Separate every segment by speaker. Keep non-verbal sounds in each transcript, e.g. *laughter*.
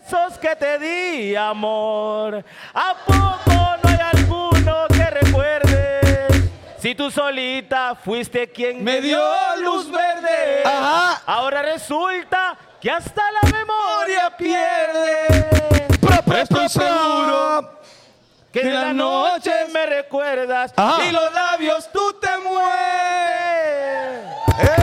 Speaker 1: besos que te di, amor. ¿A poco no hay alguno que recuerdes? Si tú solita fuiste quien
Speaker 2: Me dio luz verde.
Speaker 3: Ajá.
Speaker 1: Ahora resulta que hasta la memoria
Speaker 2: pierde.
Speaker 3: Pro, pro, pro,
Speaker 2: Estoy seguro
Speaker 1: que
Speaker 2: de
Speaker 1: en la
Speaker 2: las
Speaker 1: noche
Speaker 2: noches.
Speaker 1: me recuerdas
Speaker 3: Ajá.
Speaker 2: y los labios tú te mueres.
Speaker 3: ¡Eh!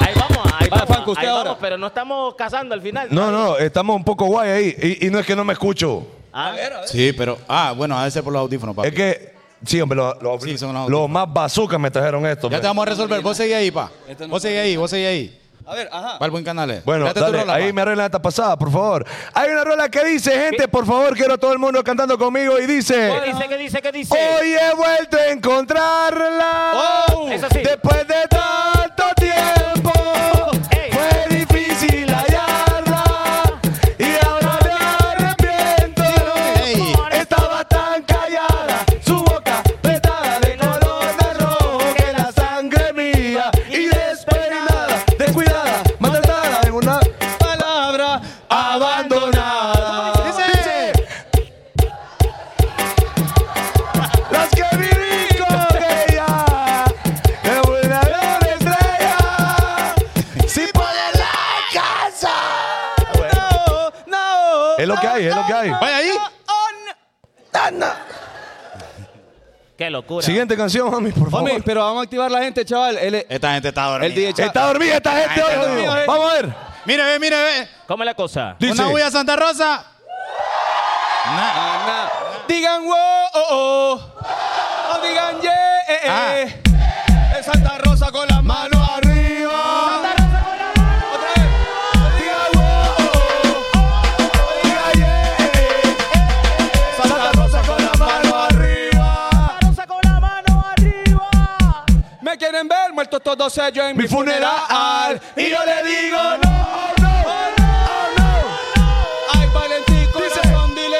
Speaker 1: Ahí vamos, ahí
Speaker 2: Vaya,
Speaker 1: vamos,
Speaker 2: Franco, usted
Speaker 1: ahí
Speaker 2: ahora.
Speaker 1: vamos, pero no estamos casando al final.
Speaker 3: No, no, estamos un poco guay ahí. Y, y no es que no me escucho.
Speaker 1: Ah,
Speaker 4: Sí, pero. Ah, bueno, a veces por los audífonos, papi.
Speaker 3: Es que, sí, hombre, los, los-
Speaker 4: Sí, son los
Speaker 3: los más bazookas me trajeron esto.
Speaker 4: Ya
Speaker 3: hombre.
Speaker 4: te vamos a resolver. Vos seguí ahí, pa.
Speaker 2: Este no-
Speaker 4: Vos seguí ahí, vos seguí ahí.
Speaker 2: A ver, ajá.
Speaker 4: Va al buen canal. eh.
Speaker 3: Bueno,
Speaker 4: Date tu
Speaker 3: dale,
Speaker 4: rola,
Speaker 3: ahí
Speaker 4: pa.
Speaker 3: me arreglan esta pasada, por favor. Hay una rola que dice, gente, por favor, quiero a todo el mundo cantando conmigo y
Speaker 1: ¿Qué
Speaker 3: dice,
Speaker 1: dice? ¿Qué dice? ¿Qué dice?
Speaker 3: hoy he vuelto a encontrarla.
Speaker 1: Oh,
Speaker 2: uh,
Speaker 1: eso sí.
Speaker 3: Después de tanto tiempo,
Speaker 1: Ey.
Speaker 3: fue difícil hallarla. Y ahora me arrepiento.
Speaker 4: Ey.
Speaker 3: Estaba tan callada, su boca petada de color de rojo que la sangre mía y despeinada, descuidada, maltratada en una
Speaker 2: palabra
Speaker 3: abandonada.
Speaker 4: Dice.
Speaker 3: Las que viví con ella de una gran estrella sin poderla alcanzar.
Speaker 2: No, no.
Speaker 3: Ah, Es lo que hay, es lo que hay.
Speaker 4: Vaya ahí.
Speaker 1: Qué locura.
Speaker 3: Siguiente canción, mami, por favor.
Speaker 2: Homie, pero vamos a activar la gente, chaval. El, el
Speaker 4: Esta gente está dormida.
Speaker 2: DJ Cha-
Speaker 3: Está dormida eh. esta gente hoy,
Speaker 4: Ay, está
Speaker 3: jodido.
Speaker 2: dormida,
Speaker 3: Vamos a ver.
Speaker 4: Mire, ve, mire, ve.
Speaker 1: ¿Cómo es la cosa?
Speaker 3: Dice.
Speaker 4: Una bulla Santa Rosa. Na-
Speaker 2: Ana. Digan wow, oh, oh. O digan yeah. eh, eh.
Speaker 4: Ah.
Speaker 2: Es Santa Rosa con las manos arriba. Otra vez. Digan wow, oh, oh. O digan yeah, eh, eh. Santa Rosa con las manos arriba.
Speaker 1: con la mano arriba.
Speaker 2: Me quieren ver muertos todos ellos en mi,
Speaker 3: Mi funeral.
Speaker 2: Y yo le digo no, no, no, no. Ay, Valentín, corazón, dile.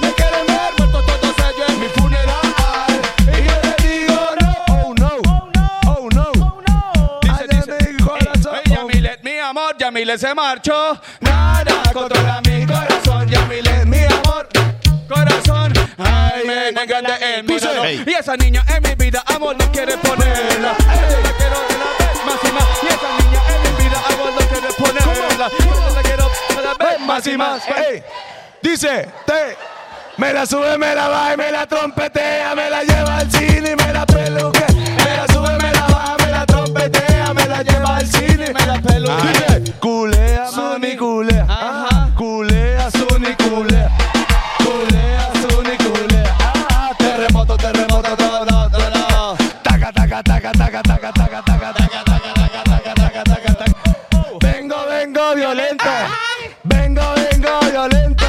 Speaker 2: Me quieren ver muertos todos ellos en mi funeral. Y yo le digo no.
Speaker 3: Oh no. Oh no.
Speaker 1: Oh, no.
Speaker 2: Dice,
Speaker 3: Ay,
Speaker 2: dice.
Speaker 3: mi corazón.
Speaker 2: Ey, Yamilet, mi amor, Yamilet se marchó. Nada controla mi corazón, Yamilet, mi amor. Corazón, ay, me encanta el
Speaker 3: Dice.
Speaker 2: mirador.
Speaker 4: Ey.
Speaker 2: Y esa niña en mi vida, amor, no quiere ponerla. Yo la quiero una vez más y más. Y esa niña en mi vida, amor, no quiere ponerla. Yo la quiero una vez más y más.
Speaker 3: Ey, dice, te. Me la sube, me la baja y me la trompetea, me la lleva al cine y me la peluquea. Me la sube, me la baja, me la trompetea, me la lleva al cine y me la peluquea. Dice, culea, mami, culea. Ajá. Culea, suni, culea. Culea, suni, culea. Ajá. Terremoto, terremoto, todo, todo, todo. Taca, taca, taca, taca, taca, taca, taca, taca, taca, taca, taca, taca, taca, taca. Vengo, vengo violento. Vengo, vengo violento.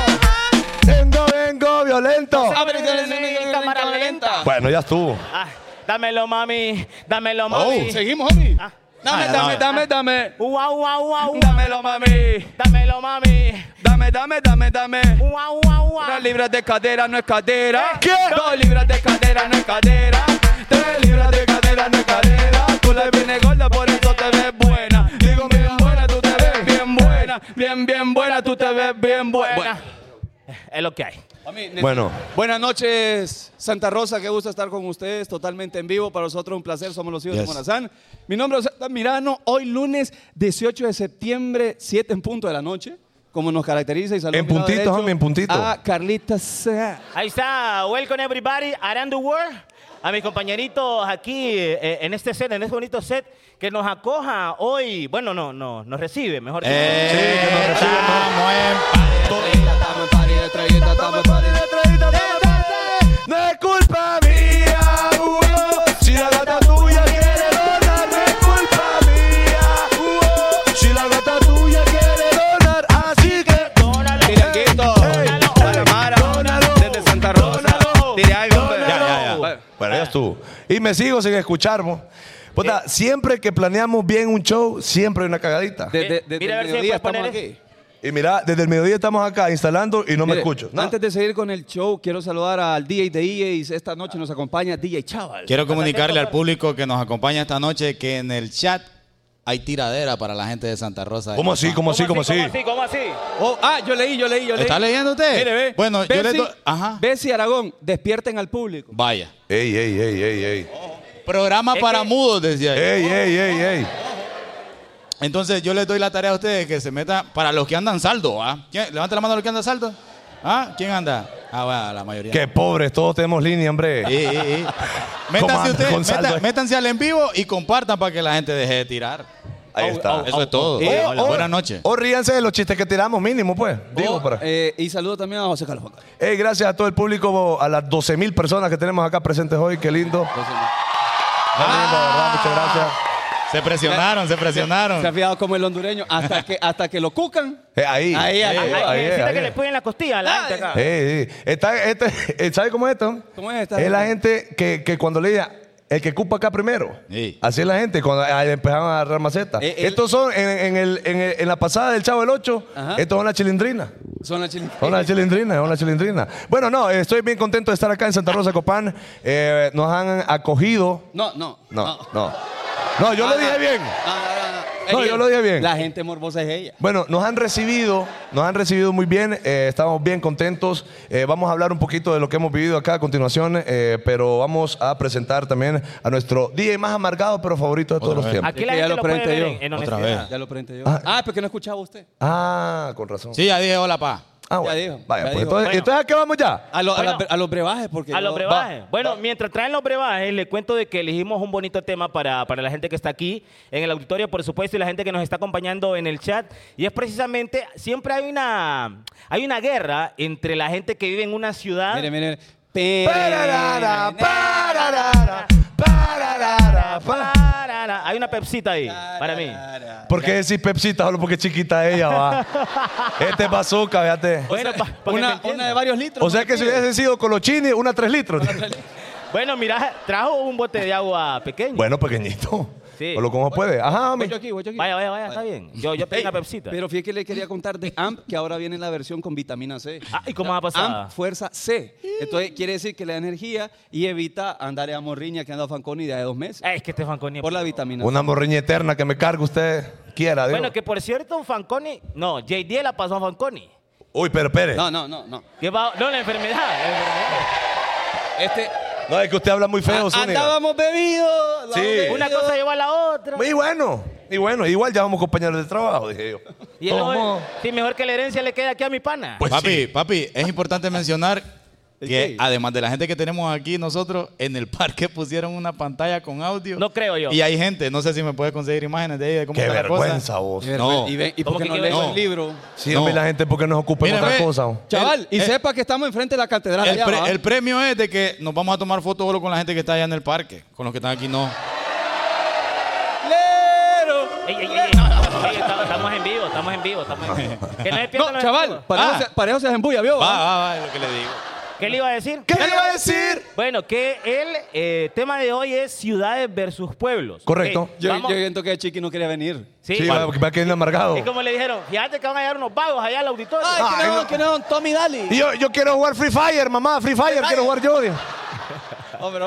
Speaker 3: Vengo, vengo violento.
Speaker 2: A ver, en cámara lenta.
Speaker 3: Bueno, ya estuvo.
Speaker 1: Ah, dámelo, mami. Dámelo, mami.
Speaker 2: Seguimos, homie. Dame,
Speaker 4: Ah,
Speaker 2: dame,
Speaker 4: no.
Speaker 2: dame, dame.
Speaker 1: Ua, ua, ua, ua.
Speaker 2: Dámelo, mami.
Speaker 1: Dámelo, mami.
Speaker 2: Dame, dame, dame, dame.
Speaker 1: Ua, ua, ua.
Speaker 2: Tres libras de cadera no es cadera.
Speaker 3: ¿Qué?
Speaker 2: Dos libras de cadera no es cadera. Tres libras de cadera no es cadera. Tú la vienes gorda, por eso te ves buena. Digo bien buena, tú te ves bien buena. Bien, bien buena, tú te ves bien buena.
Speaker 1: Buena. Es lo que hay.
Speaker 3: Bueno.
Speaker 2: Buenas noches, Santa Rosa. Qué gusto estar con ustedes totalmente en vivo. Para nosotros un placer. Somos los hijos de
Speaker 4: Yes.
Speaker 2: Morazán. Mi nombre es Santa Mirano. Hoy lunes 18 de septiembre, 7 en punto de la noche. Como nos caracteriza y saludos.
Speaker 3: En puntitos, homie, en puntitos.
Speaker 2: Ah, Carlitas. eh,
Speaker 1: Ahí está. Welcome everybody around the world. A mis compañeritos aquí eh, en este set, en este bonito set, que nos acoja hoy. Bueno, no, no, nos recibe, mejor dicho. Ah.
Speaker 4: Eh, estamos en-
Speaker 3: No es culpa mía, uh-oh. si la gata tuya quiere donar, no es culpa mía, uh-oh. si la gata tuya quiere donar, así que
Speaker 1: Dónalo.
Speaker 2: Tiranguito,
Speaker 3: Ey, ey,
Speaker 2: para Mara,
Speaker 3: dónalo,
Speaker 2: desde Santa Rosa.
Speaker 3: dónalo,
Speaker 2: Diré algo, hombre.
Speaker 3: dónalo.
Speaker 4: Ya, ya,
Speaker 2: ya.
Speaker 3: Bueno, ya estuvo. Y me sigo sin escuchar, mo. Puta,
Speaker 2: Eh.
Speaker 3: siempre que planeamos bien un show, siempre hay una cagadita.
Speaker 2: Desde,
Speaker 1: Eh,
Speaker 2: desde
Speaker 1: mira a ver
Speaker 2: el
Speaker 1: si
Speaker 2: mediodía
Speaker 1: puedes
Speaker 2: estamos
Speaker 1: poner-
Speaker 2: aquí.
Speaker 3: Y mira, desde el mediodía estamos acá instalando y no me
Speaker 2: Mire,
Speaker 3: escucho. No.
Speaker 2: Antes de seguir con el show, quiero saludar al DJ de DJs. Esta noche nos acompaña DJ Chaval.
Speaker 4: Quiero comunicarle al público que nos acompaña esta noche que en el chat hay tiradera para la gente de Santa Rosa. de
Speaker 3: ¿Cómo así?
Speaker 4: Copán.
Speaker 3: ¿Cómo así? ¿Cómo
Speaker 1: ¿Cómo
Speaker 3: así?
Speaker 1: así? ¿Cómo así?
Speaker 2: Oh, ah, yo leí, yo leí, yo leí.
Speaker 4: ¿Está leyendo usted?
Speaker 2: Mire, ve.
Speaker 4: Bueno, yo le
Speaker 2: Bessie-
Speaker 4: doy- Ajá.
Speaker 2: Bessie Aragón, despierten al público.
Speaker 4: Vaya.
Speaker 3: Ey, ey, ey, ey, ey.
Speaker 4: Programa
Speaker 1: Es
Speaker 4: para
Speaker 1: que-
Speaker 4: mudos, decía yo.
Speaker 3: Ey, ey, ey, ey.
Speaker 4: Entonces yo les doy la tarea a ustedes que se metan para los que andan saldo, ¿ah? ¿Quién- Levanta la mano a los que andan saldo. ¿Ah? ¿Quién anda? Ah, bueno, la mayoría.
Speaker 3: Qué pobres, todos tenemos línea, hombre. *laughs*
Speaker 4: Eh, eh, eh. Métanse
Speaker 3: anda
Speaker 4: ustedes,
Speaker 3: con saldo,
Speaker 4: meta-
Speaker 3: eh?
Speaker 4: métanse al en vivo y compartan para que la gente deje de tirar.
Speaker 3: Ahí está.
Speaker 4: Eso es todo.
Speaker 3: O-
Speaker 4: Hola,
Speaker 3: o-
Speaker 4: Buenas noches.
Speaker 3: O Oh, ríanse de los chistes que tiramos, mínimo, pues. Digo,
Speaker 2: Oh,
Speaker 3: para.
Speaker 2: eh, y saludo también a José Carlos Facal.
Speaker 3: Ey, gracias a todo el público, a las 12 mil personas que tenemos acá presentes hoy, qué lindo.
Speaker 2: Ah.
Speaker 3: Qué lindo, de verdad, muchas gracias.
Speaker 4: Se presionaron, se
Speaker 2: Se ha
Speaker 4: presionaron.
Speaker 2: fijado como el hondureño, hasta que, hasta que lo cucan.
Speaker 3: Eh, ahí.
Speaker 2: Ahí, ahí.
Speaker 1: Ay,
Speaker 3: Eh, ahí,
Speaker 1: necesita
Speaker 3: ahí,
Speaker 1: que
Speaker 3: ahí.
Speaker 1: le peguen la costilla a la gente
Speaker 3: *laughs*
Speaker 1: acá.
Speaker 3: Ey, ey. Está- este- ¿Sabe cómo es esto?
Speaker 2: ¿Cómo es esta?
Speaker 3: la gente que, que cuando le diga, el que ocupa acá primero.
Speaker 4: Sí.
Speaker 3: Así es la gente, cuando ah, empezaban a agarrar maceta.
Speaker 2: Eh, el-
Speaker 3: estos son, en, en el- en el- en la pasada del Chavo del 8,
Speaker 2: Ajá.
Speaker 3: estos son las chilindrinas.
Speaker 2: Son las chilinas.
Speaker 3: Hola Chilindrina, hola Chilindrina. Bueno, no, eh, estoy bien contento de estar acá en Santa Rosa Copán. Eh, nos han acogido.
Speaker 2: No, no.
Speaker 3: No, no. No, yo lo dije bien.
Speaker 2: Ah, ah,
Speaker 3: No,
Speaker 2: eh,
Speaker 3: yo lo dije bien.
Speaker 2: La gente morbosa es ella.
Speaker 3: Bueno, nos han recibido, nos han recibido muy bien, eh, estamos bien contentos. Eh, vamos a hablar un poquito de lo que hemos vivido acá a continuación, eh, pero vamos a presentar también a nuestro DJ más amargado pero favorito de todos los
Speaker 4: vez.
Speaker 3: tiempos.
Speaker 1: Aquí la
Speaker 2: Es que ya
Speaker 1: gente
Speaker 2: lo
Speaker 1: lo puede
Speaker 2: presenté
Speaker 1: ver
Speaker 2: yo.
Speaker 1: en, en
Speaker 4: Otra
Speaker 1: honestidad.
Speaker 4: vez.
Speaker 2: Ya lo pregunté yo.
Speaker 3: Ah.
Speaker 2: Ah, porque no escuchaba usted.
Speaker 3: Ah, con razón.
Speaker 4: Sí, ya dije hola, pa.
Speaker 3: Ah,
Speaker 2: ya
Speaker 3: bueno.
Speaker 2: dijo,
Speaker 3: Vaya,
Speaker 2: ya
Speaker 3: pues
Speaker 2: dijo.
Speaker 3: entonces,
Speaker 1: Bueno.
Speaker 3: entonces, ¿a qué vamos ya?
Speaker 2: A, lo- a la-
Speaker 1: Bueno.
Speaker 2: a los brebajes, porque.
Speaker 1: A
Speaker 2: yo-
Speaker 1: los brebajes. bueno, mientras traen los brebajes, le cuento de que elegimos un bonito tema para, para la gente que está aquí en el auditorio, por supuesto, y la gente que nos está acompañando en el chat. Y es precisamente, siempre hay una, hay una guerra entre la gente que vive en una ciudad.
Speaker 2: Mire, mire. Pe-
Speaker 3: Pararara, pararara, pararara, pa-
Speaker 1: Parara. Hay una pepsita ahí, para mí.
Speaker 3: ¿Por qué decís Pepsita? Solo porque es chiquita ella, va. este es bazooka, fíjate.
Speaker 1: Bueno, pa- para que me
Speaker 2: Una,
Speaker 1: entiendan.
Speaker 2: una de varios litros.
Speaker 3: O sea que si
Speaker 2: mentira.
Speaker 3: hubiese sido Colochini, una tres litros.
Speaker 1: Bueno, mira, trajo un bote de agua pequeño.
Speaker 3: bueno, pequeñito.
Speaker 1: Sí. pues
Speaker 3: O lo como puede. Ajá,
Speaker 2: Voy
Speaker 3: mi-
Speaker 2: yo aquí, voy yo aquí.
Speaker 1: Vaya, vaya, vaya, está bien. Yo, yo pedí
Speaker 2: Ey,
Speaker 1: una pepsita.
Speaker 2: Pero fíjate que le quería contar de AMP que ahora viene la versión con vitamina C.
Speaker 1: Ah, ¿y cómo va a pasar?
Speaker 2: AMP fuerza C. Entonces quiere decir que le da energía y evita andar a morriña que anda a Fanconi de hace dos meses.
Speaker 1: Ey, es que este Fanconi.
Speaker 2: Por la vitamina C.
Speaker 3: Una morriña eterna que me cargue usted quiera, digo.
Speaker 1: Bueno, que por cierto, Fanconi. No, JD la pasó a Fanconi.
Speaker 3: Uy, pero espere. No.
Speaker 2: No, no, no, no.
Speaker 1: ¿Qué va- No, la enfermedad. la enfermedad.
Speaker 2: Este.
Speaker 3: es que usted habla muy feo,
Speaker 2: a-
Speaker 3: Zúñiga.
Speaker 2: andábamos bebidos.
Speaker 3: Sí.
Speaker 2: andábamos
Speaker 1: Una
Speaker 2: bebidos.
Speaker 1: cosa lleva a la otra.
Speaker 3: Y bueno, y bueno, igual ya somos compañeros de trabajo, dije yo.
Speaker 1: Y el
Speaker 3: ¿Cómo?
Speaker 1: hombre, sí, mejor que la herencia le quede aquí a mi pana.
Speaker 3: Pues
Speaker 4: papi,
Speaker 3: sí.
Speaker 4: papi, es
Speaker 3: *laughs*
Speaker 4: importante mencionar
Speaker 2: ¿El
Speaker 4: que
Speaker 2: qué?
Speaker 4: además de la gente que tenemos aquí nosotros, en el parque pusieron una pantalla con audio.
Speaker 1: No creo yo.
Speaker 4: Y hay gente, no sé si me puede conseguir imágenes de ahí, de cómo
Speaker 3: Qué
Speaker 4: está la cosa.
Speaker 3: vergüenza, vos.
Speaker 2: Y ver-
Speaker 4: No.
Speaker 2: Y, ven, y
Speaker 1: ¿Cómo
Speaker 2: porque
Speaker 1: que
Speaker 2: no
Speaker 1: qué
Speaker 2: lees
Speaker 4: vergüenza?
Speaker 2: el libro.
Speaker 3: Sí, hombre,
Speaker 4: No.
Speaker 3: la gente porque nos ocupa en
Speaker 4: Mira,
Speaker 3: otra
Speaker 4: ve.
Speaker 3: cosa. vos?
Speaker 2: Chaval, y
Speaker 4: eh.
Speaker 2: sepa que estamos enfrente de la catedral.
Speaker 4: El,
Speaker 2: allá,
Speaker 4: pre-
Speaker 2: ¿va?
Speaker 4: el premio es de que nos vamos a tomar fotos solo con la gente que está allá en el parque. Con los que están aquí no.
Speaker 2: Lero.
Speaker 1: Ey, ey, ey, ey. Ey, estamos, estamos en vivo, estamos en vivo, estamos en
Speaker 3: *laughs*
Speaker 1: vivo. Que no se pierdan
Speaker 2: No,
Speaker 1: los
Speaker 2: chaval,
Speaker 1: estudios.
Speaker 2: parejo,
Speaker 4: Ah.
Speaker 2: se, parejo se embulla, ¿vio?
Speaker 4: Va, va, va, es lo que le digo.
Speaker 1: ¿Qué le iba a decir?
Speaker 3: ¿Qué le iba a decir?
Speaker 1: Bueno, que el eh, tema de hoy es ciudades versus pueblos.
Speaker 3: Correcto.
Speaker 1: Ok,
Speaker 2: Yo,
Speaker 1: vamos-
Speaker 2: yo siento que Chiqui no quería venir.
Speaker 1: Sí,
Speaker 3: Sí, va, va a quedar amargado.
Speaker 1: Es como le dijeron, fíjate que van a llegar unos vagos allá al auditorio.
Speaker 2: Ay,
Speaker 3: Ay,
Speaker 2: que no,
Speaker 3: no.
Speaker 2: que no, Tommy Daly.
Speaker 3: Y yo, yo quiero jugar Free Fire, mamá. Free Fire, quiero jugar yo. digo.
Speaker 2: Hombre,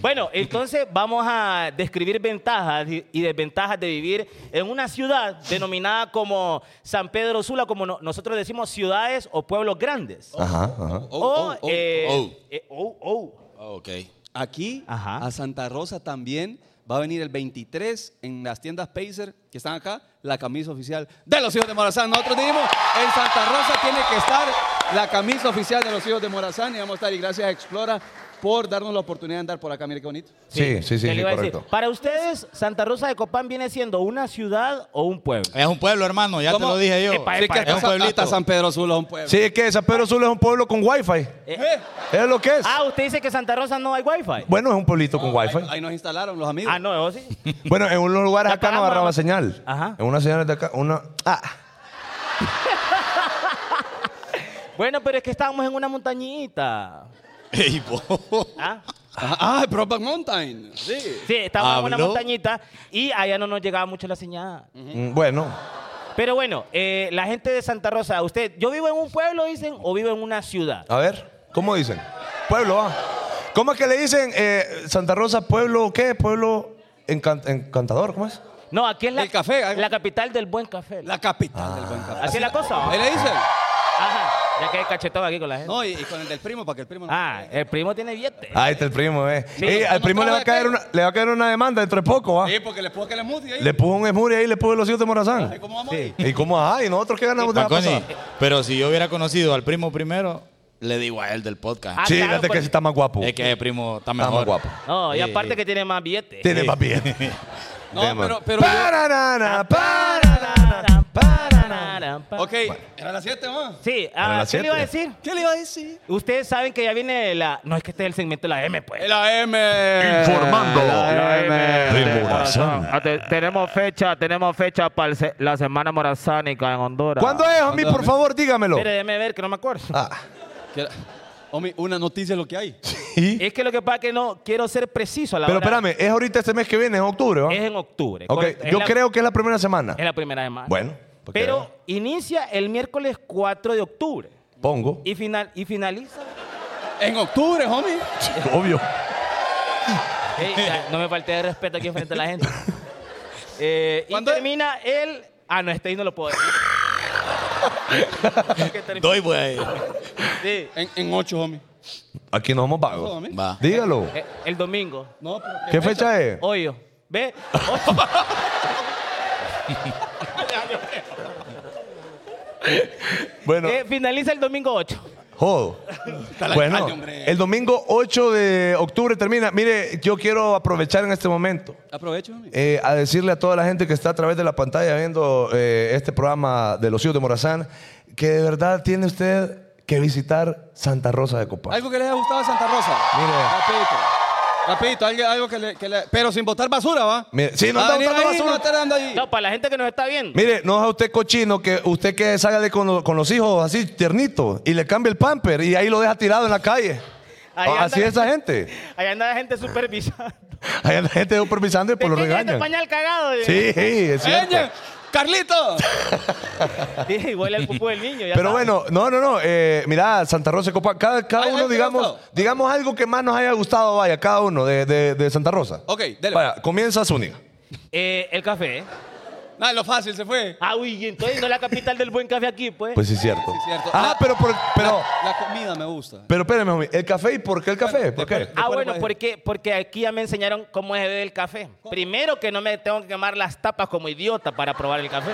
Speaker 1: Bueno, entonces vamos a describir ventajas y y desventajas de vivir en una ciudad denominada como San Pedro Sula, como no- nosotros decimos ciudades o pueblos grandes.
Speaker 3: Ajá, ajá.
Speaker 1: o,
Speaker 2: oh, oh,
Speaker 1: eh,
Speaker 4: oh.
Speaker 1: eh, oh, oh.
Speaker 4: Ah, ok.
Speaker 2: aquí
Speaker 1: Ajá.
Speaker 2: a Santa Rosa también va a venir el 23 en las tiendas Pacer que están acá, la camisa oficial de los hijos de Morazán. Nosotros dijimos, en Santa Rosa tiene que estar la camisa oficial de los hijos de Morazán y vamos a estar. Y gracias a Explora por darnos la oportunidad de andar por acá. Mire qué bonito.
Speaker 3: Sí, sí, sí,
Speaker 1: ¿qué le
Speaker 3: sí,
Speaker 1: iba a decir?
Speaker 3: correcto.
Speaker 1: Para ustedes, Santa Rosa de Copán viene siendo una ciudad o un pueblo.
Speaker 4: Es un pueblo, hermano, ya
Speaker 2: ¿Cómo?
Speaker 4: te lo dije yo.
Speaker 1: Epa,
Speaker 2: Sí,
Speaker 1: epa, epa.
Speaker 2: que hasta
Speaker 4: es un
Speaker 2: Sa-
Speaker 4: pueblito.
Speaker 2: hasta San Pedro Sula es un pueblo.
Speaker 3: Sí, es que San Pedro Sula es un pueblo con Wi-Fi.
Speaker 1: Eh,
Speaker 2: Eh,
Speaker 3: Es lo que es.
Speaker 1: ah, Oh, usted dice que Santa Rosa no hay wifi.
Speaker 3: Bueno, es un pueblito con
Speaker 2: ahí,
Speaker 3: Wi-Fi.
Speaker 2: ahí nos instalaron los amigos.
Speaker 1: Ah, no, ¿o sí.
Speaker 3: Bueno, en unos lugares
Speaker 1: Ya
Speaker 3: acá no
Speaker 1: pagamos,
Speaker 3: agarraba
Speaker 1: ¿no?
Speaker 3: señal.
Speaker 1: Ajá.
Speaker 3: En unas señales de acá, una. Ah.
Speaker 1: Bueno, pero es que estábamos en una montañita.
Speaker 4: *laughs* Ey, bo.
Speaker 1: ¿Ah?
Speaker 2: Ajá, Ah, Brokeback Mountain. Sí.
Speaker 1: Sí, estábamos en una
Speaker 4: ¿Habló?
Speaker 1: montañita y allá no nos llegaba mucho la señal.
Speaker 3: Mm, Bueno,
Speaker 1: Pero bueno, eh, la gente de Santa Rosa, usted, yo vivo en un pueblo, dicen, o vivo en una ciudad.
Speaker 3: a ver, ¿cómo dicen? Pueblo, ah. ¿Cómo es que le dicen eh, Santa Rosa, pueblo, qué? Pueblo encan- encantador, ¿cómo es?
Speaker 1: No, aquí es la,
Speaker 2: El café, algo.
Speaker 1: la capital del buen café.
Speaker 2: La capital del buen café.
Speaker 1: Así es la cosa.
Speaker 2: Ahí le dicen.
Speaker 1: Ajá, ya que cachetado aquí con la gente.
Speaker 2: No, Ah. y, y con el del primo, para que el primo no.
Speaker 1: Ah, el primo tiene billete.
Speaker 3: Ahí está el primo, eh.
Speaker 1: Sí,
Speaker 3: Ey,
Speaker 2: no,
Speaker 3: al
Speaker 2: no
Speaker 3: primo le va, a
Speaker 2: trabaja
Speaker 3: caer
Speaker 2: acá.
Speaker 3: una, le va a caer una demanda dentro de poco, ¿ah?
Speaker 2: Sí, porque le puedo que le mute ahí.
Speaker 3: Le puso un esmure ahí, le puso los hijos de Morazán.
Speaker 2: Ahí, ¿Cómo vamos ahí?
Speaker 3: ¿Y cómo? Ajá, ¿y nosotros qué ganamos de la
Speaker 4: Marconi,
Speaker 3: pasada?
Speaker 4: pero si yo hubiera conocido al primo primero, le digo a él del podcast.
Speaker 1: Ah,
Speaker 3: Sí,
Speaker 1: claro,
Speaker 3: fíjate que
Speaker 1: porque-
Speaker 3: ese está más guapo.
Speaker 4: es que el primo está
Speaker 3: más
Speaker 4: mejor.
Speaker 3: guapo.
Speaker 1: No, y
Speaker 4: Sí,
Speaker 1: aparte
Speaker 4: sí.
Speaker 1: que tiene más billetes.
Speaker 3: Tiene más bien.
Speaker 2: No,
Speaker 3: Tema.
Speaker 2: pero- pero yo-
Speaker 3: Pararara, pararara,
Speaker 1: Pararara,
Speaker 3: pararara.
Speaker 1: pararara, pa-
Speaker 2: Ok, era las 7, más.
Speaker 1: Sí,
Speaker 3: Para
Speaker 1: ah,
Speaker 3: las
Speaker 1: ¿qué le iba a
Speaker 3: siete.
Speaker 1: decir?
Speaker 2: ¿Qué le iba a decir?
Speaker 1: Ustedes saben que ya viene la... No, es que este es el segmento de la M, pues.
Speaker 2: La M.
Speaker 3: Informando.
Speaker 2: La M.
Speaker 3: De Morazán.
Speaker 1: Ah, te- tenemos fecha, tenemos fecha para el se- la Semana Morazánica en Honduras.
Speaker 3: ¿Cuándo es, homie?
Speaker 2: ¿Cuándo,
Speaker 3: Por
Speaker 2: homie?
Speaker 3: favor, dígamelo.
Speaker 1: Mire, déjeme ver, que no me acuerdo.
Speaker 3: Ah,
Speaker 2: Que era- Homie, una noticia es lo que hay.
Speaker 3: ¿y?
Speaker 1: Es que lo que pasa es que no quiero ser preciso a la
Speaker 3: Pero
Speaker 1: hora-
Speaker 3: espérame, es ahorita este mes que viene, es octubre, ¿va?
Speaker 1: Es en octubre.
Speaker 3: Ok,
Speaker 1: correcto. Es
Speaker 3: yo
Speaker 1: la-
Speaker 3: creo que es la primera semana.
Speaker 1: Es la primera semana.
Speaker 3: Bueno, porque-
Speaker 1: Pero inicia el miércoles 4 de octubre
Speaker 3: Pongo.
Speaker 1: y, final, y finaliza.
Speaker 2: En octubre, homie.
Speaker 3: *laughs* Obvio.
Speaker 1: Ey, ya, no me falte de respeto aquí enfrente de la
Speaker 3: *laughs*
Speaker 1: gente. Eh, y
Speaker 2: ¿Cuándo es?
Speaker 1: termina el. Ah, no, este ahí no lo puedo
Speaker 3: *laughs*
Speaker 1: decir. Que termina-
Speaker 4: Doy, güey.
Speaker 1: sí,
Speaker 2: En, en ocho, homie.
Speaker 3: Aquí nos vamos
Speaker 2: Ojo,
Speaker 3: pagos.
Speaker 2: homie.
Speaker 4: Va.
Speaker 3: Dígalo.
Speaker 1: eh, el domingo.
Speaker 2: No, pero
Speaker 3: ¿Qué fecha es?
Speaker 1: Hoyo. ¿Ve?
Speaker 3: *laughs* Bueno,
Speaker 1: Eh, finaliza el domingo 8.
Speaker 3: jodo.
Speaker 2: la
Speaker 3: Bueno,
Speaker 2: calle, hombre.
Speaker 3: el domingo 8 de octubre termina. Mire, yo quiero aprovechar en este momento.
Speaker 2: Aprovecho, homie.
Speaker 3: eh, a decirle a toda la gente que está a través de la pantalla viendo eh, este programa de los hijos de Morazán que de verdad tiene usted que visitar Santa Rosa de Copán.
Speaker 2: Algo que les haya gustado de Santa Rosa.
Speaker 3: Mire.
Speaker 2: Rapidito. Rapidito, algo, algo que, le, que le- Pero sin botar basura, ¿va?
Speaker 3: Mire, sí, no
Speaker 2: Va a
Speaker 3: está
Speaker 2: venir
Speaker 3: botando
Speaker 2: ahí,
Speaker 3: basura.
Speaker 2: no está dando ahí.
Speaker 1: No, para la gente que nos está viendo.
Speaker 3: Mire, no es a usted cochino que usted que salga de con, lo- con los hijos así tiernito y le cambia el pamper y ahí lo deja tirado en la calle. Ah,
Speaker 1: Ahí anda-
Speaker 3: Oh, así es esa gente.
Speaker 2: *laughs*
Speaker 1: Ahí anda la gente
Speaker 3: *laughs*
Speaker 1: supervisando.
Speaker 3: Ahí la gente supervisando y pues lo
Speaker 1: Pequeño, este
Speaker 3: regañan.
Speaker 1: pañal cagado.
Speaker 3: Sí, sí, es cierto.
Speaker 2: Eñe, ¡Carlito!
Speaker 1: Sí, huele al pupú del niño. ya
Speaker 3: Pero
Speaker 1: sabe.
Speaker 3: bueno, no, no, no. eh, mirá, Santa Rosa de Copán. Cada, cada
Speaker 2: Ay, ay,
Speaker 3: uno,
Speaker 2: ¿qué
Speaker 3: digamos,
Speaker 2: pasó?
Speaker 3: digamos algo que más nos haya gustado, vaya, cada uno de, de- de Santa Rosa.
Speaker 2: Ok, dele.
Speaker 3: Vaya, comienza Zúñiga.
Speaker 1: Eh, el café.
Speaker 2: Nada, lo fácil se fue.
Speaker 1: Ah, uy, y entonces no es la capital del buen café aquí, pues.
Speaker 3: Pues sí, cierto.
Speaker 2: Sí, cierto.
Speaker 3: Ah,
Speaker 2: La-
Speaker 3: pero, por- pero,
Speaker 2: La comida me gusta.
Speaker 3: pero espérame, homie, ¿El café y por qué el café? ¿Por qué?
Speaker 1: ah,
Speaker 2: después
Speaker 1: bueno,
Speaker 2: puedes-
Speaker 1: porque, porque aquí ya me enseñaron cómo es beber el café. Primero que no me tengo que quemar las tapas como idiota para probar el café.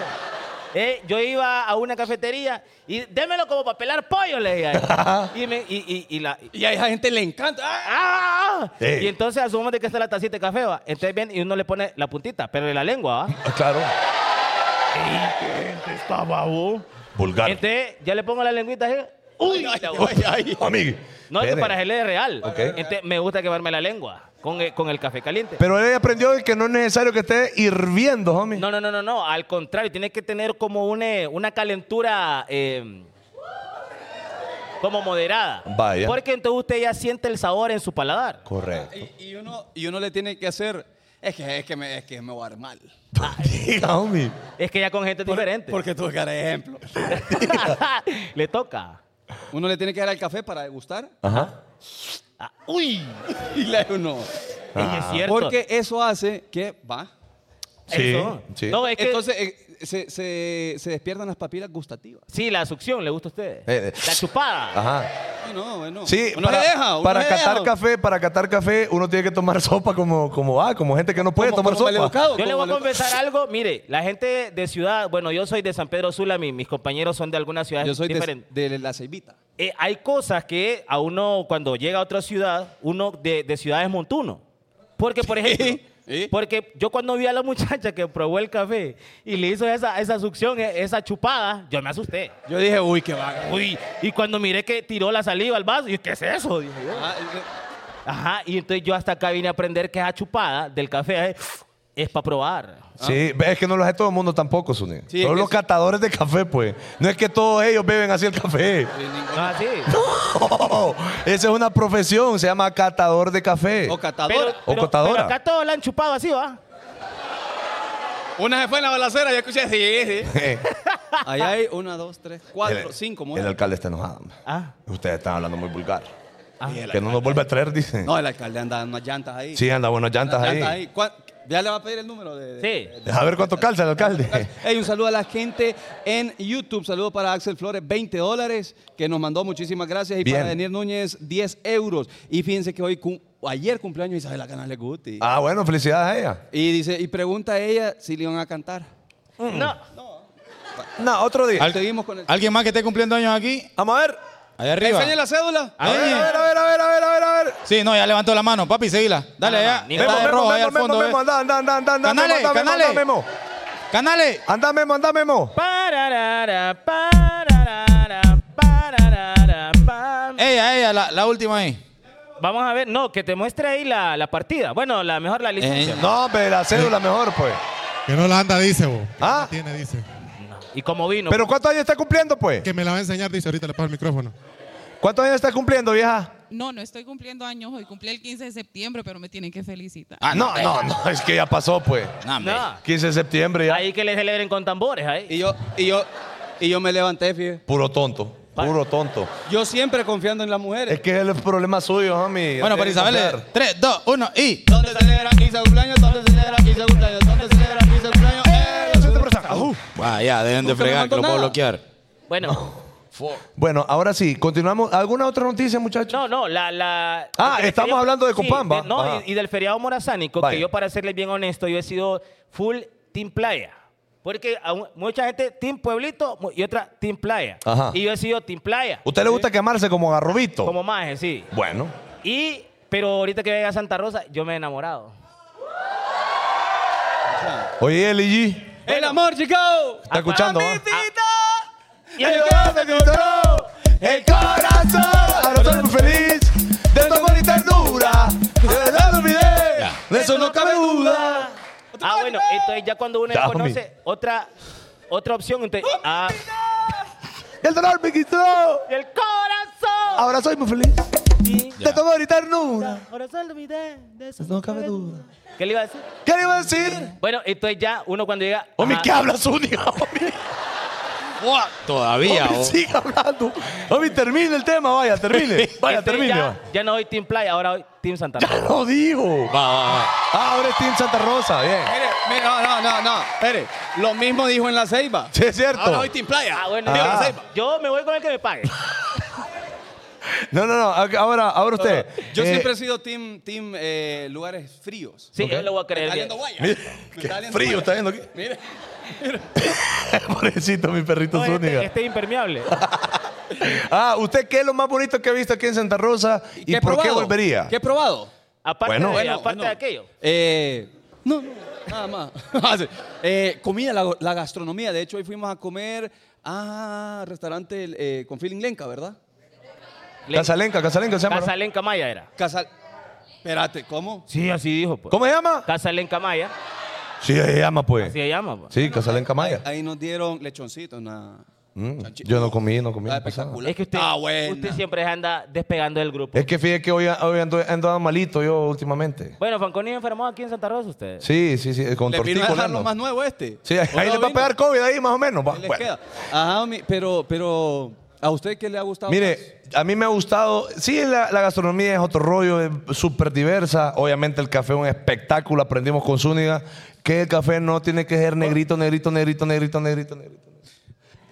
Speaker 1: Eh, yo iba a una cafetería y démelo como para pelar pollo, le dije. a
Speaker 3: *laughs*
Speaker 1: él. y, me- y- y- y la,
Speaker 2: Y a esa gente le encanta. ¡Ah!
Speaker 1: ¡Ah!
Speaker 3: Sí.
Speaker 1: Y entonces asumimos de que está la tacita de café, ¿va? Entonces bien, y uno le pone la puntita, pero de la lengua, ¿va?
Speaker 3: Ah, Claro.
Speaker 1: Está babo.
Speaker 3: Vulgar.
Speaker 1: Entonces Este, ya le pongo la lengüita así. ¡Uy! la voy.
Speaker 3: Amigo.
Speaker 1: No, es que
Speaker 3: espere.
Speaker 1: para gelé es real.
Speaker 3: Ok.
Speaker 1: Entonces me gusta quemarme la lengua con el, con el café caliente.
Speaker 3: Pero él aprendió que no es necesario que esté hirviendo, homie.
Speaker 1: No, no, no, no, no. Al contrario, tiene que tener como una, una calentura eh, como moderada.
Speaker 3: Vaya.
Speaker 1: Porque entonces usted ya siente el sabor en su paladar.
Speaker 3: Correcto.
Speaker 2: Y, y uno, y uno le tiene que hacer. Es que, es que, me, es que me voy a armar.
Speaker 3: Diga, homie.
Speaker 1: Es que ya con gente diferente.
Speaker 2: Porque tú eres ejemplo.
Speaker 1: *laughs* Le toca.
Speaker 2: Uno le tiene que dar al café para degustar.
Speaker 3: Ajá.
Speaker 1: Ah, uy.
Speaker 2: *laughs* Y le uno.
Speaker 3: Ah.
Speaker 1: Ey, es cierto.
Speaker 2: Porque eso hace que va.
Speaker 1: Eso.
Speaker 3: sí.
Speaker 1: No, es que
Speaker 2: Entonces eh, se, se- se despiertan las papilas gustativas.
Speaker 1: sí, la succión le gusta a usted.
Speaker 3: Eh, eh.
Speaker 1: La chupada.
Speaker 3: Ajá.
Speaker 2: Ay, no, bueno.
Speaker 3: Sí,
Speaker 2: uno
Speaker 3: para,
Speaker 2: le deja. uno
Speaker 3: para
Speaker 2: le
Speaker 3: catar
Speaker 2: deja.
Speaker 3: café, para catar café, uno tiene que tomar *laughs* sopa como, como ah, como gente que no puede
Speaker 2: Como-
Speaker 3: tomar
Speaker 2: como
Speaker 3: sopa.
Speaker 2: maleducado,
Speaker 1: Yo le
Speaker 2: como
Speaker 1: voy a
Speaker 2: maleducado.
Speaker 1: confesar algo. Mire, la gente de ciudad, bueno, yo soy de San Pedro Sula, mi- mis compañeros son de algunas ciudades
Speaker 2: Yo soy de,
Speaker 1: diferentes.
Speaker 2: de la ceibita.
Speaker 1: Eh, hay cosas que a uno, cuando llega a otra ciudad, uno de, de ciudad es montuno. Porque, por ejemplo,
Speaker 2: sí.
Speaker 1: porque yo cuando vi a la muchacha que probó el café y le hizo esa, esa succión, e- esa chupada, yo me asusté.
Speaker 2: Yo dije, uy, qué vaga.
Speaker 1: Uy, y cuando miré que tiró la saliva al vaso, y ¿qué es eso? Dije yo.
Speaker 2: Ah, eh,
Speaker 1: Ajá, y entonces yo hasta acá vine a aprender que esa chupada del café es, para probar.
Speaker 3: Sí, es que no lo hace todo el mundo tampoco, Zuni.
Speaker 2: Sí, es
Speaker 3: Todos
Speaker 2: que
Speaker 3: los
Speaker 2: sí.
Speaker 3: catadores de café, pues. No es que todos ellos beben así el café. *laughs*
Speaker 2: eh, ningún-
Speaker 1: No es así.
Speaker 3: No, esa es una profesión, se llama catador de café.
Speaker 2: O
Speaker 1: Pero,
Speaker 2: catador.
Speaker 3: O
Speaker 1: pero-
Speaker 3: cotadora.
Speaker 1: pero acá todos la han chupado así, ¿va?
Speaker 2: Una se fue en la balacera, yo escuché, sí, sí. Ahí hay una, dos, tres, cuatro,
Speaker 3: Eh, El-
Speaker 2: cinco
Speaker 3: El
Speaker 2: mujeres.
Speaker 3: alcalde está enojado. hombre.
Speaker 1: Ah.
Speaker 3: Ustedes están hablando muy vulgar.
Speaker 1: Ah.
Speaker 3: Que no nos vuelve a traer, dice.
Speaker 2: No, el alcalde anda en unas llantas ahí.
Speaker 3: Sí, anda buenas llantas
Speaker 2: Unas
Speaker 3: ahí.
Speaker 2: llantas ahí. ¿Cuá- Ya le va a pedir el número de. de-
Speaker 1: Sí.
Speaker 2: de- de-
Speaker 3: A ver cuánto calza el alcalde.
Speaker 2: Ey, un saludo a la gente en YouTube. Saludo para Axel Flores, 20 dólares, que nos mandó muchísimas gracias. Y para
Speaker 3: Bien.
Speaker 2: Daniel Núñez, 10 euros. Y fíjense que hoy, cum- ayer cumpleaños Isabela Canales Guti.
Speaker 3: Ah, bueno, felicidades a ella.
Speaker 2: Y dice, y pregunta a ella si le iban a cantar.
Speaker 1: No.
Speaker 3: No, otro día.
Speaker 4: Al-
Speaker 2: Seguimos con el.
Speaker 4: ¿Alguien más que esté cumpliendo años aquí?
Speaker 3: Vamos a ver.
Speaker 4: Allá arriba.
Speaker 2: ¿Enseñe la cédula?
Speaker 3: A ver, a ver, a ver, a ver, a ver, a ver, a ver.
Speaker 4: Sí, no, ya levantó la mano. Papi, seguila. Dale,
Speaker 1: No, no,
Speaker 4: allá.
Speaker 1: ni-
Speaker 4: Está
Speaker 1: Memo,
Speaker 4: de
Speaker 3: Memo,
Speaker 4: rojo
Speaker 3: Memo,
Speaker 4: allá al
Speaker 3: Memo,
Speaker 4: fondo. ve.
Speaker 3: Memo, anda, anda, anda, anda, anda,
Speaker 4: Canales,
Speaker 3: Memo, anda, Memo,
Speaker 4: canales.
Speaker 3: anda, Memo.
Speaker 4: Canales.
Speaker 3: Anda, Memo, anda, Memo.
Speaker 1: Pararara, pararara, pararara, pam.
Speaker 4: Ella, ella, la, la última ahí.
Speaker 1: Eh, Vamos a ver, no, que te muestre ahí la, la partida. Bueno, la mejor la licencia.
Speaker 4: Eh,
Speaker 3: No, pero la cédula mejor, pues.
Speaker 5: Que no la anda, dice, vos.
Speaker 3: Ah.
Speaker 5: Tiene, dice.
Speaker 1: Y como vino.
Speaker 3: ¿Pero cuántos años está cumpliendo, pues?
Speaker 5: Que me la va a enseñar, dice. Ahorita le paso el micrófono.
Speaker 3: ¿Cuántos años está cumpliendo, vieja?
Speaker 6: No, no estoy cumpliendo años hoy. Cumplí el 15 de septiembre, pero me tienen que felicitar.
Speaker 4: Ah,
Speaker 3: No, no, no, es que ya pasó, pues.
Speaker 4: No, hombre.
Speaker 1: No.
Speaker 3: 15 de septiembre ya.
Speaker 1: Ahí que le celebren con tambores ahí.
Speaker 2: Y yo, y yo, y yo me levanté, fíjate.
Speaker 3: Puro tonto, puro tonto.
Speaker 2: Yo siempre confiando en las mujeres.
Speaker 3: Es que es el problema suyo, homie.
Speaker 4: Bueno,
Speaker 3: Tiene
Speaker 4: para
Speaker 3: que
Speaker 4: Isabel, eh.
Speaker 3: confiar.
Speaker 4: 3, 2, 1 y.
Speaker 2: ¿Dónde celebra 15 cumpleaños? ¿Dónde celebra 15 cumpleaños? ¿Dónde celebra 15 cumpleaños?
Speaker 3: Eh, la suerte por esa- Ajú.
Speaker 4: Ah, ya, dejen de
Speaker 2: Nunca
Speaker 4: fregar,
Speaker 2: levantó
Speaker 4: que lo puedo
Speaker 2: nada.
Speaker 4: bloquear.
Speaker 1: Bueno,
Speaker 3: Bueno, ahora sí, continuamos. ¿Alguna otra noticia, muchachos?
Speaker 1: no, no, la. la
Speaker 3: Ah,
Speaker 1: lo que
Speaker 3: estamos
Speaker 1: quería-
Speaker 3: hablando de
Speaker 1: sí,
Speaker 3: Copán, ¿va?
Speaker 1: no,
Speaker 3: Ajá.
Speaker 1: y, y del feriado morazánico,
Speaker 3: Vaya.
Speaker 1: que yo, para serles bien honesto, yo he sido full Team Playa. Porque aún- mucha gente, Team Pueblito mu- y otra Team Playa.
Speaker 3: Ajá.
Speaker 1: Y yo he sido Team Playa.
Speaker 3: ¿Usted le gusta quemarse como garrobito?
Speaker 1: Como maje, sí.
Speaker 3: Bueno.
Speaker 1: Y, pero ahorita que vaya a Santa Rosa, yo me he enamorado.
Speaker 3: Oye, Eli G.
Speaker 2: El amor, chicos.
Speaker 3: ¿Está escuchando? ah?
Speaker 1: Y ahí-
Speaker 3: el corazón. Ahora estoy muy feliz de tu amor y ternura. De verdad lo olvidé. De eso no cabe duda.
Speaker 1: Ah, bueno, entonces ya cuando uno
Speaker 3: Ya,
Speaker 1: ya
Speaker 3: homie.
Speaker 1: conoce otra, otra opción, entonces. Ah,
Speaker 3: El dolor me quitó.
Speaker 1: el corazón.
Speaker 3: Ahora soy muy feliz
Speaker 1: Sí.
Speaker 3: de tu amor y ternura.
Speaker 1: Corazón, lo olvidé, de eso
Speaker 3: Eso no cabe duda.
Speaker 1: ¿Qué le iba a decir?
Speaker 3: ¿Qué le iba a decir?
Speaker 1: Bueno, entonces ya uno cuando llega.
Speaker 3: Homie,
Speaker 1: ajá,
Speaker 3: ¿qué hablas, único? *laughs* Homie,
Speaker 4: Buah, Todavía,
Speaker 3: homie,
Speaker 4: oh.
Speaker 3: sigue hablando. Homie, termine el tema,
Speaker 1: *laughs*
Speaker 3: vaya, termine. Vaya,
Speaker 1: entonces
Speaker 3: termine.
Speaker 1: Ya,
Speaker 3: vaya.
Speaker 1: ya no soy Team Playa, ahora soy Team Santa Rosa.
Speaker 3: Lo digo.
Speaker 4: Va, va, va.
Speaker 3: Ah, ahora es Team Santa Rosa, bien.
Speaker 2: Mire, mire, no, no, no, no. Mire, lo mismo dijo en la ceiba.
Speaker 3: Sí, es cierto.
Speaker 2: Team Playa.
Speaker 1: Ah, bueno,
Speaker 3: Ah.
Speaker 1: yo- yo me voy con el que me pague.
Speaker 3: No, no, no. ac- Ahora, ahora usted.
Speaker 2: Yo
Speaker 3: Eh,
Speaker 2: siempre he sido team, team eh, lugares fríos.
Speaker 1: Sí,
Speaker 3: Ok.
Speaker 1: yo lo voy a creer.
Speaker 2: Está
Speaker 1: bien.
Speaker 2: yendo guaya.
Speaker 3: Mire,
Speaker 2: Me
Speaker 3: qué
Speaker 2: está oliendo
Speaker 3: frío
Speaker 2: guaya.
Speaker 3: está viendo aquí.
Speaker 2: Mire,
Speaker 3: *laughs* Pobrecito, mi perrito
Speaker 1: No,
Speaker 3: Zúñiga.
Speaker 1: este, este es impermeable.
Speaker 3: Ah, ¿usted qué es lo más bonito que ha visto aquí en Santa Rosa? ¿Y
Speaker 2: he
Speaker 3: por qué
Speaker 2: probado?
Speaker 3: volvería?
Speaker 2: ¿Qué he probado?
Speaker 1: Aparte,
Speaker 3: Bueno.
Speaker 1: de,
Speaker 3: Bueno,
Speaker 1: aparte de aquello.
Speaker 2: Eh, no, no, nada *laughs* más. Ah, sí. Eh, comida, la, la gastronomía. De hecho, hoy fuimos a comer a restaurante eh, con feeling lenca, ¿verdad?
Speaker 1: Le-
Speaker 3: Casalenca, Casalenca se llama. ¿no?
Speaker 1: Casalenca Maya era.
Speaker 2: Casal. Espérate, ¿cómo?
Speaker 1: Sí, así dijo. Pues.
Speaker 3: ¿Cómo se llama?
Speaker 1: Casalenca Maya.
Speaker 3: Sí, se llama pues.
Speaker 1: Así se llama. pues.
Speaker 3: Sí, Casalenca Maya.
Speaker 2: Ahí nos dieron lechoncitos, nada.
Speaker 3: Mm,
Speaker 2: chanchi-
Speaker 3: Yo no comí, no comí.
Speaker 2: Está
Speaker 3: no pasaba.
Speaker 2: espectacular.
Speaker 1: Es que usted,
Speaker 2: Ah, buena.
Speaker 1: usted siempre anda despegando del grupo.
Speaker 3: Es que fíjate que hoy, hoy ando, he andado malito yo últimamente.
Speaker 1: Bueno, Fanconi enfermó aquí en Santa Rosa usted.
Speaker 3: Sí, sí, sí, con
Speaker 2: Le vino a
Speaker 3: tortícolis.
Speaker 2: dejar lo
Speaker 3: ando.
Speaker 2: más nuevo este.
Speaker 3: Sí, ahí,
Speaker 2: ¿O no
Speaker 3: le va a
Speaker 2: vino?
Speaker 3: pegar COVID ahí más o menos. va,
Speaker 2: Ahí les
Speaker 3: bueno.
Speaker 2: queda. Ajá, mi- pero, pero, ¿a usted qué le ha gustado? más?
Speaker 3: Mire, a mí me ha gustado. Sí, la, la gastronomía es otro rollo, es súper diversa. Obviamente, el café es un espectáculo. Aprendimos con Zúñiga que el café no tiene que ser negrito, negrito, negrito, negrito, negrito, negrito.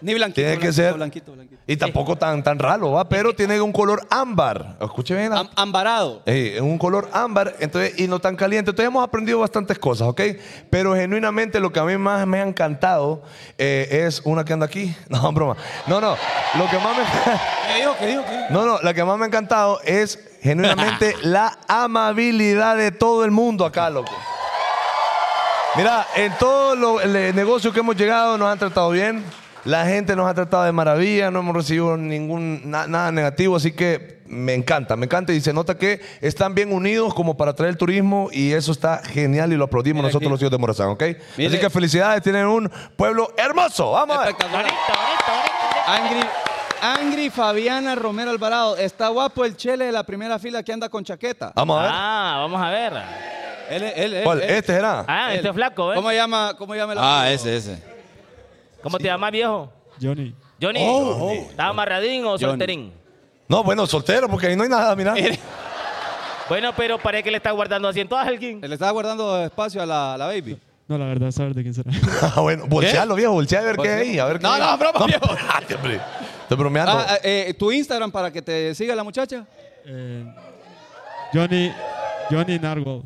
Speaker 2: Ni blanquito.
Speaker 3: Tiene que
Speaker 2: blanquito,
Speaker 3: ser.
Speaker 2: Blanquito, blanquito.
Speaker 3: Y tampoco tan, tan raro, ¿va? Pero tiene un color ámbar. Escuche bien.
Speaker 2: Am- ambarado.
Speaker 3: Ey, es un color ámbar entonces, y no tan caliente. Entonces hemos aprendido bastantes cosas, ¿ok? Pero genuinamente lo que a mí más me ha encantado eh, es una que anda aquí. *laughs* No, broma. No, no. Lo que más me... *laughs*
Speaker 2: ¿Qué dijo? ¿Qué dijo? ¿Qué dijo?
Speaker 3: No, no, la que más me ha encantado es
Speaker 2: *laughs*
Speaker 3: genuinamente la amabilidad de todo el mundo acá, loco. Mira, en todos los le- negocios eh, que hemos llegado nos han tratado bien. La gente nos ha tratado de maravilla, no hemos recibido ningún na- nada negativo, así que me encanta, me encanta y se nota que están bien unidos como para traer el turismo y eso está genial y lo aplaudimos
Speaker 2: Mira
Speaker 3: nosotros
Speaker 2: aquí.
Speaker 3: los hijos de Morazán, ¿ok? Así
Speaker 2: Mire.
Speaker 3: que felicidades, tienen un pueblo hermoso, vamos. a ver.
Speaker 2: Espectacular.
Speaker 1: Bonito, bonito, bonito.
Speaker 2: Angry, Angry Fabiana Romero Alvarado. Está guapo el chele de la primera fila que anda con chaqueta.
Speaker 3: Vamos a ver.
Speaker 1: Ah, vamos a ver.
Speaker 2: Él, es- él, él,
Speaker 3: ¿Cuál?
Speaker 2: él.
Speaker 3: Este será.
Speaker 1: Ah,
Speaker 2: Él.
Speaker 1: este es flaco, ¿eh?
Speaker 2: ¿Cómo llama, cómo llama el
Speaker 4: Ah,
Speaker 2: apellido?
Speaker 4: ese, ese.
Speaker 1: ¿Cómo te llamas, viejo?
Speaker 5: Johnny.
Speaker 1: Johnny.
Speaker 3: Oh,
Speaker 1: ¿Estás amarradín o solterín?
Speaker 3: No, bueno, soltero, porque ahí no hay nada, mira.
Speaker 1: Bueno, pero parece que le está guardando asiento a alguien.
Speaker 3: este.
Speaker 2: Le estaba guardando espacio a la, a la baby.
Speaker 5: No, la verdad, saber de quién será. *laughs*
Speaker 3: *laughs* Ah, bueno, voltealo, viejo, voltea a ver qué hay. A ver
Speaker 2: No,
Speaker 3: qué *laughs*
Speaker 2: no, broma, viejo.
Speaker 3: espérate, hombre. Estoy bromeando.
Speaker 2: Ah, eh, ¿Tu Instagram para que te siga la muchacha?
Speaker 5: Eh, Johnny, Johnny Narwhal.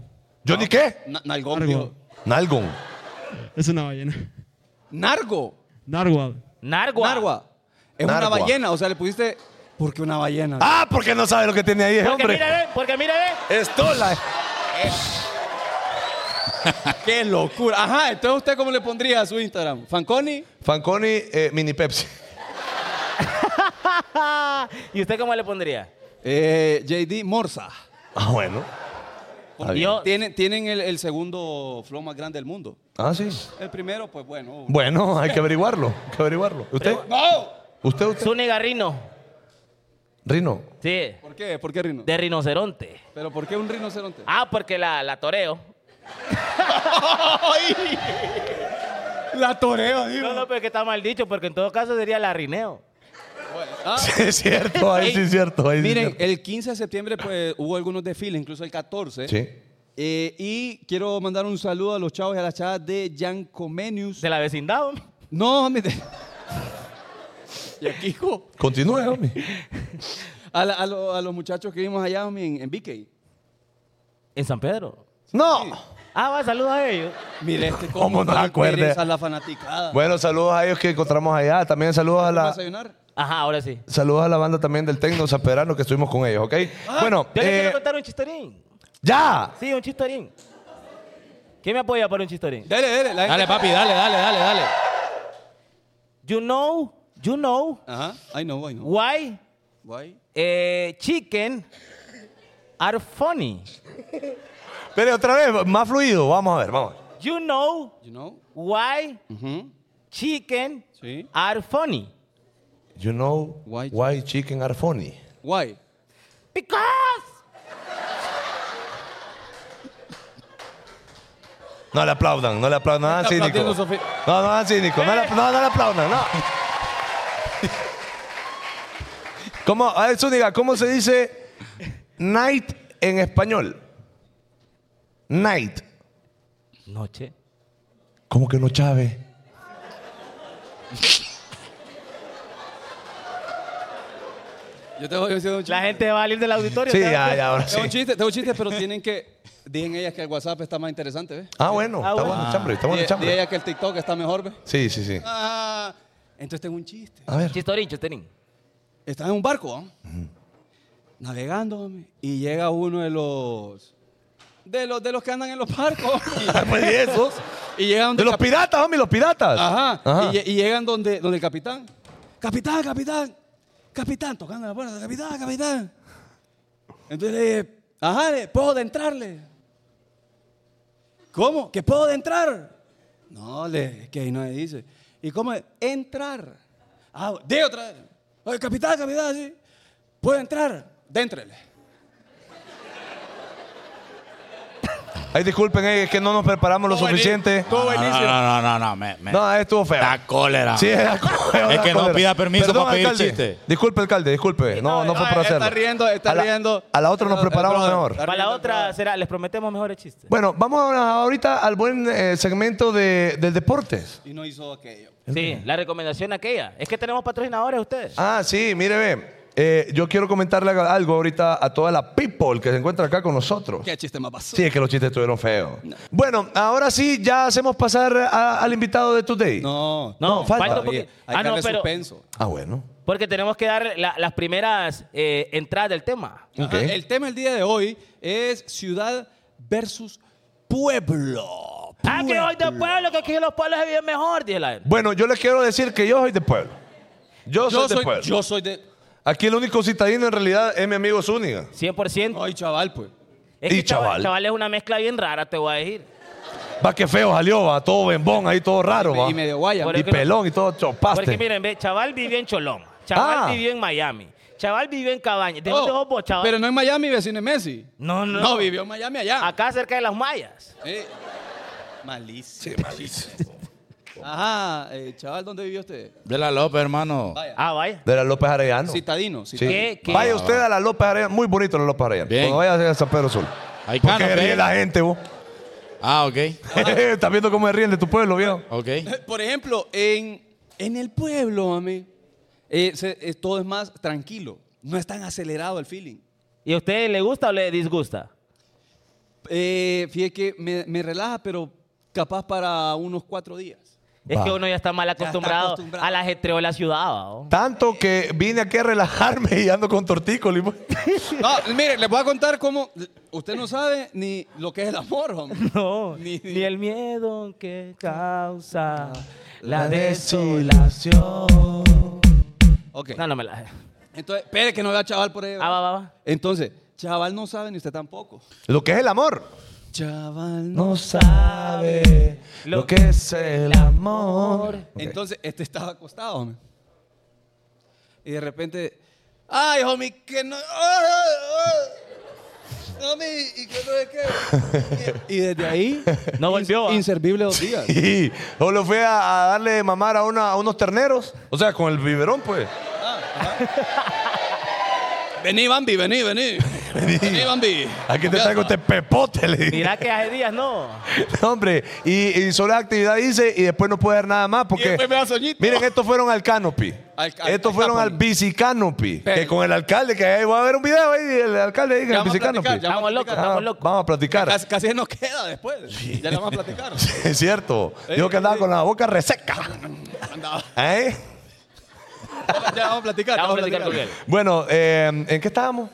Speaker 3: ¿Johnny qué?
Speaker 2: Na- Nalgón,
Speaker 5: Nargo.
Speaker 2: viejo.
Speaker 3: Nalgon.
Speaker 5: Es una ballena.
Speaker 2: Nargo.
Speaker 5: Narwhal.
Speaker 1: Nargua.
Speaker 2: Nargua. Es una
Speaker 3: Nargua.
Speaker 2: ballena, o sea, le pusiste... ¿Por qué una ballena?
Speaker 3: Ah, porque no sabe lo que tiene ahí,
Speaker 1: Porque
Speaker 3: hombre.
Speaker 1: mira, ve, porque mira, ve.
Speaker 3: Es tola.
Speaker 2: *laughs* ¡Qué locura! Ajá, entonces usted cómo le pondría a su Instagram? ¿Fanconi?
Speaker 3: Fanconi, eh, mini Pepsi. *laughs*
Speaker 1: *laughs* ¿Y usted cómo le pondría?
Speaker 2: Eh, JD Morsa.
Speaker 3: Ah, bueno. Está bien.
Speaker 1: Yo-
Speaker 2: Tienen, tienen el, el segundo flow más grande del mundo.
Speaker 3: Ah, sí.
Speaker 2: El primero, pues bueno.
Speaker 3: Bueno, hay que averiguarlo. Hay que averiguarlo. ¿Usted?
Speaker 2: ¡No!
Speaker 3: ¿Usted? usted?
Speaker 1: Zúñiga Rino.
Speaker 3: Rino. *laughs*
Speaker 1: Sí,
Speaker 2: ¿Por qué? ¿Por qué rino?
Speaker 1: de rinoceronte.
Speaker 2: ¿Pero por qué
Speaker 3: *laughs*
Speaker 2: un rinoceronte?
Speaker 1: Ah, porque la, la toreo.
Speaker 2: La toreo, digo.
Speaker 1: No, no, pero es que está mal dicho, porque en todo caso sería la rineo.
Speaker 3: Sí, es cierto, ahí sí es cierto. Ahí sí es
Speaker 2: Ah, Miren,
Speaker 3: cierto.
Speaker 2: el 15 de septiembre pues, hubo algunos desfiles, incluso el 14.
Speaker 3: Sí.
Speaker 2: Eh, y quiero mandar un saludo a los chavos y a las chavas de Jan Comenius.
Speaker 1: De la vecindad. hombre.
Speaker 2: No, mire. *laughs* y aquí, hijo.
Speaker 3: Continúe, homie.
Speaker 2: A, la- a lo- a los muchachos que vimos allá homie, en, en BK.
Speaker 1: En San Pedro.
Speaker 3: ¡No!
Speaker 1: Ah, va, saludos a ellos.
Speaker 2: Mire, este
Speaker 3: ¿Cómo no acuerde?
Speaker 2: A la fanaticada.
Speaker 3: Bueno, saludos a ellos que encontramos allá. También saludos a
Speaker 2: ¿Vas a
Speaker 3: la,
Speaker 2: desayunar?
Speaker 1: Ajá, ahora sí.
Speaker 3: saludos a la banda también del Tecno San Pedrano que estuvimos con ellos, ¿ok? bueno,
Speaker 1: Yo les
Speaker 3: eh,
Speaker 1: quiero contar un chistorín.
Speaker 3: ya.
Speaker 1: Sí, un chistorín. ¿Quién me apoya para un chistorín?
Speaker 2: Dale, dale. La
Speaker 4: Dale,
Speaker 2: gente-
Speaker 4: papi, dale, dale, dale, dale.
Speaker 1: You know, you know
Speaker 2: Ajá. I know, I know.
Speaker 1: why
Speaker 2: Why?
Speaker 1: eh, chicken are funny.
Speaker 3: Pero otra vez, más fluido. Vamos a ver, vamos.
Speaker 1: You know
Speaker 2: You know?
Speaker 1: why
Speaker 2: Ujú.
Speaker 1: chicken
Speaker 2: Sí.
Speaker 1: are funny.
Speaker 3: You know why,
Speaker 2: Why-
Speaker 3: chicken are funny.
Speaker 2: Why?
Speaker 1: Because
Speaker 3: No le aplaudan, no le aplaudan. Nada
Speaker 2: Está
Speaker 3: cínico.
Speaker 2: aplaudiendo, Sofía.
Speaker 3: No, no, nada cínico. No, le apl- no, no le aplaudan,
Speaker 2: *laughs*
Speaker 3: no. ¿Cómo, a ver, Zúñiga, ¿cómo se dice night en español? Night.
Speaker 1: noche.
Speaker 3: ¿Cómo que no, Chávez?
Speaker 2: Yo te voy diciendo un chiste.
Speaker 1: La gente va a salir del auditorio.
Speaker 3: Sí,
Speaker 1: ¿te das
Speaker 3: ya,
Speaker 1: cuenta?
Speaker 3: ya, ahora
Speaker 2: Tengo un
Speaker 3: sí.
Speaker 2: chiste, tengo un chiste, pero tienen que... Dicen ellas que el WhatsApp está más interesante, ¿ves?
Speaker 3: Ah, bueno,
Speaker 1: Ah,
Speaker 3: está
Speaker 1: bueno.
Speaker 3: bueno el chambre, está bueno el
Speaker 2: Dicen
Speaker 3: chambre.
Speaker 2: ellas que el TikTok está mejor, ¿ves?
Speaker 3: Sí, sí, sí.
Speaker 2: Ah, entonces tengo un chiste.
Speaker 3: A ver. *laughs*
Speaker 1: Chistorín, chistorín.
Speaker 2: Estaba en un barco, ¿ah? navegando, hombre, y llega uno de los, de los de los que andan en los barcos. *laughs*
Speaker 3: Pues, ¿y esos?
Speaker 2: y llegan donde
Speaker 3: De los
Speaker 2: el capi-
Speaker 3: piratas, homie, los piratas.
Speaker 2: Ajá. Y, lle- y llegan donde, donde el capitán. Capitán, capitán, capitán, tocando la puerta, capitán, capitán. Entonces le dije, ajá, le- puedo de entrarle. ¿Cómo? ¿Que puedo de entrar? No, le, es que ahí no le dice. ¿Y cómo es? Entrar. Ah, de otra vez. Oye, capitán, capitán, sí. ¿Puedo entrar? Déntrele.
Speaker 3: Ay, disculpen, eh, es que no nos preparamos lo suficiente.
Speaker 4: Estuvo buenísimo. Ah, No, no, no, no, no. Me, me-
Speaker 3: No, estuvo feo.
Speaker 4: Da cólera.
Speaker 3: Sí, *laughs* da cólera,
Speaker 4: Es
Speaker 3: da
Speaker 4: que no
Speaker 3: cólera.
Speaker 4: pida permiso
Speaker 3: Perdón,
Speaker 4: para pedir
Speaker 3: alcalde.
Speaker 4: chiste.
Speaker 3: Disculpe, alcalde, disculpe. No, no fue
Speaker 2: Ah,
Speaker 3: para hacerlo.
Speaker 2: Está riendo, está
Speaker 3: a la,
Speaker 2: riendo.
Speaker 3: A la otra nos
Speaker 2: Eh,
Speaker 3: preparamos
Speaker 2: brother,
Speaker 3: mejor.
Speaker 2: está
Speaker 1: Para la
Speaker 2: riendo,
Speaker 1: otra
Speaker 2: brother.
Speaker 1: será, les prometemos mejores chistes.
Speaker 3: Bueno, vamos ahora- ahorita al buen eh, segmento de, del deportes.
Speaker 2: Y no hizo aquello.
Speaker 1: Sí, la recomendación aquella. Es que tenemos patrocinadores ustedes.
Speaker 3: Ah, sí, mire, ve. Eh, yo quiero comentarle algo ahorita a toda la people que se encuentra acá con nosotros.
Speaker 2: Qué chiste más basura.
Speaker 3: Sí, es que los chistes estuvieron feos. Bueno, ahora sí, ya hacemos pasar a- al invitado de Today.
Speaker 2: No,
Speaker 1: No,
Speaker 3: no, falta.
Speaker 1: falta un
Speaker 2: todavía.
Speaker 1: poquito.
Speaker 2: Hay
Speaker 1: Ah,
Speaker 2: que
Speaker 1: no,
Speaker 2: darle
Speaker 1: pero.
Speaker 2: suspenso.
Speaker 3: Ah, bueno.
Speaker 1: Porque tenemos que dar la- las primeras eh, entradas del tema.
Speaker 3: Ok.
Speaker 2: Ajá, El tema del día de hoy es ciudad versus pueblo.
Speaker 1: Ah, que hoy de
Speaker 2: Pueblo.
Speaker 1: pueblo, que aquí en los pueblos se vive mejor, dije la gente.
Speaker 3: Bueno, yo les quiero decir que yo soy de pueblo. Yo, soy,
Speaker 2: Yo
Speaker 3: de
Speaker 2: soy,
Speaker 3: pueblo.
Speaker 2: yo soy de...
Speaker 3: Aquí el único citadino en realidad es mi amigo Zúñiga.
Speaker 1: 100%.
Speaker 2: Ay, chaval, pues.
Speaker 1: Es
Speaker 3: y
Speaker 1: que
Speaker 3: chaval.
Speaker 1: Chaval es una mezcla bien rara, te voy a decir.
Speaker 3: Va que feo salió, va todo bembón, ahí todo raro, va.
Speaker 2: Y medio guaya.
Speaker 1: Por
Speaker 3: Y
Speaker 1: el- que no-
Speaker 3: pelón y todo chopaste.
Speaker 1: Porque miren, ve, Chaval vivió en Cholón. Chaval
Speaker 3: Ah.
Speaker 1: vivió en Miami. Chaval vivió en Cabaña. ¿De
Speaker 2: Oh,
Speaker 1: dónde sos vos, Chaval?
Speaker 2: Pero no en Miami, vecino de Messi.
Speaker 1: no, no, Ah.
Speaker 2: No, vivió en Miami allá.
Speaker 1: Acá cerca de las mayas.
Speaker 2: Eh, Malísimo. Ajá, eh, chaval, ¿dónde vivió usted?
Speaker 4: De la López, hermano.
Speaker 2: Vaya.
Speaker 1: Ah, vaya.
Speaker 3: De la López Arellano.
Speaker 2: Citadino.
Speaker 3: Sí.
Speaker 2: citadino.
Speaker 1: ¿Qué? ¿Qué?
Speaker 3: Vaya usted a la López Arellano. Muy bonito la López Arellano.
Speaker 4: Bien.
Speaker 3: Cuando vaya a San Pedro Sur.
Speaker 4: Ahí
Speaker 3: Porque
Speaker 4: Cano,
Speaker 3: ríe
Speaker 4: ¿qué?
Speaker 3: la gente, vos. *laughs*
Speaker 4: Ah, ok.
Speaker 3: Estás viendo cómo se ríen de tu pueblo, viejo.
Speaker 4: Ok.
Speaker 2: Eh, Por ejemplo, en, en el pueblo, mami, eh, se- eh, todo es más tranquilo. No es tan acelerado el feeling.
Speaker 1: ¿Y a usted le gusta o le disgusta?
Speaker 2: Eh, fíjate que me, me relaja, pero capaz para unos cuatro días.
Speaker 1: Es
Speaker 3: Va.
Speaker 1: que uno ya está mal
Speaker 2: está
Speaker 1: acostumbrado,
Speaker 2: acostumbrado.
Speaker 1: al ajetreo de la ciudad. ¿va?
Speaker 3: Tanto que vine aquí a relajarme y ando con tortícolis. pues.
Speaker 2: No, mire, les voy a contar cómo. Usted no sabe ni lo que es el amor, hombre.
Speaker 1: *laughs* No,
Speaker 2: Ni-
Speaker 1: ni, el miedo que causa la desolación.
Speaker 3: desolación.
Speaker 2: Ok.
Speaker 1: No, no me la.
Speaker 2: Entonces, espere que no vea chaval por ahí.
Speaker 1: Ah, va, va, va.
Speaker 2: Entonces, chaval no sabe ni usted tampoco.
Speaker 3: Lo que es el amor.
Speaker 2: Chaval
Speaker 3: No sabe lo que es el amor. *laughs*
Speaker 2: Entonces, este estaba acostado, homie. Y de repente, ay, homie, que no. ah, ah, ah, homie, y que no sé
Speaker 1: *laughs*
Speaker 2: qué. Y y desde ahí,
Speaker 1: No volvió, ¿ah?
Speaker 2: ins-
Speaker 1: ¿va?
Speaker 2: Inservible dos días.
Speaker 3: Y o lo fui a, a darle de mamar a, una- a unos terneros. O sea, con el biberón, pues.
Speaker 2: vení, Bambi, vení, vení.
Speaker 3: *laughs*
Speaker 2: Vení, Bambi.
Speaker 3: Aquí te traigo este pepote, le dije.
Speaker 1: Mirá que hace días *laughs* no.
Speaker 3: *laughs* No, hombre, y, y solo la actividad hice y después no puede dar nada más
Speaker 2: Y
Speaker 3: porque.
Speaker 2: después me da soñito.
Speaker 3: Miren, estos fueron al canopy.
Speaker 2: Al- al-
Speaker 3: estos
Speaker 2: al
Speaker 3: fueron
Speaker 2: Caponi.
Speaker 3: al bici canopy.
Speaker 2: Pero-
Speaker 3: Que con el alcalde, que ahí voy a ver un video ahí, el alcalde ahí,
Speaker 2: Ya
Speaker 3: el
Speaker 2: vamos a
Speaker 3: bici
Speaker 2: platicar,
Speaker 3: canopy.
Speaker 2: ya
Speaker 1: Estamos locos,
Speaker 3: Ah,
Speaker 1: estamos locos.
Speaker 3: Vamos a platicar.
Speaker 2: Casi, casi nos queda después. Ya le vamos a platicar.
Speaker 3: *laughs* es cierto.
Speaker 2: Eh,
Speaker 3: Dijo que andaba
Speaker 2: eh.
Speaker 3: con la boca reseca.
Speaker 2: *laughs* Andaba.
Speaker 3: ¿Eh?
Speaker 2: Ya vamos a platicar.
Speaker 1: Vamos a platicar con él.
Speaker 3: Bueno, eh, ¿en qué estábamos?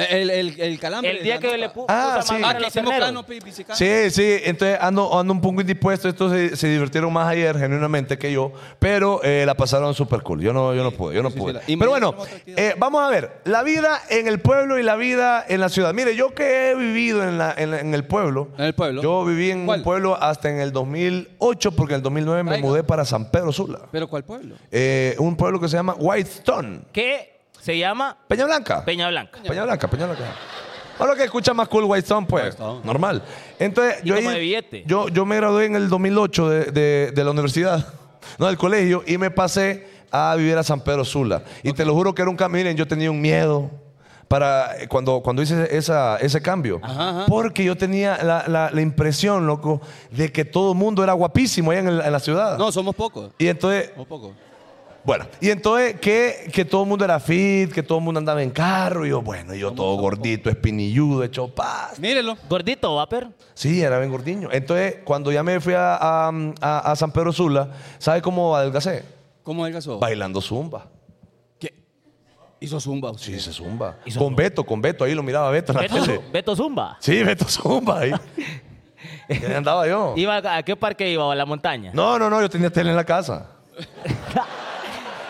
Speaker 2: El, el, el calambre.
Speaker 1: El día
Speaker 2: la
Speaker 1: que le
Speaker 2: nota.
Speaker 1: pu- puso
Speaker 3: Ah,
Speaker 1: a
Speaker 3: sí.
Speaker 1: mamar
Speaker 2: Ah,
Speaker 1: a
Speaker 2: que
Speaker 1: los
Speaker 2: hicimos
Speaker 1: terneros.
Speaker 2: canopy, bicicleta.
Speaker 3: Sí, sí, entonces ando, ando un poco indispuesto. Estos se, se divirtieron más ayer, genuinamente, que yo, pero eh, la pasaron súper cool. Yo no, yo no pude, yo no
Speaker 2: sí, sí,
Speaker 3: pude.
Speaker 2: la- y
Speaker 3: pero
Speaker 2: mañana
Speaker 3: bueno,
Speaker 2: tenemos otra actividad.
Speaker 3: eh, vamos a ver, la vida en el pueblo y la vida en la ciudad. Mire, yo que he vivido en, la- en la- en el pueblo.
Speaker 2: En el pueblo.
Speaker 3: Yo viví en
Speaker 2: ¿Cuál?
Speaker 3: un pueblo hasta en el 2008, porque en el 2009 me
Speaker 2: Traiga.
Speaker 3: mudé para San Pedro Sula.
Speaker 2: ¿Pero cuál pueblo?
Speaker 3: Eh, un pueblo que se llama Whitestone.
Speaker 1: Que se llama
Speaker 3: Peña Blanca.
Speaker 1: Peña Blanca.
Speaker 3: Peña Blanca, Peña Blanca. Ahora que escucha más cool White Stone, pues. Normal. Entonces,
Speaker 1: Y
Speaker 3: yo,
Speaker 1: como
Speaker 3: ahí-
Speaker 1: de billete.
Speaker 3: yo, yo me gradué en el 2008 de, de- de la universidad, *laughs* no del colegio, y me pasé a vivir a San Pedro Sula. Y te lo juro que era un cambio. Miren, yo tenía un miedo para eh, cuando, cuando hice esa, ese cambio. Porque yo tenía la, la- la impresión, loco, de que todo el mundo era guapísimo allá en, el- en la ciudad.
Speaker 2: No, somos pocos.
Speaker 3: Y entonces
Speaker 2: Somos pocos.
Speaker 3: bueno, y entonces que, que todo el mundo era fit, que todo el mundo andaba en carro, y yo, bueno, y yo todo gordito, espinilludo, hecho paz.
Speaker 2: Mírelo.
Speaker 1: Gordito, va, pero.
Speaker 3: Sí, era bien gordiño. Entonces, cuando ya me fui a, a- a- a San Pedro Sula, ¿sabe cómo adelgacé?
Speaker 2: ¿Cómo es el caso?
Speaker 3: Bailando zumba.
Speaker 2: Hizo zumba. Este usted.
Speaker 3: Sí, se zumba.
Speaker 1: ¿Y zumba?
Speaker 3: Con Beto, con Beto, ahí lo miraba Beto en la
Speaker 1: Beto,
Speaker 3: tele.
Speaker 1: Beto Zumba.
Speaker 3: Sí, Beto zumba ahí. Y ahí
Speaker 1: *laughs*
Speaker 3: andaba yo.
Speaker 1: ¿Iba a a qué parque iba? ¿A la montaña?
Speaker 3: No, no, no, yo tenía tele en la casa.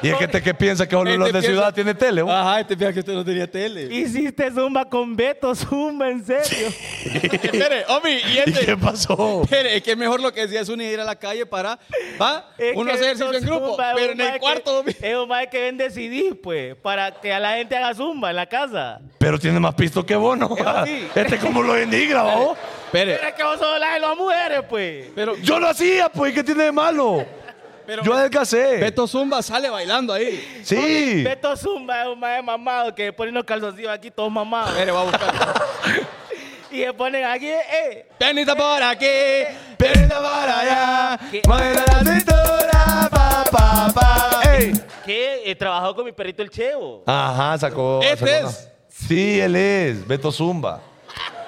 Speaker 3: y es que te que piensa que solo
Speaker 2: Este
Speaker 3: los de
Speaker 2: piensa-
Speaker 3: ciudad tienen tele. ¿no?
Speaker 2: Ajá, este piensa que usted no tenía tele.
Speaker 1: Hiciste Zumba con Beto Zumba, en serio.
Speaker 2: *laughs* Espere, Omi, y
Speaker 3: *laughs* ¿Y
Speaker 2: este.
Speaker 3: qué pasó?
Speaker 2: *laughs* Espere, es que mejor lo que decía es uno ir a la calle para. Va,
Speaker 1: Es
Speaker 2: uno
Speaker 1: que
Speaker 2: hace ejercicio
Speaker 1: Beto
Speaker 2: en grupo,
Speaker 1: Zumba es
Speaker 2: pero
Speaker 1: un
Speaker 2: en el
Speaker 1: mae
Speaker 2: cuarto, Omi.
Speaker 1: que- Es un mae que vende CDs, pues, para que a la gente haga Zumba en la casa.
Speaker 2: Eh.
Speaker 3: Pero tiene más pisto que vos, ¿no?
Speaker 1: sí.
Speaker 3: *laughs* Este como lo denigra, ¿no?
Speaker 1: Pero
Speaker 2: Espere,
Speaker 1: es que vos sos la de las mujeres, pues.
Speaker 2: pero.
Speaker 3: Yo lo hacía, pues, ¿qué tiene de malo?
Speaker 2: pero
Speaker 3: Yo adelgacé.
Speaker 2: Beto Zumba sale bailando ahí.
Speaker 3: Sí.
Speaker 1: Beto Zumba es un mae mamado que pone unos calzoncillos aquí todos mamados.
Speaker 2: Espere, va a buscar.
Speaker 1: y se ponen aquí, eh.
Speaker 2: Penita por aquí.
Speaker 3: Pena para allá.
Speaker 1: ¿Qué?
Speaker 3: Mueve la cintura, pa, pa, pa. Ey.
Speaker 1: Que eh, trabajó con mi perrito el Chevo.
Speaker 3: Ajá, sacó.
Speaker 2: Este
Speaker 3: sacó-
Speaker 2: es.
Speaker 3: Sí, él es. Beto Zumba.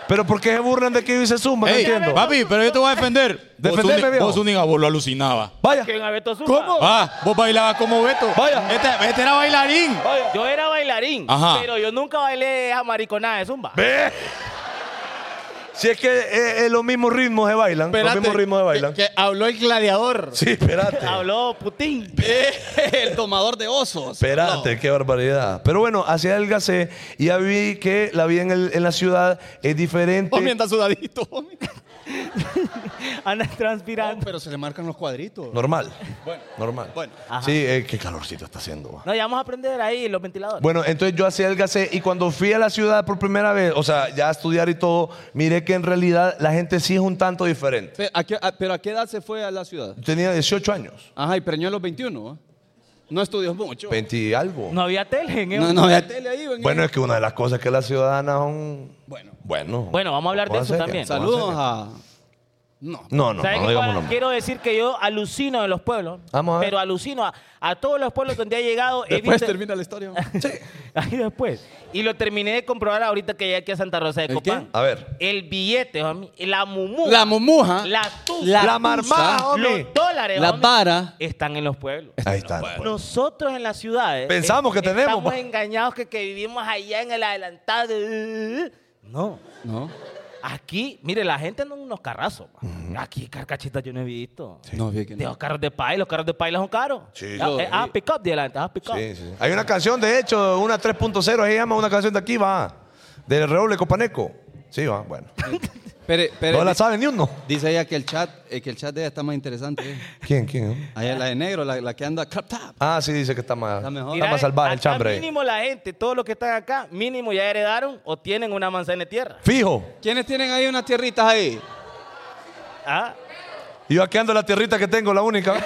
Speaker 3: Pero ¿por qué se burlan de que yo hice Zumba? No
Speaker 4: Ey,
Speaker 3: entiendo.
Speaker 4: papi, pero yo te voy a defender.
Speaker 3: Defendeme,
Speaker 4: *laughs* vos, uni-
Speaker 3: viejo.
Speaker 4: vos única, vos lo alucinaba.
Speaker 3: Vaya.
Speaker 1: ¿Quién a Beto Zumba?
Speaker 3: ¿Cómo?
Speaker 4: Ah, vos bailabas como Beto.
Speaker 3: Vaya.
Speaker 4: Este, este era bailarín.
Speaker 1: Yo era bailarín,
Speaker 4: Ajá.
Speaker 1: pero yo nunca bailé a mariconada de Zumba.
Speaker 3: Ve. Si es que eh, eh, los mismos ritmos se bailan.
Speaker 2: Espérate,
Speaker 3: los mismos ritmos se bailan.
Speaker 2: Que, que habló el gladiador.
Speaker 3: Sí, espérate.
Speaker 1: Habló Putin.
Speaker 2: el tomador de osos.
Speaker 3: Espérate, qué barbaridad. Pero bueno, hacia adelgacé y ya vi que la vida en, el- en la ciudad es diferente.
Speaker 2: Omi anda sudadito, Omi.
Speaker 1: Anda
Speaker 2: No,
Speaker 1: transpirando.
Speaker 2: pero se le marcan los cuadritos.
Speaker 3: Normal. Normal.
Speaker 2: Bueno.
Speaker 3: Sí, eh, qué calorcito está haciendo. va.
Speaker 1: No, ya vamos a aprender ahí los ventiladores.
Speaker 3: Bueno, entonces yo hacía el gasé y cuando fui a la ciudad por primera vez, o sea, ya a estudiar y todo, miré que en realidad la gente sí es un tanto diferente.
Speaker 2: Pe- ¿a qué- a- ¿Pero a qué edad se fue a la ciudad?
Speaker 3: Yo tenía 18 años,
Speaker 2: Ajá, y preñó a los 21. ¿eh? No estudió mucho.
Speaker 3: 20 y algo.
Speaker 1: No había tele en
Speaker 2: No,
Speaker 1: Evo.
Speaker 2: no, había tele ahí. ven.
Speaker 3: Bueno, es que una de las cosas que las ciudadanas son...
Speaker 2: Bueno.
Speaker 3: Bueno.
Speaker 1: Bueno, vamos a hablar de
Speaker 3: ¿cómo
Speaker 1: eso
Speaker 3: hacer?
Speaker 1: también.
Speaker 3: ¿Cómo
Speaker 2: Saludos
Speaker 3: hacer?
Speaker 2: a... No.
Speaker 3: No, no,
Speaker 1: ¿Sabe
Speaker 3: no,
Speaker 1: qué,
Speaker 3: digamos
Speaker 1: Juan?
Speaker 3: nombres.
Speaker 1: Quiero decir que yo alucino de los pueblos.
Speaker 3: Vamos a ver.
Speaker 1: Pero alucino a, a todos los pueblos donde he llegado. he
Speaker 2: Después
Speaker 1: visto-
Speaker 2: termina la *laughs* historia.
Speaker 1: *laughs* Ahí después. Y lo terminé de comprobar ahorita que llegué aquí a Santa Rosa de
Speaker 2: ¿El
Speaker 1: Copán.
Speaker 3: qué? A ver.
Speaker 1: El billete, homie. La mumu.
Speaker 2: La mumuja.
Speaker 1: La tusa.
Speaker 2: La
Speaker 3: marmaja,
Speaker 2: tusa,
Speaker 3: homie.
Speaker 1: Los dólares,
Speaker 2: La
Speaker 1: homie,
Speaker 2: vara.
Speaker 1: Están en los pueblos.
Speaker 3: Ahí está. pues.
Speaker 1: Nosotros en las ciudades.
Speaker 3: Pensamos que tenemos,
Speaker 1: Estamos
Speaker 3: pa.
Speaker 1: engañados que, que vivimos allá en el adelantado. No.
Speaker 2: No.
Speaker 1: Aquí, mire, la gente anda en unos carrazos. pa. Aquí, carcachitas yo no he visto.
Speaker 2: No, fíjate que
Speaker 1: De los
Speaker 2: no.
Speaker 1: carros de paila, los carros de paila son caros.
Speaker 3: Sí.
Speaker 1: Ah, eh, ah, pick up de adelante, ah, pick up.
Speaker 3: Sí, sí, sí. Hay una canción, de hecho, una 3.0, ahí llama una canción de aquí, va. De Reoble Copaneco. Sí, va, bueno.
Speaker 2: Pero, pero-
Speaker 3: no la sabe ni uno.
Speaker 2: Dice ella que el chat, eh, que el chat de ella está más interesante. eh.
Speaker 3: ¿Quién, quién?
Speaker 2: Ahí es la de negro, la, la que anda crop top.
Speaker 3: Ah, sí, dice que está más,
Speaker 2: Está mejor.
Speaker 3: está más salvaje el
Speaker 1: eh, acá
Speaker 3: chambre. ahí.
Speaker 1: mínimo la gente, todos los que están acá, mínimo ya heredaron o tienen una manzana de tierra.
Speaker 3: Fijo.
Speaker 2: ¿Quiénes tienen ahí unas tierritas ahí?
Speaker 1: Ah,
Speaker 3: Y yo aquí ando en la tierrita que tengo, la única.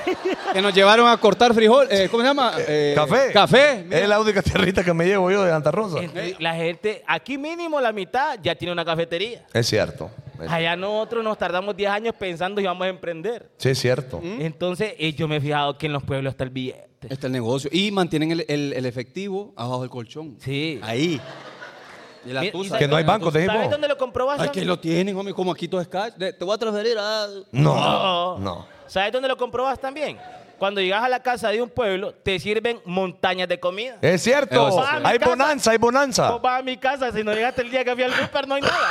Speaker 2: Que nos llevaron a cortar frijol. eh, ¿Cómo se llama? Eh,
Speaker 3: café.
Speaker 2: Café. mira.
Speaker 3: Es la única tierrita que me llevo yo de Santa Rosa.
Speaker 1: entonces, la gente, aquí mínimo la mitad ya tiene una cafetería.
Speaker 3: Es cierto. Es-
Speaker 1: Allá nosotros nos tardamos 10 años pensando y vamos a emprender.
Speaker 3: Sí, es cierto.
Speaker 1: Entonces, eh, yo me he fijado que en los pueblos está el billete.
Speaker 2: Está Este el negocio. Y mantienen el, el- el efectivo abajo del colchón.
Speaker 1: Sí.
Speaker 2: Ahí. Y la
Speaker 1: Mira, y
Speaker 2: tusa.
Speaker 1: ¿sabes-
Speaker 3: Que no hay banco, te
Speaker 1: ¿Sabes
Speaker 3: dijimos.
Speaker 1: dónde lo comprobas?
Speaker 2: Ay, que lo tienen, homie, como aquí todo es cash. De- Te voy a transferir a...
Speaker 3: No, no.
Speaker 1: ¿Sabes dónde lo comprobas también? Cuando llegas a la casa de un pueblo, te sirven montañas de comida.
Speaker 3: Es cierto.
Speaker 1: Vos vas a mi
Speaker 3: Hay
Speaker 1: casa,
Speaker 3: bonanza, hay bonanza.
Speaker 1: Vos vas a mi casa, si no llegaste el día que fui al Cooper, no hay nada.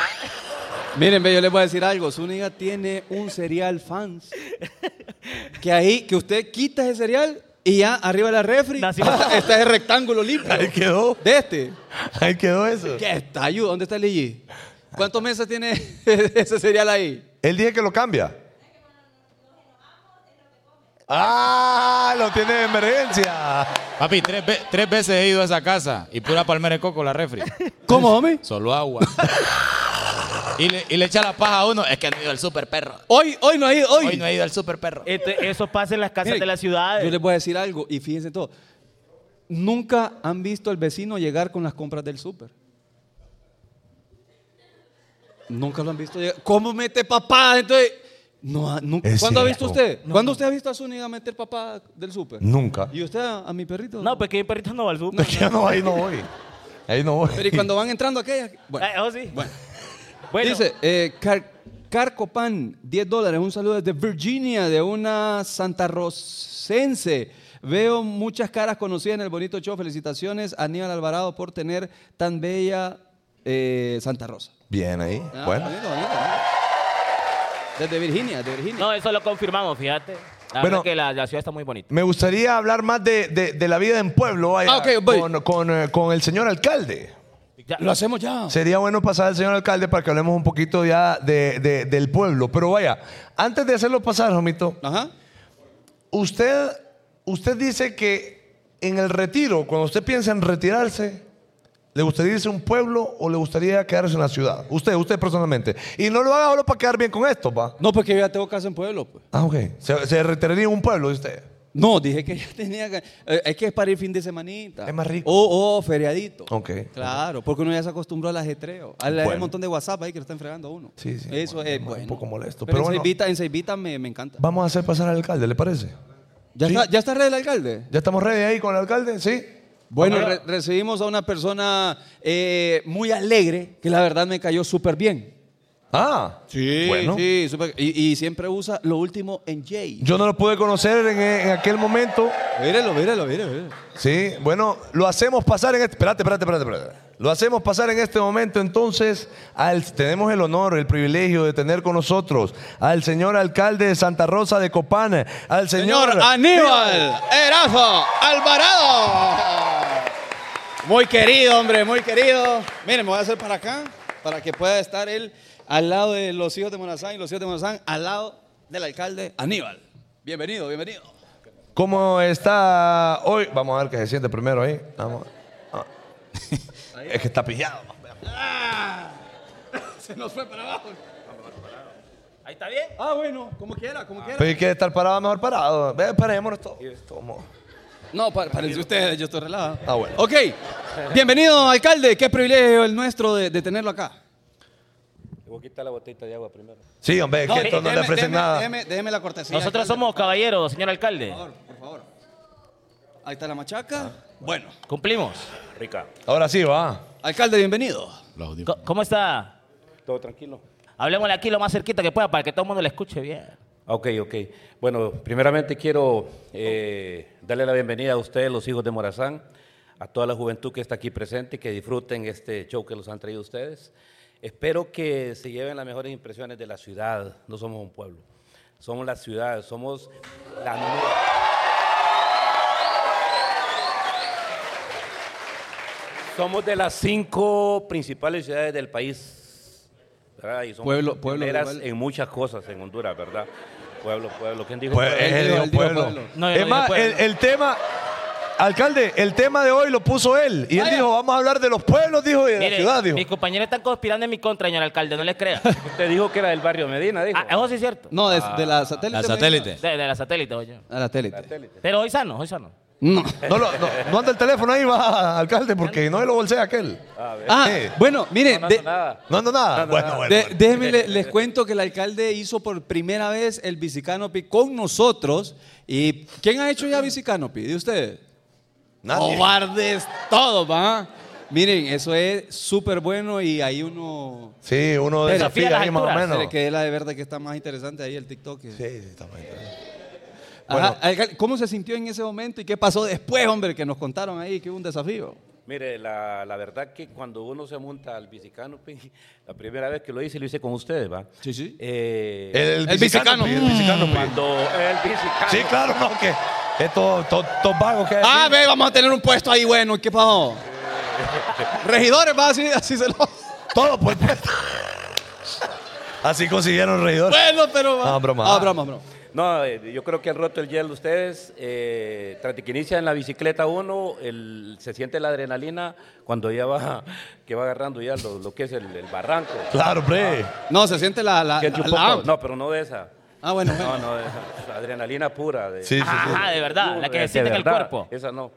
Speaker 2: Miren, ve, yo les voy a decir algo. Zúñiga tiene un cereal fans. Que ahí, que usted quita ese cereal y ya arriba de la refri *laughs*
Speaker 1: Nacimos-
Speaker 2: está ese rectángulo limpio.
Speaker 3: Ahí quedó.
Speaker 2: De este.
Speaker 3: Ahí quedó eso.
Speaker 2: ¿Qué está, ayuda? ¿Dónde está el IG? ¿Cuántos meses tiene *laughs* ese cereal ahí?
Speaker 3: Él dice que lo cambia. Ah, lo tiene de emergencia. *laughs*
Speaker 4: Papi, tres, ve- tres veces he ido a esa casa y pura palmera de coco la refri.
Speaker 2: ¿Cómo, homie?
Speaker 4: Solo agua. y, le, y le echa la paja a uno. Es que no he ido al super perro.
Speaker 2: Hoy, hoy no hay, hoy.
Speaker 4: Hoy no he ido al super perro.
Speaker 1: Entonces, Este, eso pasa en las casas
Speaker 2: Miren,
Speaker 1: de las
Speaker 2: Yo
Speaker 1: ciudades.
Speaker 2: les voy a decir algo y fíjense todo. Nunca han visto al vecino llegar con las compras del súper. Nunca lo han visto llegar. ¿Cómo mete papá? Entonces, no, ha- nunca.
Speaker 3: Es
Speaker 2: ¿Cuándo ha
Speaker 3: cierto.
Speaker 2: visto usted? ¿Cuándo usted ha visto a Zúñiga meter papá del súper?
Speaker 3: Nunca.
Speaker 2: ¿Y usted a, a mi perrito?
Speaker 1: No, pues que mi perrito no va al súper.
Speaker 3: Es que yo no, ahí no voy. Ahí no voy.
Speaker 2: Pero y cuando van entrando aquellas. Bueno,
Speaker 1: Ah, eso sí.
Speaker 2: bueno.
Speaker 1: *laughs* Bueno,
Speaker 2: Dice, eh, Car- Carcopan, 10 dólares. Un saludo desde Virginia, de una santarrocense. Veo muchas caras conocidas en el bonito show. Felicitaciones a Aníbal Alvarado por tener tan bella eh, Santa Rosa.
Speaker 3: Bien ahí.
Speaker 2: Ah,
Speaker 3: Bueno.
Speaker 2: bonito, bonito, bonito. Desde Virginia, de Virginia.
Speaker 1: no, eso lo confirmamos, fíjate. La
Speaker 3: Bueno.
Speaker 1: verdad que la, la ciudad está muy bonita.
Speaker 3: Me gustaría hablar más de, de- de la vida en pueblo vaya,
Speaker 2: Ah, ok, voy.
Speaker 3: con, con, eh, con el señor alcalde.
Speaker 1: Ya-
Speaker 2: Lo hacemos ya.
Speaker 3: Sería bueno pasar al señor alcalde para que hablemos un poquito ya de- de- del pueblo. Pero vaya, antes de hacerlo pasar, Romito,
Speaker 2: Ajá.
Speaker 3: usted, usted dice que en el retiro, cuando usted piensa en retirarse, ¿le gustaría irse a un pueblo o le gustaría quedarse en la ciudad? Usted, usted personalmente. Y no lo haga solo para quedar bien con esto, pa.
Speaker 2: No, porque yo ya tengo casa en pueblo. pues.
Speaker 3: Ah, ok. Se, se retiraría en un pueblo, dice usted.
Speaker 2: No, dije que ya tenía. ga- eh, es que es para ir fin de semanita.
Speaker 3: Es más rico.
Speaker 2: O, o feriadito.
Speaker 3: Ok.
Speaker 2: Claro, porque uno ya se acostumbró al ajetreo. Al leer
Speaker 3: Bueno.
Speaker 2: un montón de WhatsApp ahí que lo están fregando a uno.
Speaker 3: Sí, sí,
Speaker 2: Eso
Speaker 3: bueno,
Speaker 2: es
Speaker 3: un
Speaker 2: bueno.
Speaker 3: poco molesto,
Speaker 2: Pero,
Speaker 3: pero
Speaker 2: en
Speaker 3: bueno.
Speaker 2: Ceibita, en Ceibita me, me encanta.
Speaker 3: Vamos a hacer pasar al alcalde, ¿le parece?
Speaker 2: ¿Ya,
Speaker 3: Sí.
Speaker 2: está, ¿Ya está red el alcalde?
Speaker 3: ¿Ya estamos ready ahí con el alcalde? ¿Sí?
Speaker 2: Bueno, re- recibimos a una persona eh, muy alegre que la verdad me cayó súper bien.
Speaker 3: Ah.
Speaker 2: Sí,
Speaker 3: Bueno.
Speaker 2: sí, súper- y, y siempre usa lo último en J.
Speaker 3: Yo no lo pude conocer en, en aquel momento.
Speaker 2: Mírelo, mírelo, mírelo. mírelo.
Speaker 3: Sí, bueno, lo hacemos pasar en este. Espérate, espérate, espérate, espérate. Lo hacemos pasar en este momento, entonces, al, tenemos el honor, el privilegio de tener con nosotros al señor alcalde de Santa Rosa de Copán, al señor,
Speaker 2: Señor Aníbal Erazo Alvarado. Muy querido, hombre, muy querido. Miren, me voy a hacer para acá para que pueda estar él al lado de los hijos de Morazán y los hijos de Morazán, al lado del alcalde Aníbal. Bienvenido, bienvenido.
Speaker 3: ¿Cómo está hoy? Vamos a ver qué se siente primero ahí. Vamos. Ah. Es que está pillado.
Speaker 2: Se nos fue para abajo.
Speaker 1: Ahí está bien.
Speaker 2: Ah, bueno, como quiera, como quiera.
Speaker 3: Pero hay que estar parado mejor parado. Ve, parémonos todos. Y de todos modos.
Speaker 2: No, pa- párense ustedes, yo estoy relajado.
Speaker 3: Ah, bueno.
Speaker 2: Ok, bienvenido, alcalde. Qué privilegio el nuestro de, de tenerlo acá.
Speaker 3: Sí, hombre, es que estos no le
Speaker 2: déjeme-
Speaker 3: ofrecen
Speaker 2: déjeme-
Speaker 3: nada.
Speaker 2: déjeme- déjeme la cortesía.
Speaker 1: Nosotros
Speaker 2: alcalde.
Speaker 1: somos caballeros, señor alcalde.
Speaker 2: Por favor, por favor. Ahí está la machaca.
Speaker 3: Ah.
Speaker 2: Bueno,
Speaker 1: Cumplimos.
Speaker 3: Ahora sí, va.
Speaker 2: alcalde, bienvenido.
Speaker 4: Los audífonos.
Speaker 1: Co- ¿Cómo está?
Speaker 7: Todo tranquilo.
Speaker 1: Hablemosle aquí lo más cerquita que pueda para que todo el mundo le escuche bien.
Speaker 7: Ok, ok. Bueno, primeramente quiero eh, darle la bienvenida a ustedes, los hijos de Morazán, a toda la juventud que está aquí presente, que disfruten este show que los han traído ustedes. Espero que se lleven las mejores impresiones de la ciudad. No somos un pueblo, somos la ciudad, somos la... nu- Somos de las cinco principales ciudades del país. ¿verdad? Y somos
Speaker 2: Pueblo- pueblo
Speaker 7: pioneras
Speaker 2: global.
Speaker 7: en muchas cosas en Honduras, ¿verdad? Pueblo, pueblo. ¿Quién dijo?
Speaker 3: Pues
Speaker 7: pueblo?
Speaker 3: él dijo
Speaker 2: él dijo
Speaker 3: pueblo.
Speaker 2: pueblo.
Speaker 1: No, yo
Speaker 3: es
Speaker 1: no dije
Speaker 3: más,
Speaker 1: pueblo.
Speaker 3: el, el tema, alcalde, el tema de hoy lo puso él. Y él
Speaker 2: Vaya.
Speaker 3: dijo, vamos a hablar de los pueblos, dijo, y de la
Speaker 1: Mire,
Speaker 3: ciudad,
Speaker 1: mis
Speaker 3: dijo.
Speaker 1: compañeros están conspirando en mi contra, señor alcalde, no les crea.
Speaker 7: Usted dijo que era del barrio Medina, dijo.
Speaker 1: Ah, eso sí es cierto.
Speaker 2: No, de,
Speaker 3: Ah,
Speaker 2: de la satélite.
Speaker 4: La
Speaker 2: ¿no?
Speaker 4: satélite.
Speaker 1: De, de la satélite, oye.
Speaker 2: A la satélite.
Speaker 1: Pero hoy sano, hoy sano.
Speaker 2: No.
Speaker 3: No, lo- no, no anda el teléfono ahí, va, alcalde, porque no lo bolsea aquel.
Speaker 2: Ah, bueno, mire,
Speaker 7: No, no,
Speaker 2: de-
Speaker 7: no, nada.
Speaker 3: No anda nada. bueno, bueno.
Speaker 2: de-
Speaker 3: bueno.
Speaker 2: déjenme le- les cuento que el alcalde hizo por primera vez el Bicicanopi con nosotros. ¿Y quién ha hecho ya Bicicanopi? ¿De ustedes? Oh,
Speaker 3: Nadie.
Speaker 2: Cobardes todos, va. Miren, eso es súper bueno y ahí uno...
Speaker 3: Sí, uno
Speaker 1: Pero
Speaker 3: desafía
Speaker 1: desafía
Speaker 3: ahí
Speaker 1: las
Speaker 3: más o
Speaker 1: alturas,
Speaker 3: menos.
Speaker 2: Se le quede la de verdad que está más interesante ahí el TikTok. que-
Speaker 3: Sí, sí, está bien, está bien.
Speaker 2: Ajá,
Speaker 3: Bueno.
Speaker 2: alcalde, ¿Cómo se sintió en ese momento y qué pasó después, hombre? Que nos contaron ahí que hubo un desafío.
Speaker 7: Mire, la, la verdad que cuando uno se monta al *laughs* bicicano, la primera vez que lo hice, lo hice con ustedes, ¿va?
Speaker 2: Sí, sí.
Speaker 7: Eh,
Speaker 3: El,
Speaker 2: El
Speaker 3: Vizicano,
Speaker 2: Vizicano.
Speaker 3: pi, el Vizicano, pi.
Speaker 7: Cuando el bicicano...
Speaker 3: Sí, claro, no, que estos estos- estos vagos que hay
Speaker 2: Ah,
Speaker 3: aquí.
Speaker 2: ve, vamos a tener un puesto ahí bueno. ¿Qué pasó? *laughs* Regidores, va así, así se lo.
Speaker 3: Todo pues. Así consiguieron reidores.
Speaker 2: Bueno, pero. va.
Speaker 3: Ah, broma.
Speaker 2: Ah, broma, broma.
Speaker 7: No, eh, yo creo que han roto el hielo ustedes. Eh, tras de que inicia en la bicicleta uno, el- se siente la adrenalina cuando ya va, *laughs* que va agarrando ya lo, lo que es el, el barranco.
Speaker 3: Claro, hombre.
Speaker 2: No, se siente la. la,
Speaker 7: Siente
Speaker 2: Ah, la-
Speaker 7: un poco-
Speaker 2: la-
Speaker 7: no, pero no de esa.
Speaker 2: Ah, bueno,
Speaker 7: No,
Speaker 2: bueno.
Speaker 7: no de esa. La adrenalina pura. De,
Speaker 3: Sí, sí, sí.
Speaker 1: Ajá, Ah, de verdad, la que
Speaker 7: de
Speaker 1: se siente en el
Speaker 7: verdad,
Speaker 1: cuerpo.
Speaker 7: Esa no.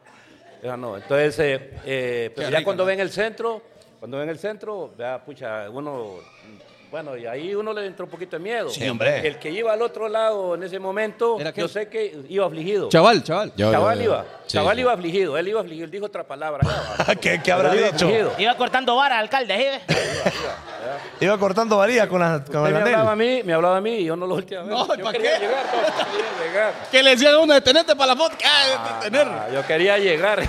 Speaker 7: Esa no. Entonces, eh, eh, pero
Speaker 2: Qué
Speaker 7: ya
Speaker 2: rico,
Speaker 7: cuando
Speaker 2: ¿no?
Speaker 7: ven el centro, cuando ven el centro, ya, pucha, uno. Bueno, y ahí uno le entró un poquito de miedo.
Speaker 3: Sí, hombre.
Speaker 7: El que iba al otro lado en ese momento,
Speaker 2: ¿Era qué?
Speaker 7: yo sé que iba afligido.
Speaker 2: Chaval, chaval.
Speaker 4: Yo-
Speaker 7: Chaval
Speaker 4: yo-
Speaker 7: iba.
Speaker 4: sí,
Speaker 7: Chaval
Speaker 4: sí.
Speaker 7: iba afligido. Él iba afligido. Él dijo otra palabra.
Speaker 3: *laughs* ¿Qué, qué
Speaker 7: Pero
Speaker 3: habrá
Speaker 7: él iba
Speaker 3: dicho?
Speaker 7: afligido.
Speaker 1: Iba cortando vara, alcalde, ¿eh? ¿sí? ve?
Speaker 3: Iba cortando varillas con la con
Speaker 7: Usted
Speaker 3: el
Speaker 7: me hablaba a
Speaker 3: andel.
Speaker 7: mí, me hablaba a mí y yo no lo volteaba.
Speaker 2: No,
Speaker 7: yo
Speaker 2: ¿para
Speaker 7: quería
Speaker 2: qué?
Speaker 7: llegar, no, yo quería llegar.
Speaker 2: Que le decían a uno detenerte para la foto. Ah, detener.
Speaker 7: Ah, yo
Speaker 2: *laughs*
Speaker 7: quería llegar.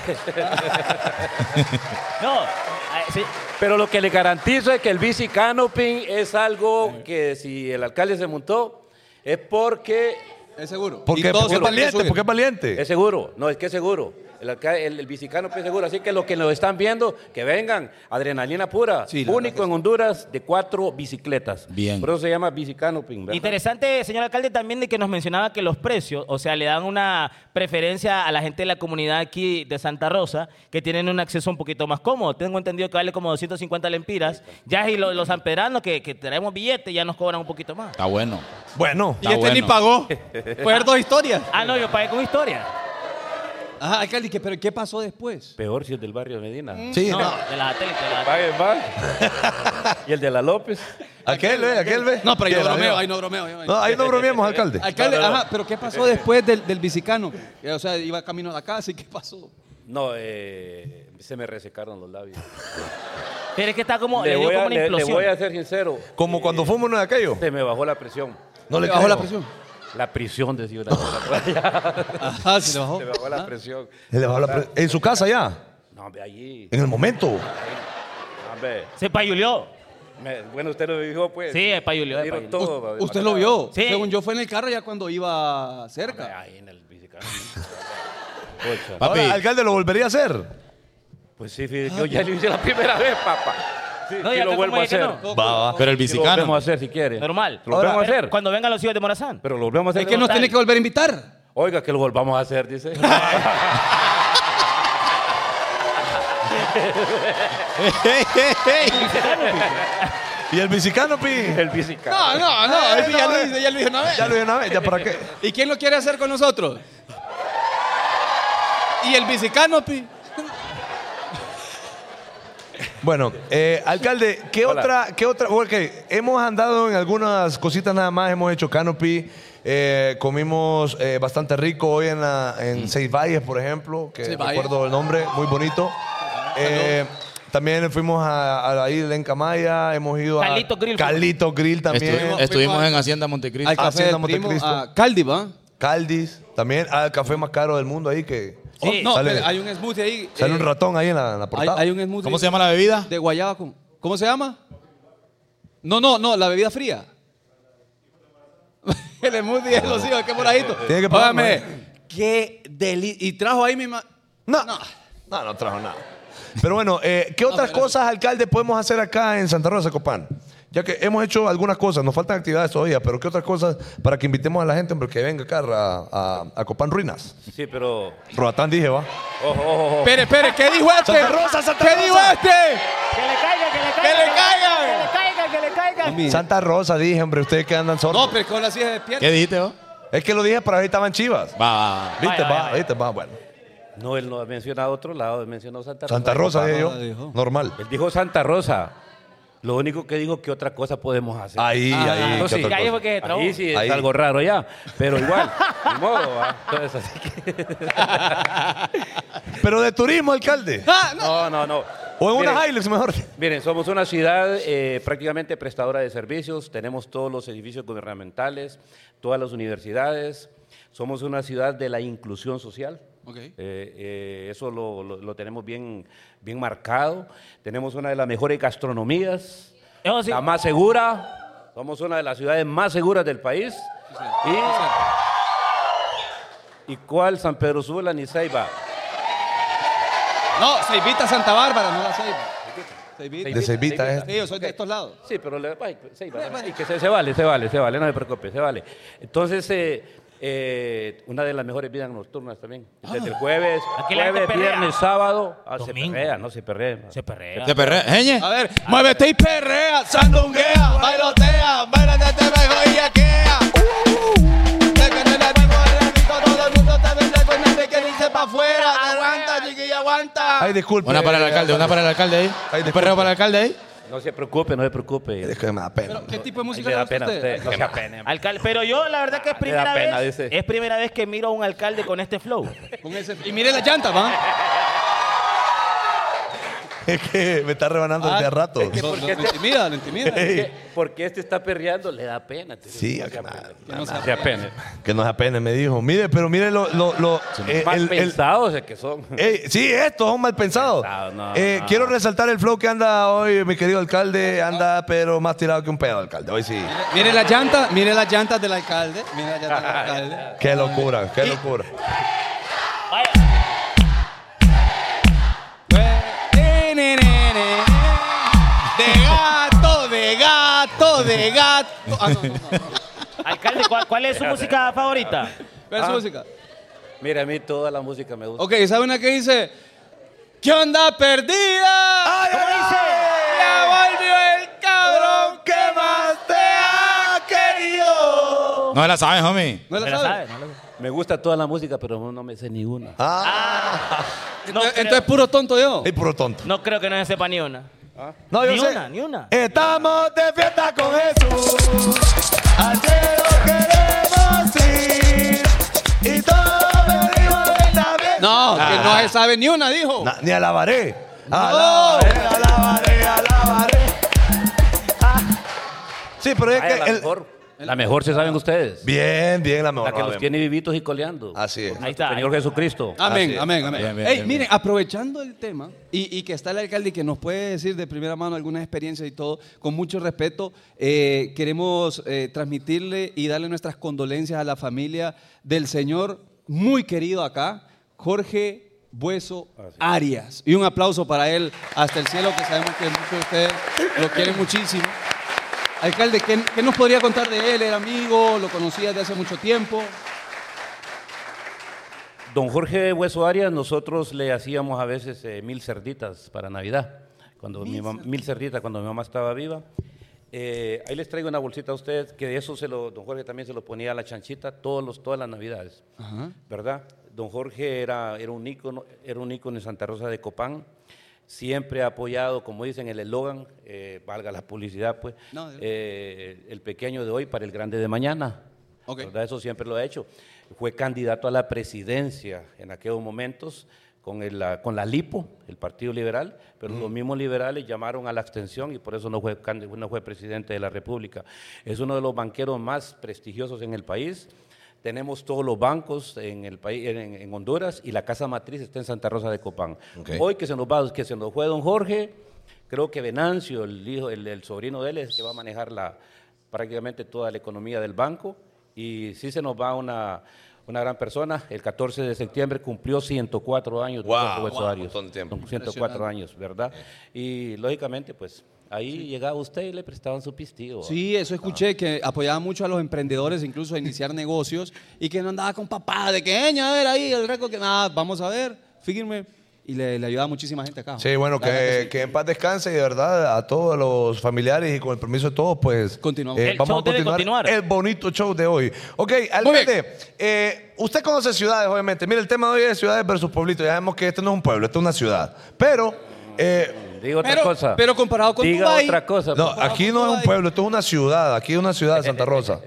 Speaker 1: No. eh, sí.
Speaker 7: Pero lo que le garantizo es que el bici canoping es algo que si el alcalde se montó es porque
Speaker 2: Es seguro.
Speaker 3: Porque,
Speaker 2: Y todos
Speaker 3: porque es
Speaker 2: se lo tienen que
Speaker 3: valiente,
Speaker 2: subir.
Speaker 3: porque es valiente.
Speaker 7: es seguro. No, es que es seguro. El, alca- el, el bici canopy es seguro. Así que los que nos están viendo, que vengan. Adrenalina pura.
Speaker 2: Sí, la verdad que
Speaker 7: Único en Honduras de cuatro bicicletas.
Speaker 4: Bien.
Speaker 7: Por eso se llama bici canoping. ¿verdad?
Speaker 1: Interesante, señor alcalde, también de que nos mencionaba que los precios, o sea, le dan una preferencia a la gente de la comunidad aquí de Santa Rosa, que tienen un acceso un poquito más cómodo. Tengo entendido que vale como 250 lempiras. Ya y los, los sanpedranos que, que traemos billetes ya nos cobran un poquito más.
Speaker 4: Está bueno.
Speaker 3: Ah, Bueno,
Speaker 2: Y
Speaker 4: Está
Speaker 2: este ni
Speaker 4: bueno.
Speaker 2: pagó. *laughs* Fue dos historias.
Speaker 1: Ah, no, yo pagué con historia.
Speaker 2: Ajá, alcalde, ¿qué- ¿pero qué pasó después?
Speaker 7: Peor si es del barrio de
Speaker 2: Mm.
Speaker 7: Medina.
Speaker 3: sí,
Speaker 1: No,
Speaker 3: no.
Speaker 1: de la satélite, de la
Speaker 7: Paguen
Speaker 2: *laughs*
Speaker 7: más. y el de la López.
Speaker 3: Aquel, eh, aquel ve.
Speaker 2: No, pero yo
Speaker 3: Que la
Speaker 2: bromeo,
Speaker 3: veo.
Speaker 2: ahí no bromeo. yo-
Speaker 3: No, ahí *laughs* no bromeamos, alcalde.
Speaker 2: Alcalde,
Speaker 7: No, no, no.
Speaker 2: ajá, pero ¿qué pasó después del, del bicicano? O sea, iba camino a la casa y ¿qué pasó?
Speaker 7: No, eh, se me resecaron los labios.
Speaker 1: Pero es que está como, le,
Speaker 7: le,
Speaker 1: dio
Speaker 7: voy
Speaker 1: como
Speaker 7: a,
Speaker 1: una
Speaker 7: le- le
Speaker 1: implosión.
Speaker 7: voy a ser sincero.
Speaker 3: Como cuando fuimos uno de aquello.
Speaker 7: Se me bajó la presión.
Speaker 3: No le
Speaker 2: bajó
Speaker 3: creo.
Speaker 2: la presión?
Speaker 7: La prisión, decía *laughs* una
Speaker 1: pues.
Speaker 7: Se
Speaker 2: Ajá, se le bajó.
Speaker 7: me bajó la presión.
Speaker 3: Le bajó la pre- En su casa ya.
Speaker 7: No, hombre, allí.
Speaker 3: En el momento.
Speaker 7: Hombre.
Speaker 1: Se payulió.
Speaker 7: Me- bueno, usted lo dijo, pues.
Speaker 1: Sí, es pa' Julio, es
Speaker 7: Vieron
Speaker 1: pa' Julio.
Speaker 7: todo, pa-
Speaker 2: Usted lo vio.
Speaker 1: Sí.
Speaker 2: Según yo fue en el carro ya cuando iba cerca.
Speaker 7: Ahí en el bicicleta. Pocha.
Speaker 4: Papi.
Speaker 3: Ahora, alcalde, lo volvería a hacer.
Speaker 7: Pues sí, fíjate que yo ya lo hice la primera vez, papá.
Speaker 1: No, ya
Speaker 7: lo
Speaker 1: está
Speaker 7: vuelvo
Speaker 1: como
Speaker 7: a
Speaker 1: ya que
Speaker 7: hacer.
Speaker 1: no.
Speaker 7: Pero el bicicano. Lo volvemos a hacer si quiere.
Speaker 1: Normal.
Speaker 7: Lo volvemos a
Speaker 1: Pero
Speaker 7: hacer.
Speaker 1: Cuando vengan los hijos de Morazán.
Speaker 7: Pero lo volvemos a
Speaker 1: Es
Speaker 7: hacer.
Speaker 1: que nos tiene que
Speaker 2: volver a invitar.
Speaker 7: Oiga, que lo volvamos a hacer, dice.
Speaker 3: ¿Y el mexicano, Pi? El
Speaker 7: mexicano.
Speaker 2: No, *laughs* no, no.
Speaker 3: Eh,
Speaker 2: él ya,
Speaker 3: no,
Speaker 2: lo
Speaker 3: eh.
Speaker 2: hizo, ya lo hizo una vez.
Speaker 3: Ya lo hizo una vez, ¿ya para qué?
Speaker 2: Ah, ¿Y quién lo quiere hacer con nosotros? ¿Y el bicicano, Pi?
Speaker 3: Bueno, eh, alcalde, ¿qué
Speaker 7: Hola.
Speaker 3: otra, qué otra? Ok, hemos andado en algunas cositas nada más, hemos hecho canopy, eh, comimos eh, bastante rico hoy en, la- en Seis Valles, por ejemplo, que
Speaker 2: Mm. Seis
Speaker 3: no
Speaker 2: Valles.
Speaker 3: recuerdo el nombre, muy bonito. Eh, también fuimos a, a la isla en Camaya, hemos ido a
Speaker 1: Carlitos Grill.
Speaker 3: Carlitos Grill también.
Speaker 4: Estuvimos, estuvimos en Hacienda Montecristo.
Speaker 2: Al café
Speaker 3: Hacienda
Speaker 2: del primo,
Speaker 3: Montecristo.
Speaker 2: a Caldiv, ¿ah?
Speaker 3: Caldis, también al café más caro del mundo ahí que
Speaker 2: Oh, no,
Speaker 3: sale,
Speaker 2: espera, hay un smoothie ahí.
Speaker 3: sale
Speaker 2: eh,
Speaker 3: un ratón ahí en la, en la
Speaker 2: Hay,
Speaker 3: portada.
Speaker 2: hay un smoothie
Speaker 4: ¿Cómo se llama la bebida?
Speaker 2: de guayaba. con- ¿Cómo se llama? No, no, no, la bebida fría. *laughs* El smoothie es los hijos, qué moradito.
Speaker 3: Tiene que probarlo,
Speaker 2: Óigame,
Speaker 3: eh.
Speaker 2: qué delicia. Y trajo ahí mi ma-
Speaker 3: No.
Speaker 2: No.
Speaker 3: No, no trajo nada. Pero bueno, eh, ¿qué otras
Speaker 2: pero-
Speaker 3: cosas, alcalde, podemos hacer acá en Santa Rosa, Copán? Ya que hemos hecho algunas cosas, nos faltan actividades todavía, pero ¿qué otras cosas para que invitemos a la gente hombre, que venga acá a, a- a Copán Ruinas?
Speaker 7: Sí, pero.
Speaker 3: Roatán dije, va.
Speaker 7: Ojo, ojo, ojo.
Speaker 2: Espere, espere, ¿qué dijo este?
Speaker 3: Oh. Santa Rosa, Santa
Speaker 2: ¿Qué
Speaker 3: Rosa.
Speaker 2: dijo este?
Speaker 1: Que le caiga, que le caiga.
Speaker 2: ¡Que le caigan!
Speaker 1: Que le caiga, que le caiga.
Speaker 3: Santa Rosa dije, hombre, ustedes que andan sordos.
Speaker 2: No, pero con las hijas
Speaker 4: ¿Qué
Speaker 2: despiertas.
Speaker 4: dijiste vos?
Speaker 3: Es que lo dije para ahí estaban chivas.
Speaker 4: Va, va, va.
Speaker 1: Vaya,
Speaker 3: ¿Viste? Va,
Speaker 1: vaya, vaya.
Speaker 3: ¿viste? Va, bueno.
Speaker 7: No, él no menciona otro lado, él mencionó Santa Rosa.
Speaker 3: Santa Rosa dije
Speaker 2: Rosa
Speaker 3: yo.
Speaker 2: dijo.
Speaker 3: Normal.
Speaker 7: Él dijo Santa Rosa. Lo único que dijo que otra cosa podemos hacer. Ah,
Speaker 3: Ahí, ahí.
Speaker 7: Eso
Speaker 3: ¿qué
Speaker 7: sí,
Speaker 1: ya
Speaker 3: otra cosa?
Speaker 1: dijo que se trabó.
Speaker 7: Ahí sí es
Speaker 3: Ahí.
Speaker 7: algo raro ya, pero igual, de modo, ¿va? Entonces, así
Speaker 3: *laughs*
Speaker 7: que...
Speaker 3: Pero de turismo, alcalde.
Speaker 7: No, no, no.
Speaker 3: O en
Speaker 7: Miren,
Speaker 3: unas Hilux mejor.
Speaker 7: Miren, somos una ciudad eh, prácticamente prestadora de servicios, tenemos todos los edificios gubernamentales, todas las universidades, somos una ciudad de la inclusión social. Eh, eh, eso lo, lo- lo tenemos bien, bien marcado. Tenemos una de las mejores gastronomías,
Speaker 1: Eso sí.
Speaker 7: la más segura. Somos una de las ciudades más seguras del país. y, ¿Y cuál? San Pedro Sula ni Ceiba.
Speaker 2: No, se invita a Santa Bárbara, no la Ceiba. Se invita.
Speaker 3: De eh. Cebita es.
Speaker 2: Sí, yo soy de estos lados.
Speaker 7: Sí, pero le, ay, pues, se iba, ¿no? Y que se, se vale, se vale, se vale, no se preocupe, se vale. Entonces, eh, eh, una de las mejores vidas nocturnas también. Desde el jueves,
Speaker 1: Ah. Aquí la gente
Speaker 7: jueves,
Speaker 1: perrea.
Speaker 7: viernes, sábado. Ah, se
Speaker 1: Domingo.
Speaker 7: perrea, no se perrea.
Speaker 1: Se perrea.
Speaker 4: ¿Te perre? ¿Geñe?
Speaker 2: A ver, muévete y perrea, sandunguea, bailotea, bailate te mejor y aquea. Te condena el tipo de rico, todo el mundo te vende con nadie que dice pa' afuera. Aguanta, chiquilla, aguanta.
Speaker 3: Ay, disculpe.
Speaker 4: Una para el alcalde, una para el alcalde
Speaker 3: Ay,
Speaker 4: ahí. Un perreo
Speaker 3: disculpe.
Speaker 4: para el alcalde ahí.
Speaker 7: No se preocupe, no se preocupe.
Speaker 3: Es que me da pena.
Speaker 2: ¿Qué tipo de
Speaker 7: Ahí
Speaker 2: música
Speaker 7: le
Speaker 2: le
Speaker 7: da
Speaker 2: gusta
Speaker 7: pena
Speaker 2: a
Speaker 7: a usted.
Speaker 2: usted?
Speaker 7: No se apene.
Speaker 1: Alcal- pero yo la verdad que es
Speaker 7: Me da
Speaker 1: primera
Speaker 7: pena,
Speaker 1: vez,
Speaker 7: dice.
Speaker 1: es primera vez que miro a un alcalde con este flow.
Speaker 2: Con ese- Y mire las llantas, ¿va?
Speaker 3: Es que me está rebanando
Speaker 7: Ah,
Speaker 3: desde a rato.
Speaker 2: Lo, lo-
Speaker 7: porque
Speaker 2: lo
Speaker 7: este-
Speaker 2: intimida, lo intimida.
Speaker 7: Porque- Porque este está perreando, le da pena. entonces,
Speaker 3: Sí,
Speaker 7: no se
Speaker 3: que
Speaker 7: apene.
Speaker 3: nada,
Speaker 7: Que no se apene.
Speaker 3: Que nos apene, me dijo. Mire, pero mire lo. lo, lo- eh,
Speaker 7: Mal
Speaker 3: el- el-
Speaker 7: pensados es que son.
Speaker 3: Ey, sí, estos son mal pensados.
Speaker 7: Pensado, no,
Speaker 3: Eh,
Speaker 7: no.
Speaker 3: Quiero resaltar el flow que anda hoy, mi querido alcalde. Anda, pero más tirado que un pedo, alcalde. Hoy sí.
Speaker 2: Mire las llantas, mire las llantas del alcalde. Mire las llantas del alcalde.
Speaker 3: Qué locura, qué locura.
Speaker 2: De gato, de gato, de gato. Ah, no, no, no.
Speaker 1: Alcalde, ¿cuál, cuál es su música favorita?
Speaker 2: ¿Cuál es
Speaker 7: Ah.
Speaker 2: su música?
Speaker 7: *laughs* Mira, a mí toda la música me gusta.
Speaker 2: Ok, ¿sabe una que dice? ¿Qué onda perdida?
Speaker 3: ¿Cómo
Speaker 2: Ya volvió el cabrón que más te ha querido.
Speaker 4: No se la saben, homie.
Speaker 1: ¿Me
Speaker 2: ¿No la
Speaker 1: la
Speaker 2: sabe?
Speaker 1: sabe? No la-
Speaker 7: Me gusta toda la música, pero no- no me sé ninguna.
Speaker 3: Ah,
Speaker 1: No
Speaker 2: Entonces,
Speaker 1: creo-
Speaker 2: entonces puro tonto yo.
Speaker 3: Ey, puro tonto.
Speaker 1: No creo que no se sepa ni una.
Speaker 3: No, yo
Speaker 1: ni
Speaker 3: sé.
Speaker 1: una, ni una.
Speaker 3: Estamos de fiesta con Jesús. Al cielo queremos ir. Y todos venimos de la vez.
Speaker 2: No, que no se sabe ni una, dijo.
Speaker 3: Na- ni alabaré. Alabaré, alabaré, alabaré. Ah. Sí, pero es
Speaker 7: Vaya,
Speaker 3: que.
Speaker 7: la,
Speaker 3: el-
Speaker 7: mejor, la mejor se saben ustedes.
Speaker 3: Bien, bien, la
Speaker 7: La
Speaker 3: mejor.
Speaker 7: que los
Speaker 3: Ave-
Speaker 7: tiene vivitos y coleando.
Speaker 3: Así es.
Speaker 1: Ahí está.
Speaker 7: Señor Jesucristo.
Speaker 2: Amén,
Speaker 3: Así es.
Speaker 2: amén, amén.
Speaker 4: Bien, bien,
Speaker 2: Ey,
Speaker 4: bien,
Speaker 2: miren, aprovechando el tema y, y que está el alcalde y que nos puede decir de primera mano algunas experiencias y todo, con mucho respeto, eh, queremos eh, transmitirle y darle nuestras condolencias a la familia del señor muy querido acá, Jorge Bueso Arias. Y un aplauso para él hasta el cielo, que sabemos que muchos de ustedes lo quieren muchísimo. Alcalde, ¿qué, qué nos podría contar de él? ¿Era amigo? ¿Lo conocía de hace mucho tiempo?
Speaker 7: Don Jorge Hueso Arias, nosotros le hacíamos a veces eh, mil cerditas para Navidad, cuando mi mam- mil cerditas cuando mi mamá estaba viva. Eh, ahí les traigo una bolsita a ustedes, que de eso se lo, don Jorge también se lo ponía a la chanchita todos los, todas las Navidades.
Speaker 2: Ajá.
Speaker 7: ¿verdad? Don Jorge era, era un ícono, era un ícono en Santa Rosa de Copán. Siempre ha apoyado, como dicen, el eslogan, eh, valga la publicidad, pues,
Speaker 2: No, de-
Speaker 7: eh, el pequeño de hoy para el grande de mañana.
Speaker 2: Ok.
Speaker 7: ¿verdad? Eso siempre lo ha hecho. Fue candidato a la presidencia en aquellos momentos con, el, la, con la LIPO, el Partido Liberal, pero los mismos liberales llamaron a la abstención y por eso no fue, candi- no fue presidente de la República. Es uno de los banqueros más prestigiosos en el país. Tenemos todos los bancos en el país, en, en Honduras y la casa matriz está en Santa Rosa de Copán.
Speaker 8: Ok.
Speaker 7: Hoy que se nos va, que se nos fue Don Jorge, creo que Venancio, el hijo, el, el sobrino de él es el que va a manejar la, prácticamente toda la economía del banco y sí se nos va una, una gran persona. El 14 de septiembre cumplió 104 años.
Speaker 8: Wow,
Speaker 7: Jorge Hueso
Speaker 8: wow, un
Speaker 7: Arias.
Speaker 8: montón de tiempo.
Speaker 7: 104 años, ¿verdad? Y lógicamente, pues ahí llegaba usted y le prestaban su pistillo.
Speaker 2: Sí, eso escuché, que apoyaba mucho a los emprendedores, incluso a iniciar *laughs* negocios, y que no andaba con papá, de que, "Eña, a ver ahí, el récord, que nada, vamos a ver, fíjense. Y le, le ayudaba a muchísima gente acá.
Speaker 3: Sí, bueno,
Speaker 2: Ah, La verdad
Speaker 3: que, que en paz descanse y de verdad a todos los familiares y con el permiso de todos, pues
Speaker 2: Continuamos.
Speaker 1: El show debe continuar.
Speaker 3: el bonito show de hoy. Ok, alcalde, eh, usted conoce ciudades, obviamente. Mira, el tema de hoy es ciudades versus pueblitos. Ya sabemos que este no es un pueblo, esta es una ciudad. Pero, eh,
Speaker 7: Digo otra
Speaker 2: Pero-
Speaker 7: cosa.
Speaker 2: pero comparado con
Speaker 7: Diga
Speaker 2: Dubái-
Speaker 7: otra cosa.
Speaker 3: no,
Speaker 7: por favor.
Speaker 3: aquí no es un pueblo, esto es una ciudad. Aquí es una ciudad de Santa Rosa.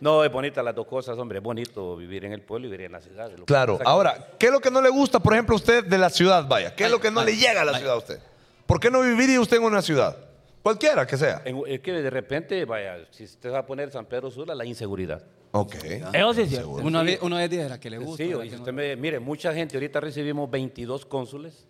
Speaker 7: No, es bonita las dos cosas, hombre. Es bonito vivir en el pueblo y vivir en la ciudad. Lo que
Speaker 3: Claro.
Speaker 7: pasa que-
Speaker 3: Ahora, ¿qué es lo que no le gusta, por ejemplo, a usted de la ciudad? Vaya, ¿qué es lo que no le llega a la ciudad a usted? ¿Por qué no viviría usted en una ciudad? Cualquiera que sea.
Speaker 7: en- es que de repente, vaya, si usted va a poner San Pedro Sula, la inseguridad.
Speaker 3: Ok.
Speaker 1: Eso sí es cierto.
Speaker 2: que sí. Una vez, una vez dije, la que le gusta.
Speaker 7: Sí,
Speaker 2: la
Speaker 7: y
Speaker 2: que
Speaker 7: si
Speaker 2: no.
Speaker 7: usted me- mire, mucha gente, ahorita recibimos 22 cónsules,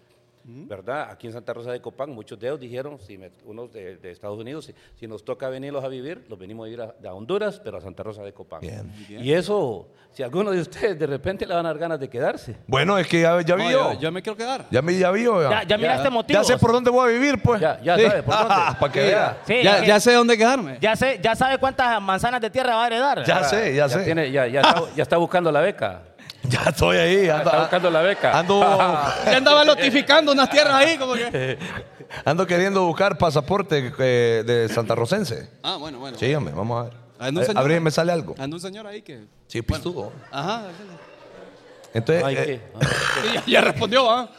Speaker 7: ¿verdad? Aquí en Santa Rosa de Copán, muchos de ellos dijeron, si me- unos de, de Estados Unidos, si, si nos toca venirlos a vivir, los venimos a ir a, a Honduras, pero a Santa Rosa de Copán. Y eso, si alguno de ustedes de repente le van a dar ganas de quedarse.
Speaker 3: Bueno, es que ya, ya
Speaker 2: No,
Speaker 3: vi
Speaker 2: yo,
Speaker 3: yo.
Speaker 2: yo me quiero quedar.
Speaker 3: Ya, vi- ya vi yo.
Speaker 1: Ya, este ya miraste
Speaker 3: Ya
Speaker 1: motivos.
Speaker 3: sé por dónde voy a vivir, pues.
Speaker 7: Ya, ya
Speaker 2: Sí.
Speaker 7: sabe, ¿por dónde?
Speaker 3: *laughs* Para que
Speaker 7: Sí,
Speaker 3: vea.
Speaker 1: Sí,
Speaker 2: ya,
Speaker 1: eh,
Speaker 2: ya sé dónde quedarme.
Speaker 1: ya sé, ya sabe cuántas manzanas de tierra va a heredar.
Speaker 3: Ya sé, ya, sé.
Speaker 7: tiene- ya- ya está, ya está buscando la beca.
Speaker 3: *laughs* Ya estoy ahí. Ando,
Speaker 7: Está buscando la beca. *laughs*
Speaker 3: ando,
Speaker 2: Ya andaba notificando unas tierras ahí, como
Speaker 3: *laughs*
Speaker 2: que.
Speaker 3: ando queriendo buscar pasaporte eh, de Santa Rosense.
Speaker 2: Ah, bueno, bueno.
Speaker 3: Sí, hombre, vamos a ver.
Speaker 2: Ah, no,
Speaker 3: Eh,
Speaker 2: señor.
Speaker 3: A ver si me sale algo.
Speaker 2: Anda un señor ahí que.
Speaker 3: Sí, pistudo.
Speaker 2: Ajá.
Speaker 3: Entonces,
Speaker 7: pues Ay,
Speaker 3: eh,
Speaker 7: ¿qué?
Speaker 2: Sí, ya, ya respondió, ¿ah?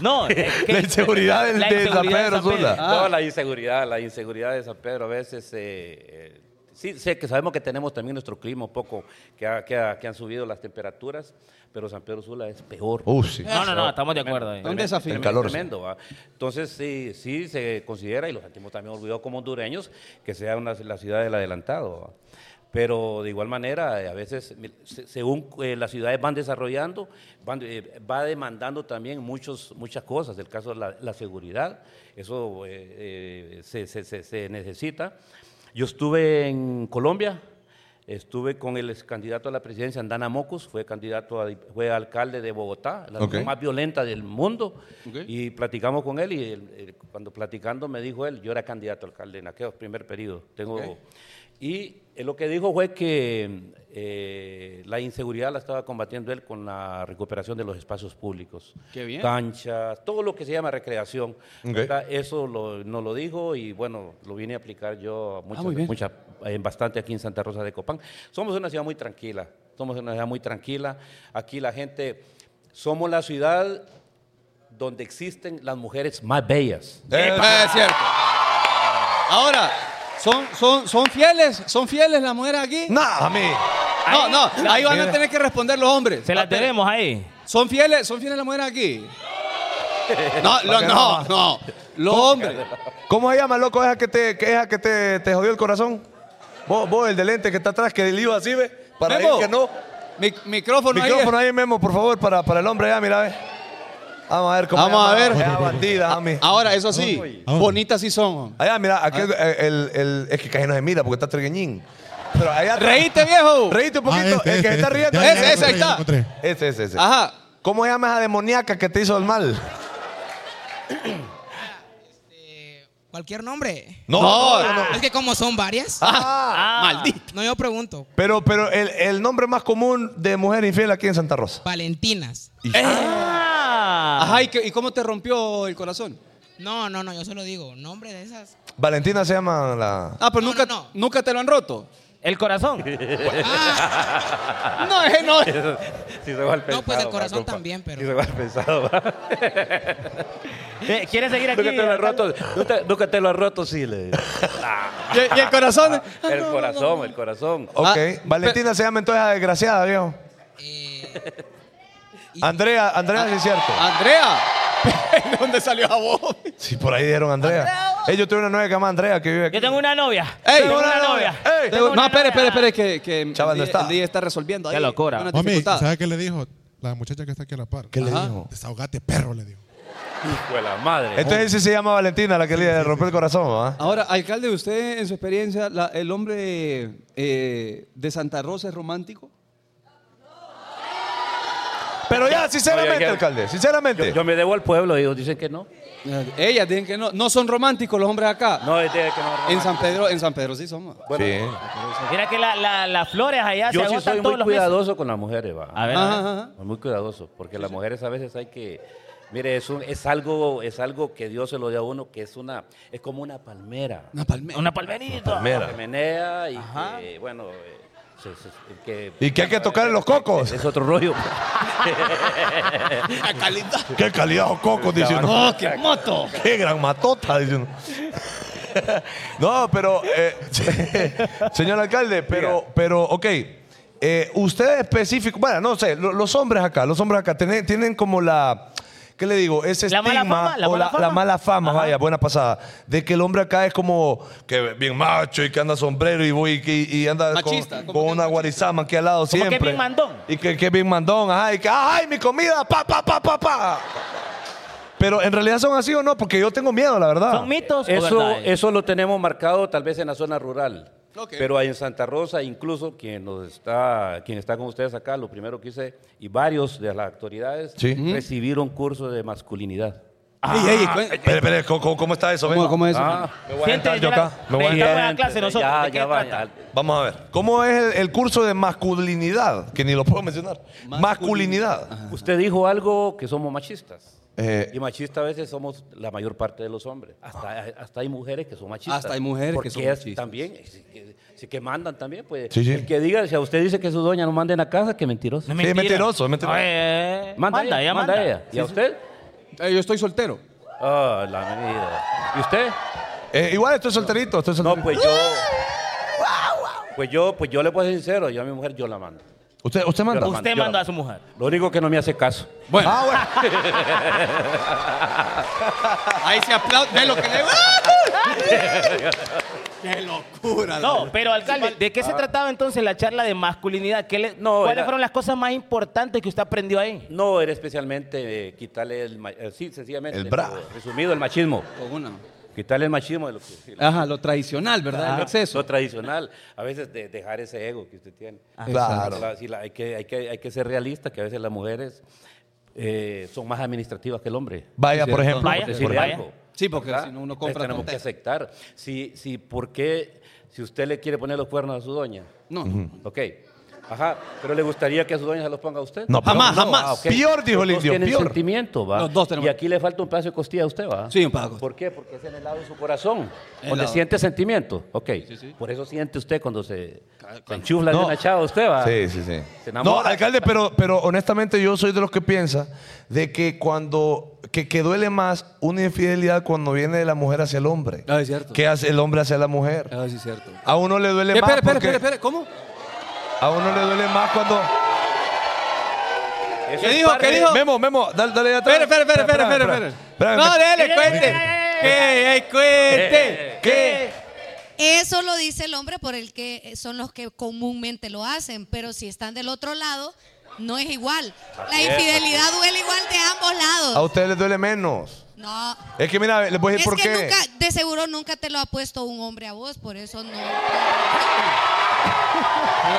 Speaker 1: No, eh, que-
Speaker 3: la inseguridad del-
Speaker 1: La
Speaker 3: de San
Speaker 1: inseguridad de
Speaker 3: Pedro
Speaker 1: San Pedro.
Speaker 3: Sula.
Speaker 2: Ah.
Speaker 7: No, la inseguridad, la inseguridad de San Pedro a veces... eh, eh, sí, sé que sabemos que tenemos también nuestro clima un poco, que, ha- que, ha- que han subido las temperaturas, pero San Pedro Sula es peor.
Speaker 3: Uf, sí.
Speaker 1: No, no, no, estamos de acuerdo. ahí.
Speaker 2: Un desafío.
Speaker 3: el calor, sí.
Speaker 7: Tremendo, ¿va? Entonces, sí, sí se considera, y los sentimos también olvidados como hondureños, que sea una- la ciudad del adelantado. ¿va? Pero de igual manera, eh, a veces, mi- se- según eh, las ciudades van desarrollando, van, eh, va demandando también muchos, muchas cosas. El caso de la, la seguridad, eso eh, eh, se, se- se- se necesita. Yo estuve en Colombia, estuve con el ex candidato a la presidencia, Andana Mocus, fue candidato, a, fue alcalde de Bogotá, la
Speaker 3: Ok.
Speaker 7: región más violenta del mundo y platicamos con él y él, él, cuando platicando me dijo él, yo era candidato a alcalde en aquel primer periodo. Tengo, Y él lo que dijo fue que eh, la inseguridad la estaba combatiendo él con la recuperación de los espacios públicos.
Speaker 2: Qué bien.
Speaker 7: Canchas, todo lo que se llama recreación.
Speaker 3: Ok.
Speaker 7: ¿verdad? Eso lo- nos lo dijo y bueno, lo vine a aplicar yo a muchas,
Speaker 2: muy bien.
Speaker 7: muchas- en bastante aquí en Santa Rosa de Copán. Somos una ciudad muy tranquila, somos una ciudad muy tranquila. Aquí la gente, somos la ciudad donde existen las mujeres más *laughs* bellas.
Speaker 2: Eh, es cierto. Ahora, ¿son, son, son fieles? ¿Son fieles las mujeres aquí?
Speaker 3: No, a mí.
Speaker 2: No, no, ahí van a
Speaker 3: Mira.
Speaker 2: tener que responder los hombres.
Speaker 1: Se la tenemos ahí.
Speaker 2: ¿Son fieles? ¿Son fieles las mujeres
Speaker 3: *laughs*
Speaker 2: aquí? No, lo-
Speaker 3: que
Speaker 2: no,
Speaker 3: no.
Speaker 2: no. Los hombres.
Speaker 3: ¿Cómo se llama, loco? Esa que te, que esa que te, te jodió el corazón. Vos, vos, el de lente que está atrás, que el iba así, ve. Para
Speaker 2: Memo.
Speaker 3: el que no.
Speaker 2: Mi- micrófono, ahí.
Speaker 3: Micrófono ahí, Memo, por favor, para, para el hombre ya, mira, ve. Vamos a ver cómo
Speaker 2: Vamos a
Speaker 3: llama.
Speaker 2: ver.
Speaker 3: Esa bandida, mami.
Speaker 2: Ah, Ahora, eso sí,
Speaker 9: Vamos.
Speaker 2: bonitas sí son.
Speaker 3: Allá, mira,
Speaker 2: Ah.
Speaker 3: aquel, eh, el, el- es que casi no se mira porque está tregueñín. Pero allá.
Speaker 2: Reíte, viejo.
Speaker 3: Reíte un poquito.
Speaker 9: Ah, este,
Speaker 3: el que
Speaker 9: este,
Speaker 3: está
Speaker 9: este.
Speaker 3: riendo.
Speaker 9: Ya, ya
Speaker 2: Ese,
Speaker 9: lo
Speaker 2: ese, ahí
Speaker 9: encontré, ya lo
Speaker 2: está.
Speaker 9: encontré.
Speaker 3: Ese, ese, ese.
Speaker 2: Ajá.
Speaker 3: ¿Cómo se llama esa demoníaca que te hizo el mal?
Speaker 6: ¿Cualquier nombre?
Speaker 3: No, No, no,
Speaker 2: Ah.
Speaker 3: no.
Speaker 6: Es que como son varias.
Speaker 3: maldito.
Speaker 6: No, yo pregunto.
Speaker 3: Pero, pero el, el nombre más común de mujer infiel aquí en Santa Rosa.
Speaker 6: Valentinas.
Speaker 1: Ah,
Speaker 2: Ajá, ¿y, qué- y cómo te rompió el corazón?
Speaker 6: No, no, no, yo solo digo, nombre de esas.
Speaker 3: Valentina se llama la.
Speaker 2: Ah, pero nunca, nunca te lo han roto.
Speaker 1: El corazón.
Speaker 3: Ah.
Speaker 2: No, *laughs* eh,
Speaker 3: *laughs*
Speaker 2: no.
Speaker 7: Si se va al pensado.
Speaker 6: No, pues el
Speaker 7: va,
Speaker 6: corazón
Speaker 7: compa.
Speaker 6: también, pero.
Speaker 7: Si se va
Speaker 6: *laughs*
Speaker 7: al pensado. va.
Speaker 1: Eh, ¿Quieres seguir aquí?
Speaker 7: *laughs* Nunca te lo has roto. Nunca, nunca te lo has roto, sí.
Speaker 6: *laughs*
Speaker 7: Le *laughs* digo.
Speaker 2: ¿Y, y el
Speaker 3: Ah,
Speaker 2: corazón? ah,
Speaker 7: El corazón,
Speaker 6: *laughs*
Speaker 7: el corazón.
Speaker 3: Ok. Valentina se llama entonces la desgraciada, viejo. *laughs* Andrea, Andrea, sí es cierto.
Speaker 2: Ah, Andrea. *laughs* ¿de ¿Dónde salió a vos?
Speaker 3: Sí, por ahí dijeron Andrea. Ellos yo tengo una novia que se llama Andrea que vive aquí.
Speaker 1: Yo tengo una novia.
Speaker 2: Ey,
Speaker 1: tengo
Speaker 3: una
Speaker 1: una
Speaker 3: novia.
Speaker 1: novia.
Speaker 3: Ey.
Speaker 1: Tengo
Speaker 2: no,
Speaker 1: una
Speaker 2: espere, espere,
Speaker 1: novia.
Speaker 2: espere, que, que el
Speaker 3: Chaval, no
Speaker 2: día-
Speaker 3: está.
Speaker 2: el día está resolviendo.
Speaker 1: Qué
Speaker 2: ahí
Speaker 1: locura.
Speaker 2: una
Speaker 9: Mami,
Speaker 2: dificultad.
Speaker 9: ¿sabes qué le dijo la muchacha que está aquí a la par?
Speaker 3: ¿Qué le dijo?
Speaker 9: Desahogate, perro, le dijo.
Speaker 7: Hijo de la madre.
Speaker 3: Entonces sí se llama Valentina, la que le rompió el corazón, ¿va?
Speaker 2: Ahora, alcalde, ¿usted en su experiencia, la- el hombre eh, de Santa Rosa es romántico?
Speaker 3: Pero ya, sinceramente,
Speaker 7: Oye, ya-
Speaker 3: alcalde, sinceramente.
Speaker 7: Yo, yo me debo al pueblo, ellos dicen que no.
Speaker 2: Ellas dicen que no. No son románticos los hombres acá.
Speaker 7: No, es de que no.
Speaker 2: En San Pedro, en San Pedro sí somos.
Speaker 7: Bueno,
Speaker 1: Mira que la- la- las flores allá
Speaker 7: Yo
Speaker 1: se
Speaker 7: sí
Speaker 1: agotan todos
Speaker 7: soy muy
Speaker 1: los meses.
Speaker 7: cuidadoso con las mujeres, va.
Speaker 1: A ver, a ver.
Speaker 2: Ajá, ajá.
Speaker 7: Muy cuidadoso, porque las mujeres a veces hay que, mire, es un- es algo, es algo que Dios se lo dio a uno, que es una, es como una palmera,
Speaker 2: Una palmera.
Speaker 1: Una palmerita.
Speaker 7: que menea y que, bueno, eh, se- se- que
Speaker 3: Y que hay que tocar en los
Speaker 7: *laughs*
Speaker 3: cocos.
Speaker 7: es otro
Speaker 3: *laughs*
Speaker 7: rollo.
Speaker 3: ¡Qué calidad o cocos! Dice uno.
Speaker 2: Oh, ¡Qué moto!
Speaker 3: *laughs* ¡Qué gran matota! Dice uno. *laughs* No, pero, eh, *laughs* señor alcalde, pero, pero, ok. eh, usted específico, bueno, no sé, lo- los hombres acá, los hombres acá tienen, tienen como la, ¿qué le digo? Ese
Speaker 1: La mala
Speaker 3: estigma
Speaker 1: fama, la
Speaker 3: o
Speaker 1: mala
Speaker 3: la,
Speaker 1: fama.
Speaker 3: la mala fama, vaya, buena pasada, de que el hombre acá es como que bien macho y que anda sombrero y, voy- y, y anda con-
Speaker 2: Machista,
Speaker 3: con,
Speaker 2: como que es
Speaker 3: una
Speaker 2: machista.
Speaker 3: guarizama aquí al lado
Speaker 1: Como que
Speaker 3: siempre.
Speaker 1: bien mandón.
Speaker 3: Y que, que bien mandón, ajá, y que, ay, mi comida, pa, pa, pa, pa, pa. Pero en realidad son así o no, porque yo tengo miedo, la verdad.
Speaker 1: ¿Son mitos o eh?
Speaker 7: Eso,
Speaker 1: verdades?
Speaker 7: eso lo tenemos marcado tal vez en la zona rural.
Speaker 2: Ok.
Speaker 7: Pero en Santa Rosa, incluso quien nos está, quien está con ustedes acá, lo primero que hice, y varios de las autoridades
Speaker 3: Sí.
Speaker 7: recibieron cursos de masculinidad.
Speaker 2: Ey, ey, cu-
Speaker 3: Espere, espere, ¿cómo, cómo- cómo está eso? Ven.
Speaker 2: ¿Cómo, cómo es eso?
Speaker 7: Ah.
Speaker 3: Me voy a
Speaker 1: Siente,
Speaker 3: sentar yo
Speaker 1: yo la-
Speaker 3: acá. Me voy a
Speaker 1: Necesitamos
Speaker 3: sentar.
Speaker 1: la clase nosotros,
Speaker 7: Ya,
Speaker 1: ¿de qué
Speaker 7: ya va,
Speaker 1: trata?
Speaker 7: ya.
Speaker 3: Vamos a ver. ¿Cómo es el, el curso de masculinidad? Que ni lo puedo mencionar. Masculinidad.
Speaker 7: Usted dijo algo que somos machistas.
Speaker 3: Eh,
Speaker 7: y machistas a veces somos la mayor parte de los hombres. Hasta, hasta hay mujeres que son machistas.
Speaker 2: Hasta hay mujeres que
Speaker 7: Porque
Speaker 2: son
Speaker 7: ellas
Speaker 2: machistas.
Speaker 7: También, sí que, sí que mandan también. Pues.
Speaker 3: Sí, sí.
Speaker 7: El que diga, si a usted dice que su doña no manda en la casa, que mentiroso.
Speaker 1: No
Speaker 3: Sí, es mentiroso, es mentiroso.
Speaker 1: Oye,
Speaker 7: Manda, ella, manda, ella. ¿Y a usted?
Speaker 2: Eh, yo estoy soltero.
Speaker 7: Ah, la medida. ¿Y usted?
Speaker 3: eh, igual estoy solterito, estoy
Speaker 7: No,
Speaker 3: solterito.
Speaker 7: pues yo. Pues yo, pues yo le puedo ser sincero, yo a mi mujer yo la mando.
Speaker 3: ¿Usted, usted manda?
Speaker 7: Yo la
Speaker 1: Usted
Speaker 7: yo la
Speaker 1: mandó a su mujer.
Speaker 7: Lo único que no me hace caso.
Speaker 2: Bueno,
Speaker 3: Ah, bueno.
Speaker 2: ahí se aplaude. Ve lo que le ¡Qué locura!
Speaker 1: No, pero alcalde, ¿de qué se trataba entonces la charla de masculinidad? ¿Qué le-
Speaker 7: Ah. No,
Speaker 1: ¿Cuáles
Speaker 7: era-
Speaker 1: fueron las cosas más importantes que usted aprendió ahí?
Speaker 7: No era especialmente eh, quitarle el. ma- eh, sí, sencillamente.
Speaker 3: El bra.
Speaker 7: pero Resumido, el machismo.
Speaker 2: Con una.
Speaker 7: Quitarle el machismo de lo que.
Speaker 2: Ajá, lo tradicional, ¿verdad? El exceso.
Speaker 7: Ah. Lo tradicional. A veces de- dejar ese ego que usted tiene.
Speaker 3: Claro.
Speaker 7: La- sí, la- hay, que, hay, que, hay que ser realista, que a veces las mujeres eh, son más administrativas que el hombre.
Speaker 3: Vaya,
Speaker 2: Sí,
Speaker 3: por
Speaker 2: cierto.
Speaker 3: ejemplo.
Speaker 7: Por
Speaker 1: Vaya,
Speaker 7: decirle
Speaker 1: vaya.
Speaker 7: algo.
Speaker 2: Sí, porque
Speaker 7: ¿verdad?
Speaker 2: si no, uno compra
Speaker 7: Entonces, tenemos que
Speaker 2: tonteras.
Speaker 7: aceptar. Si, si, ¿Por qué si usted le quiere poner los cuernos a su doña?
Speaker 2: No.
Speaker 3: Mm.
Speaker 7: Ok. Ajá, pero le gustaría que a su doña se los ponga a usted. Ah,
Speaker 3: No, pero
Speaker 2: Jamás,
Speaker 3: no.
Speaker 2: jamás.
Speaker 7: ok.
Speaker 3: Pior, dijo el
Speaker 7: Los dos
Speaker 3: indio,
Speaker 7: Tienen
Speaker 3: pior.
Speaker 7: sentimiento, va.
Speaker 2: Los dos tenemos-
Speaker 7: Y aquí le falta un pedazo de costilla a usted, va.
Speaker 2: Sí, un pedazo de costilla.
Speaker 7: ¿Por qué? Porque es en el lado de su corazón,
Speaker 2: El
Speaker 7: donde
Speaker 2: lado.
Speaker 7: siente sentimiento. Ok. Por eso siente usted cuando se, se enchufla de una chava, usted va.
Speaker 3: Sí, sí, sí.
Speaker 7: Se
Speaker 3: No,
Speaker 7: enamora.
Speaker 3: alcalde, pero, pero honestamente yo soy de los que piensa de que cuando que, que duele más una infidelidad cuando viene de la mujer hacia el hombre.
Speaker 2: Ah, es cierto.
Speaker 3: Que hace el hombre hacia la mujer.
Speaker 2: Ah, sí, es cierto.
Speaker 3: A uno le duele más
Speaker 2: Espera, espera,
Speaker 3: porque
Speaker 2: espera, espera, ¿cómo?
Speaker 3: a uno le duele más cuando
Speaker 7: Eso
Speaker 2: ¿Qué
Speaker 7: es
Speaker 2: dijo?
Speaker 7: parte-
Speaker 2: ¿Qué dijo?
Speaker 3: Memo, Memo, dale, dale atrás.
Speaker 2: Espera, espera, espera, espera, espera, espera. No, dele, cuente. Que, eh,
Speaker 3: eh,
Speaker 2: cuente. Que.
Speaker 10: Eso lo dice el hombre por el que eh, son los que comúnmente lo hacen, pero si están del otro lado, no es igual. La
Speaker 7: Así es,
Speaker 10: infidelidad duele igual de ambos
Speaker 3: A
Speaker 10: lados.
Speaker 3: ustedes les duele menos.
Speaker 10: No.
Speaker 3: Es que mira, les voy a
Speaker 10: Es
Speaker 3: decir por
Speaker 10: que
Speaker 3: qué.
Speaker 10: nunca, de seguro nunca te lo ha puesto un hombre a vos, por eso no.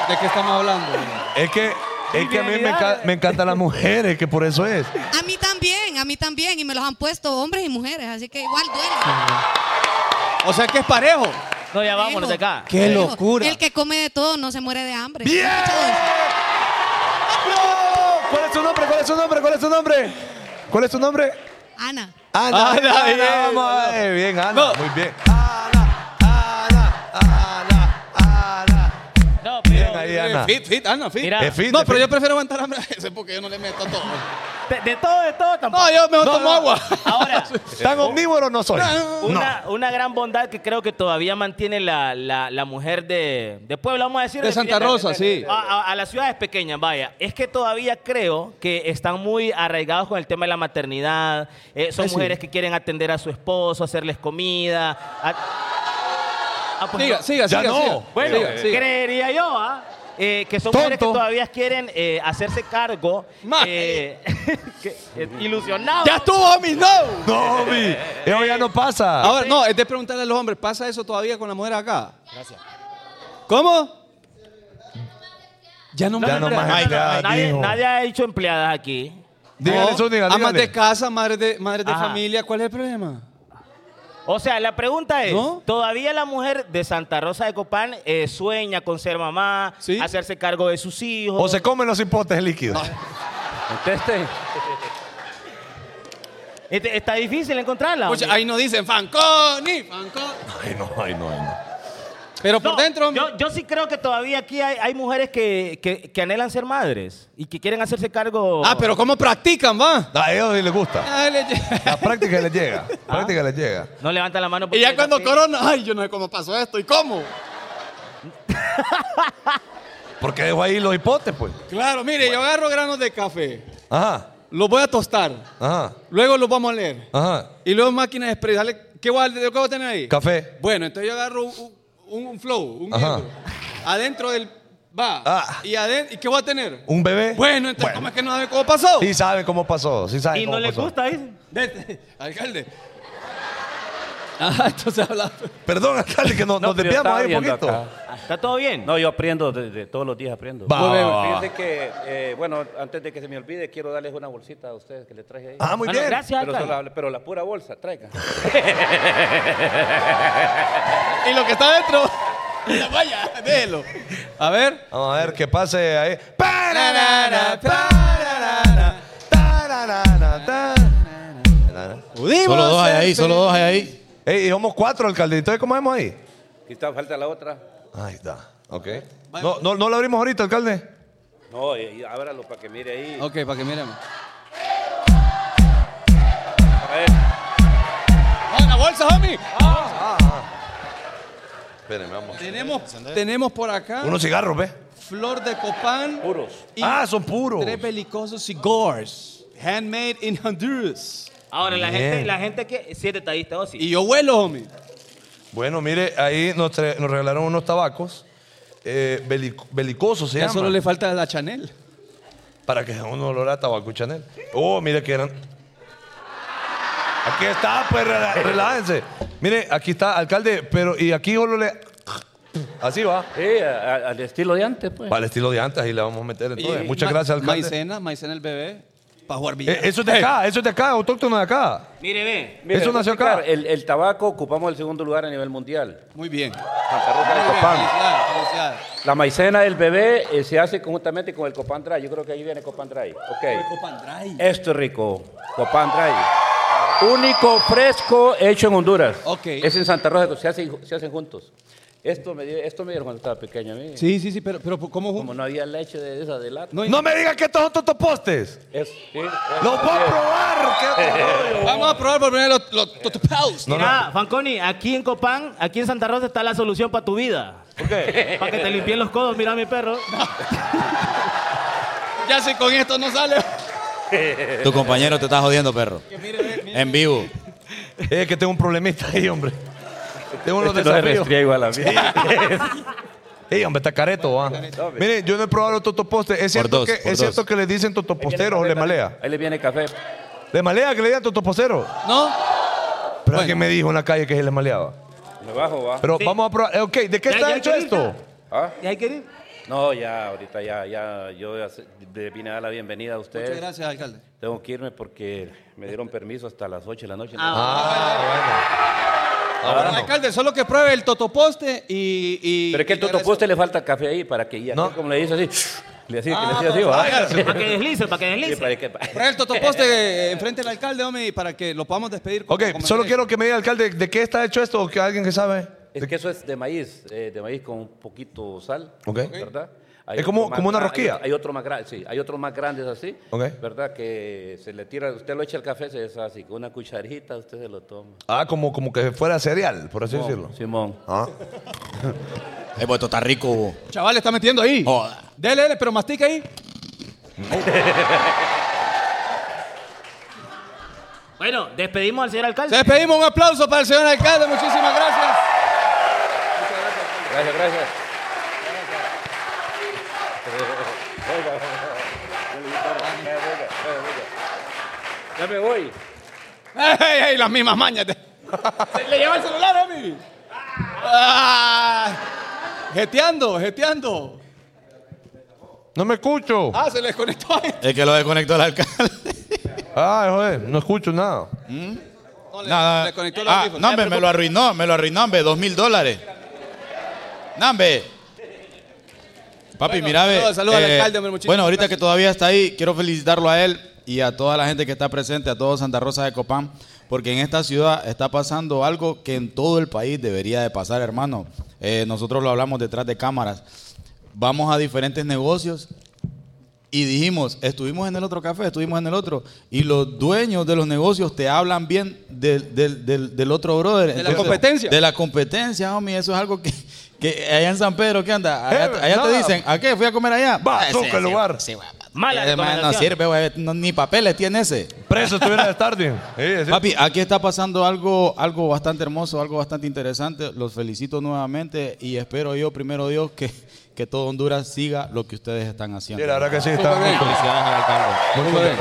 Speaker 2: ¿De qué estamos hablando?
Speaker 3: Es que Es que a mí me, enca- me encantan las mujeres, que por eso es.
Speaker 10: A mí también, a mí también. Y me los han puesto hombres y mujeres, así que igual duele.
Speaker 2: O sea que es parejo.
Speaker 1: No, ya vámonos de acá.
Speaker 2: Qué locura.
Speaker 10: El que come de todo no se muere de hambre.
Speaker 3: *laughs* ¡Bien!
Speaker 10: ¿Has escuchado eso?
Speaker 3: ¿Cuál es su nombre? ¿Cuál es su nombre? ¿Cuál es su nombre? ¿Cuál es su nombre?
Speaker 10: Ana.
Speaker 3: Ana.
Speaker 2: Ana,
Speaker 3: Ana,
Speaker 2: bien,
Speaker 3: vamos a
Speaker 2: Ana.
Speaker 3: ver. Bien, Ana.
Speaker 2: No.
Speaker 3: Muy bien.
Speaker 1: No, pero
Speaker 3: Bien ahí, Ana.
Speaker 2: Fit, fit, Ana, fit.
Speaker 1: Mira.
Speaker 3: Es fit,
Speaker 2: no,
Speaker 3: es
Speaker 2: pero
Speaker 3: fit.
Speaker 2: yo prefiero aguantar *laughs* hambre a ese porque yo no le meto todo.
Speaker 1: de, de todo, de todo tampoco.
Speaker 2: No, yo mejor
Speaker 3: No,
Speaker 2: tomo
Speaker 3: no.
Speaker 2: agua. *laughs*
Speaker 1: Ahora,
Speaker 3: Tan omnívoro Oh. no soy.
Speaker 1: una, una gran bondad que creo que todavía mantiene la, la- la mujer de, de Puebla, vamos a decir.
Speaker 2: De Santa Rosa, sí.
Speaker 1: A, a- a las ciudades pequeñas, vaya. Es que todavía creo que están muy arraigados con el tema de la maternidad. Eh, son
Speaker 2: Ah, sí.
Speaker 1: mujeres que quieren atender a su esposo, hacerles comida. a- Ah, pues
Speaker 2: Siga,
Speaker 1: no.
Speaker 2: siga,
Speaker 3: Ya
Speaker 2: siga.
Speaker 3: no.
Speaker 2: siga.
Speaker 1: Bueno, eh,
Speaker 2: Siga, siga.
Speaker 1: creería yo, ¿ah? Eh, que son
Speaker 3: Tonto.
Speaker 1: mujeres que todavía quieren eh, hacerse cargo.
Speaker 2: Ma-
Speaker 1: eh, *laughs* que- eh, ilusionados.
Speaker 2: ¡Ya estuvo, homie! ¡No!
Speaker 3: No, mi. Eso ya no pasa.
Speaker 2: Ahora, no, es de preguntarle a los hombres, ¿pasa eso todavía con la mujer acá? Gracias. ¿Cómo? Ya no
Speaker 3: Ya no
Speaker 2: empleadas.
Speaker 3: más empleadas,
Speaker 1: nadie,
Speaker 3: mijo.
Speaker 1: nadie ha dicho empleadas aquí.
Speaker 3: Dígale,
Speaker 2: No,
Speaker 3: Zúñiga,
Speaker 2: Amas
Speaker 3: dígale.
Speaker 2: de casa, madres de, madres de
Speaker 1: Ajá.
Speaker 2: familia, ¿cuál es el problema?
Speaker 1: O sea, la pregunta es,
Speaker 2: ¿No?
Speaker 1: ¿todavía la mujer de Santa Rosa de Copán eh, sueña con ser mamá,
Speaker 2: Sí.
Speaker 1: hacerse cargo de sus hijos?
Speaker 3: O se comen los hipotes líquidos.
Speaker 7: Conteste.
Speaker 1: Este- está difícil encontrarla.
Speaker 2: Pucha,
Speaker 1: hombre.
Speaker 2: ahí no dicen Fanconi, Fanconi.
Speaker 3: Ay, no, ay, no, ay, no.
Speaker 2: Pero
Speaker 1: No,
Speaker 2: por dentro,
Speaker 1: yo, yo sí creo que todavía aquí hay, hay mujeres que, que- que anhelan ser madres y que quieren hacerse cargo.
Speaker 2: ah, pero ¿cómo practican,
Speaker 3: *laughs*
Speaker 2: va?
Speaker 3: A ellos sí les gusta.
Speaker 2: Ay, le-
Speaker 3: La práctica les llega. La práctica les llega.
Speaker 1: No levanta la mano.
Speaker 2: Y
Speaker 1: porque
Speaker 2: ya cuando
Speaker 1: sí.
Speaker 2: corona, ay, yo no sé cómo pasó esto y cómo.
Speaker 3: Porque dejo ahí los hipotes, pues.
Speaker 2: Claro, mire, yo agarro granos de café,
Speaker 3: Ajá,
Speaker 2: los voy a tostar,
Speaker 3: ajá,
Speaker 2: luego los vamos a leer.
Speaker 3: ajá.
Speaker 2: Y luego máquinas de spray, dale, ¿qué voy a, qué voy a tener ahí?
Speaker 3: Café.
Speaker 2: Bueno, entonces yo agarro un, un- un flow, un
Speaker 3: Ajá.
Speaker 2: hielo, adentro del... Va,
Speaker 3: Ah.
Speaker 2: y, aden- ¿y qué voy a tener?
Speaker 3: Un bebé.
Speaker 2: Bueno, entonces, ¿cómo es que no sabe cómo pasó?
Speaker 3: Sí saben cómo pasó, sí saben
Speaker 1: Y
Speaker 3: cómo
Speaker 1: no les
Speaker 3: pasó.
Speaker 1: gusta, ¿eh?
Speaker 2: Vete, alcalde. Ajá, entonces habla.
Speaker 3: Perdón, *laughs* alcalde, que nos,
Speaker 7: No,
Speaker 3: nos
Speaker 7: pero yo
Speaker 3: desviamos
Speaker 7: estaba
Speaker 3: ahí un
Speaker 7: viendo
Speaker 3: poquito.
Speaker 7: acá.
Speaker 1: ¿Está todo bien?
Speaker 7: No, yo aprendo, de, de- todos los días aprendo.
Speaker 3: Va.
Speaker 7: Muy bien.
Speaker 3: Ah.
Speaker 7: Fíjense que, eh, bueno, antes de que se me olvide, quiero darles una bolsita a ustedes que les traje ahí.
Speaker 3: Ah, muy
Speaker 1: Ah, no,
Speaker 3: bien.
Speaker 1: gracias,
Speaker 7: pero,
Speaker 1: alcalde.
Speaker 7: solo la- pero la pura bolsa, traigan.
Speaker 2: Y lo que está dentro, vaya, déjelo. A ver.
Speaker 3: Vamos a ver qué pase ahí.
Speaker 2: Pararara,
Speaker 3: Pararara, tararara, tararara.
Speaker 4: Solo dos hay ahí, solo dos hay ahí.
Speaker 3: Ey, y somos cuatro, alcalde. Entonces, ¿cómo vemos ahí?
Speaker 7: Quizá falta la otra.
Speaker 3: Ahí está. Ok. No, no, no lo abrimos ahorita, alcalde.
Speaker 7: No, y- y ábralo para que mire ahí.
Speaker 2: Ok, para que miremos.
Speaker 7: A ver.
Speaker 2: ¡Una bolsa, homie!
Speaker 3: Ah. Espérenme, vamos.
Speaker 2: Tenemos, tenemos por acá
Speaker 3: Unos cigarros, ¿ves?
Speaker 2: flor de copán
Speaker 7: Puros.
Speaker 2: y
Speaker 3: Ah, son puros.
Speaker 2: tres belicosos cigars. Handmade in Honduras.
Speaker 1: Ahora, la
Speaker 3: Bien.
Speaker 1: gente, la gente que. Sí, es detallista, o sí.
Speaker 2: Y yo vuelo, homie.
Speaker 3: Bueno, mire, ahí nos, tra- nos regalaron unos tabacos eh, belic- belicosos, se
Speaker 2: Ya
Speaker 3: llaman,
Speaker 2: solo le falta la Chanel.
Speaker 3: para que sea un olor a tabaco Chanel. Oh, mire que eran. Aquí está, pues
Speaker 7: *laughs*
Speaker 3: rela- relájense. Mire, aquí está, alcalde, pero y aquí solo le. Así va.
Speaker 7: Sí, a- a- al estilo de antes, pues.
Speaker 3: Para el estilo de antes, ahí le vamos a meter. Entonces.
Speaker 2: Y-
Speaker 3: Muchas
Speaker 2: ma-
Speaker 3: gracias, alcalde.
Speaker 2: Maicena, maicena el bebé. Para jugar
Speaker 3: Eh,
Speaker 2: billar.
Speaker 3: eso es de acá, eso es de acá, autóctono de acá.
Speaker 1: Mire, ve.
Speaker 7: Mire,
Speaker 3: eso
Speaker 7: voy a
Speaker 3: nació acá.
Speaker 7: explicar, El, el tabaco ocupamos el segundo lugar a nivel mundial.
Speaker 2: Muy bien.
Speaker 3: Ah,
Speaker 7: Santa Rosa
Speaker 2: Muy
Speaker 7: de
Speaker 2: bien,
Speaker 7: Copán.
Speaker 2: felicidades, felicidades.
Speaker 7: La maicena del bebé eh, se hace conjuntamente con el Copán Dry. Yo creo que ahí viene Copán Dry. Ok. Esto es rico. Copán Dry. Único fresco hecho en Honduras.
Speaker 2: Ok.
Speaker 7: Es en Santa Rosa. Se, hace- se hacen juntos. Esto me, dio- esto me dieron cuando estaba pequeño a mí.
Speaker 2: Sí, sí, sí, pero, pero ¿cómo
Speaker 7: Como no había leche de esa de lata.
Speaker 2: No,
Speaker 3: No me digas que estos son totopostes.
Speaker 7: Es- sí, es- Este
Speaker 3: Los
Speaker 2: Eh.
Speaker 3: voy a probar.
Speaker 2: *laughs*
Speaker 3: qué otro rollo.
Speaker 2: Vamos a probar por primero los, los totopaus.
Speaker 3: No,
Speaker 1: Mira,
Speaker 3: no.
Speaker 1: Fanconi, aquí en Copán, aquí en Santa Rosa está la solución para tu vida. *laughs* Para que te limpien los codos, mira mi perro.
Speaker 2: Ya si con esto no sale.
Speaker 4: Tu compañero te está jodiendo, perro. En vivo. Eh,
Speaker 3: Es eh, que tengo un problemita ahí, hombre. Tengo unos
Speaker 7: Este no se
Speaker 3: desafíos.
Speaker 7: restría igual a mí.
Speaker 3: Ey, hombre, está careto, va. Mire, yo no he probado los totopostes. ¿Es cierto,
Speaker 4: dos,
Speaker 3: que,
Speaker 4: por
Speaker 3: ¿es
Speaker 4: dos.
Speaker 3: cierto que le dicen totoposteros o le malea?
Speaker 7: Ahí le viene café.
Speaker 3: ¿Le malea que le digan totoposteros?
Speaker 2: ¿No?
Speaker 3: Pero alguien me dijo en la calle que se les maleaba.
Speaker 7: Me bajo, va.
Speaker 3: Pero vamos a probar. Eh, ok, ¿de qué
Speaker 1: Ya,
Speaker 3: está
Speaker 1: ya,
Speaker 3: hecho
Speaker 1: ya, ya.
Speaker 3: esto?
Speaker 7: Ah,
Speaker 1: ¿Y hay que ir?
Speaker 7: No, ya, ahorita ya, ya, yo ya se- le vine a dar la bienvenida a ustedes.
Speaker 2: Muchas gracias, alcalde.
Speaker 7: Tengo que irme porque me dieron permiso hasta las 8 de la noche.
Speaker 1: Ah,
Speaker 2: Ahora, Alcalde, solo que pruebe el totoposte y. y-
Speaker 7: Pero es que el
Speaker 2: y regreso.
Speaker 7: totoposte le falta café ahí para que ya, como le dice así, le hacía que le hacía así, ¿va?
Speaker 1: deslice, para que
Speaker 7: Sí, para que-
Speaker 2: Pruebe el totoposte eh, enfrente del alcalde, hombre, y para que lo podamos despedir.
Speaker 3: Ok, solo quiero que me diga, alcalde, ¿de qué está hecho esto? ¿Que ¿Alguien que sabe?
Speaker 7: Es que eso es de maíz, eh, de maíz con un poquito sal,
Speaker 3: Ok.
Speaker 7: ¿verdad?
Speaker 3: Es como-
Speaker 7: otro más
Speaker 3: como una
Speaker 7: gra-
Speaker 3: rosquilla.
Speaker 7: Hay, otro- hay otro más grande, sí, hay otros más grandes así,
Speaker 3: Ok.
Speaker 7: ¿verdad? Que se le tira, usted lo echa el café, se deshace, y con una cucharita usted se lo toma.
Speaker 3: Ah, como, como que fuera cereal, por así
Speaker 7: Simón,
Speaker 3: decirlo.
Speaker 7: Simón.
Speaker 3: Ah.
Speaker 4: Eh, pues, esto está rico. bo.
Speaker 2: Chaval, le está metiendo ahí.
Speaker 4: Joda.
Speaker 2: Dele, dele, pero mastica ahí.
Speaker 1: Bueno, despedimos al señor alcalde.
Speaker 2: Despedimos un aplauso para el señor alcalde. Muchísimas gracias.
Speaker 7: Gracias, gracias. *laughs* Ya me voy.
Speaker 2: ¡Ey, ey, las mismas mañas!
Speaker 4: *laughs*
Speaker 2: de- ¡Le lleva el celular a mí! Ah, Jeteando, jeteando.
Speaker 3: No me escucho.
Speaker 2: Ah, se le desconectó ahí.
Speaker 4: Es que lo desconectó el alcalde.
Speaker 3: Ah, joder, no escucho nada.
Speaker 4: Nada.
Speaker 2: desconectó el
Speaker 4: Ah,
Speaker 2: audífono.
Speaker 4: no, hombre, me lo arruinó, me lo arruinó, hombre, dos mil dólares. No, hombre. Papi,
Speaker 2: Bueno,
Speaker 4: mira, ve. eh,
Speaker 2: saludos, saludos al alcalde, hombre, muchísimas
Speaker 4: Bueno, ahorita
Speaker 2: gracias.
Speaker 4: que todavía está ahí, quiero felicitarlo a él y a toda la gente que está presente, a todo Santa Rosa de Copán, porque en esta ciudad está pasando algo que en todo el país debería de pasar, hermano. Eh, nosotros lo hablamos detrás de cámaras. Vamos a diferentes negocios y dijimos, estuvimos en el otro café, estuvimos en el otro, y los dueños de los negocios te hablan bien del, del- del- del otro brother.
Speaker 2: la competencia.
Speaker 4: De la competencia, homie, eso es algo que, que allá en San Pedro, ¿qué anda? Allá,
Speaker 3: Eh,
Speaker 4: allá te
Speaker 3: nada.
Speaker 4: dicen, ¿a qué? ¿Fui a comer allá?
Speaker 3: Va,
Speaker 4: Ese-
Speaker 3: toca el
Speaker 4: ese-
Speaker 3: lugar.
Speaker 4: ese guapa.
Speaker 1: Mala
Speaker 4: Ese man no
Speaker 1: recomendación.
Speaker 4: sirve, güey, no- ni papeles tiene ese.
Speaker 3: Preso estuviera de tarde. *laughs* Sí, sí.
Speaker 4: Papi, aquí está pasando algo, algo bastante hermoso, algo bastante interesante. Los felicito nuevamente y espero yo, primero Dios, que, que todo Honduras siga lo que ustedes están haciendo.
Speaker 3: Sí, la verdad que sí, está
Speaker 2: bien.
Speaker 3: muy
Speaker 4: Felicidades al alcalde.
Speaker 3: muy bien.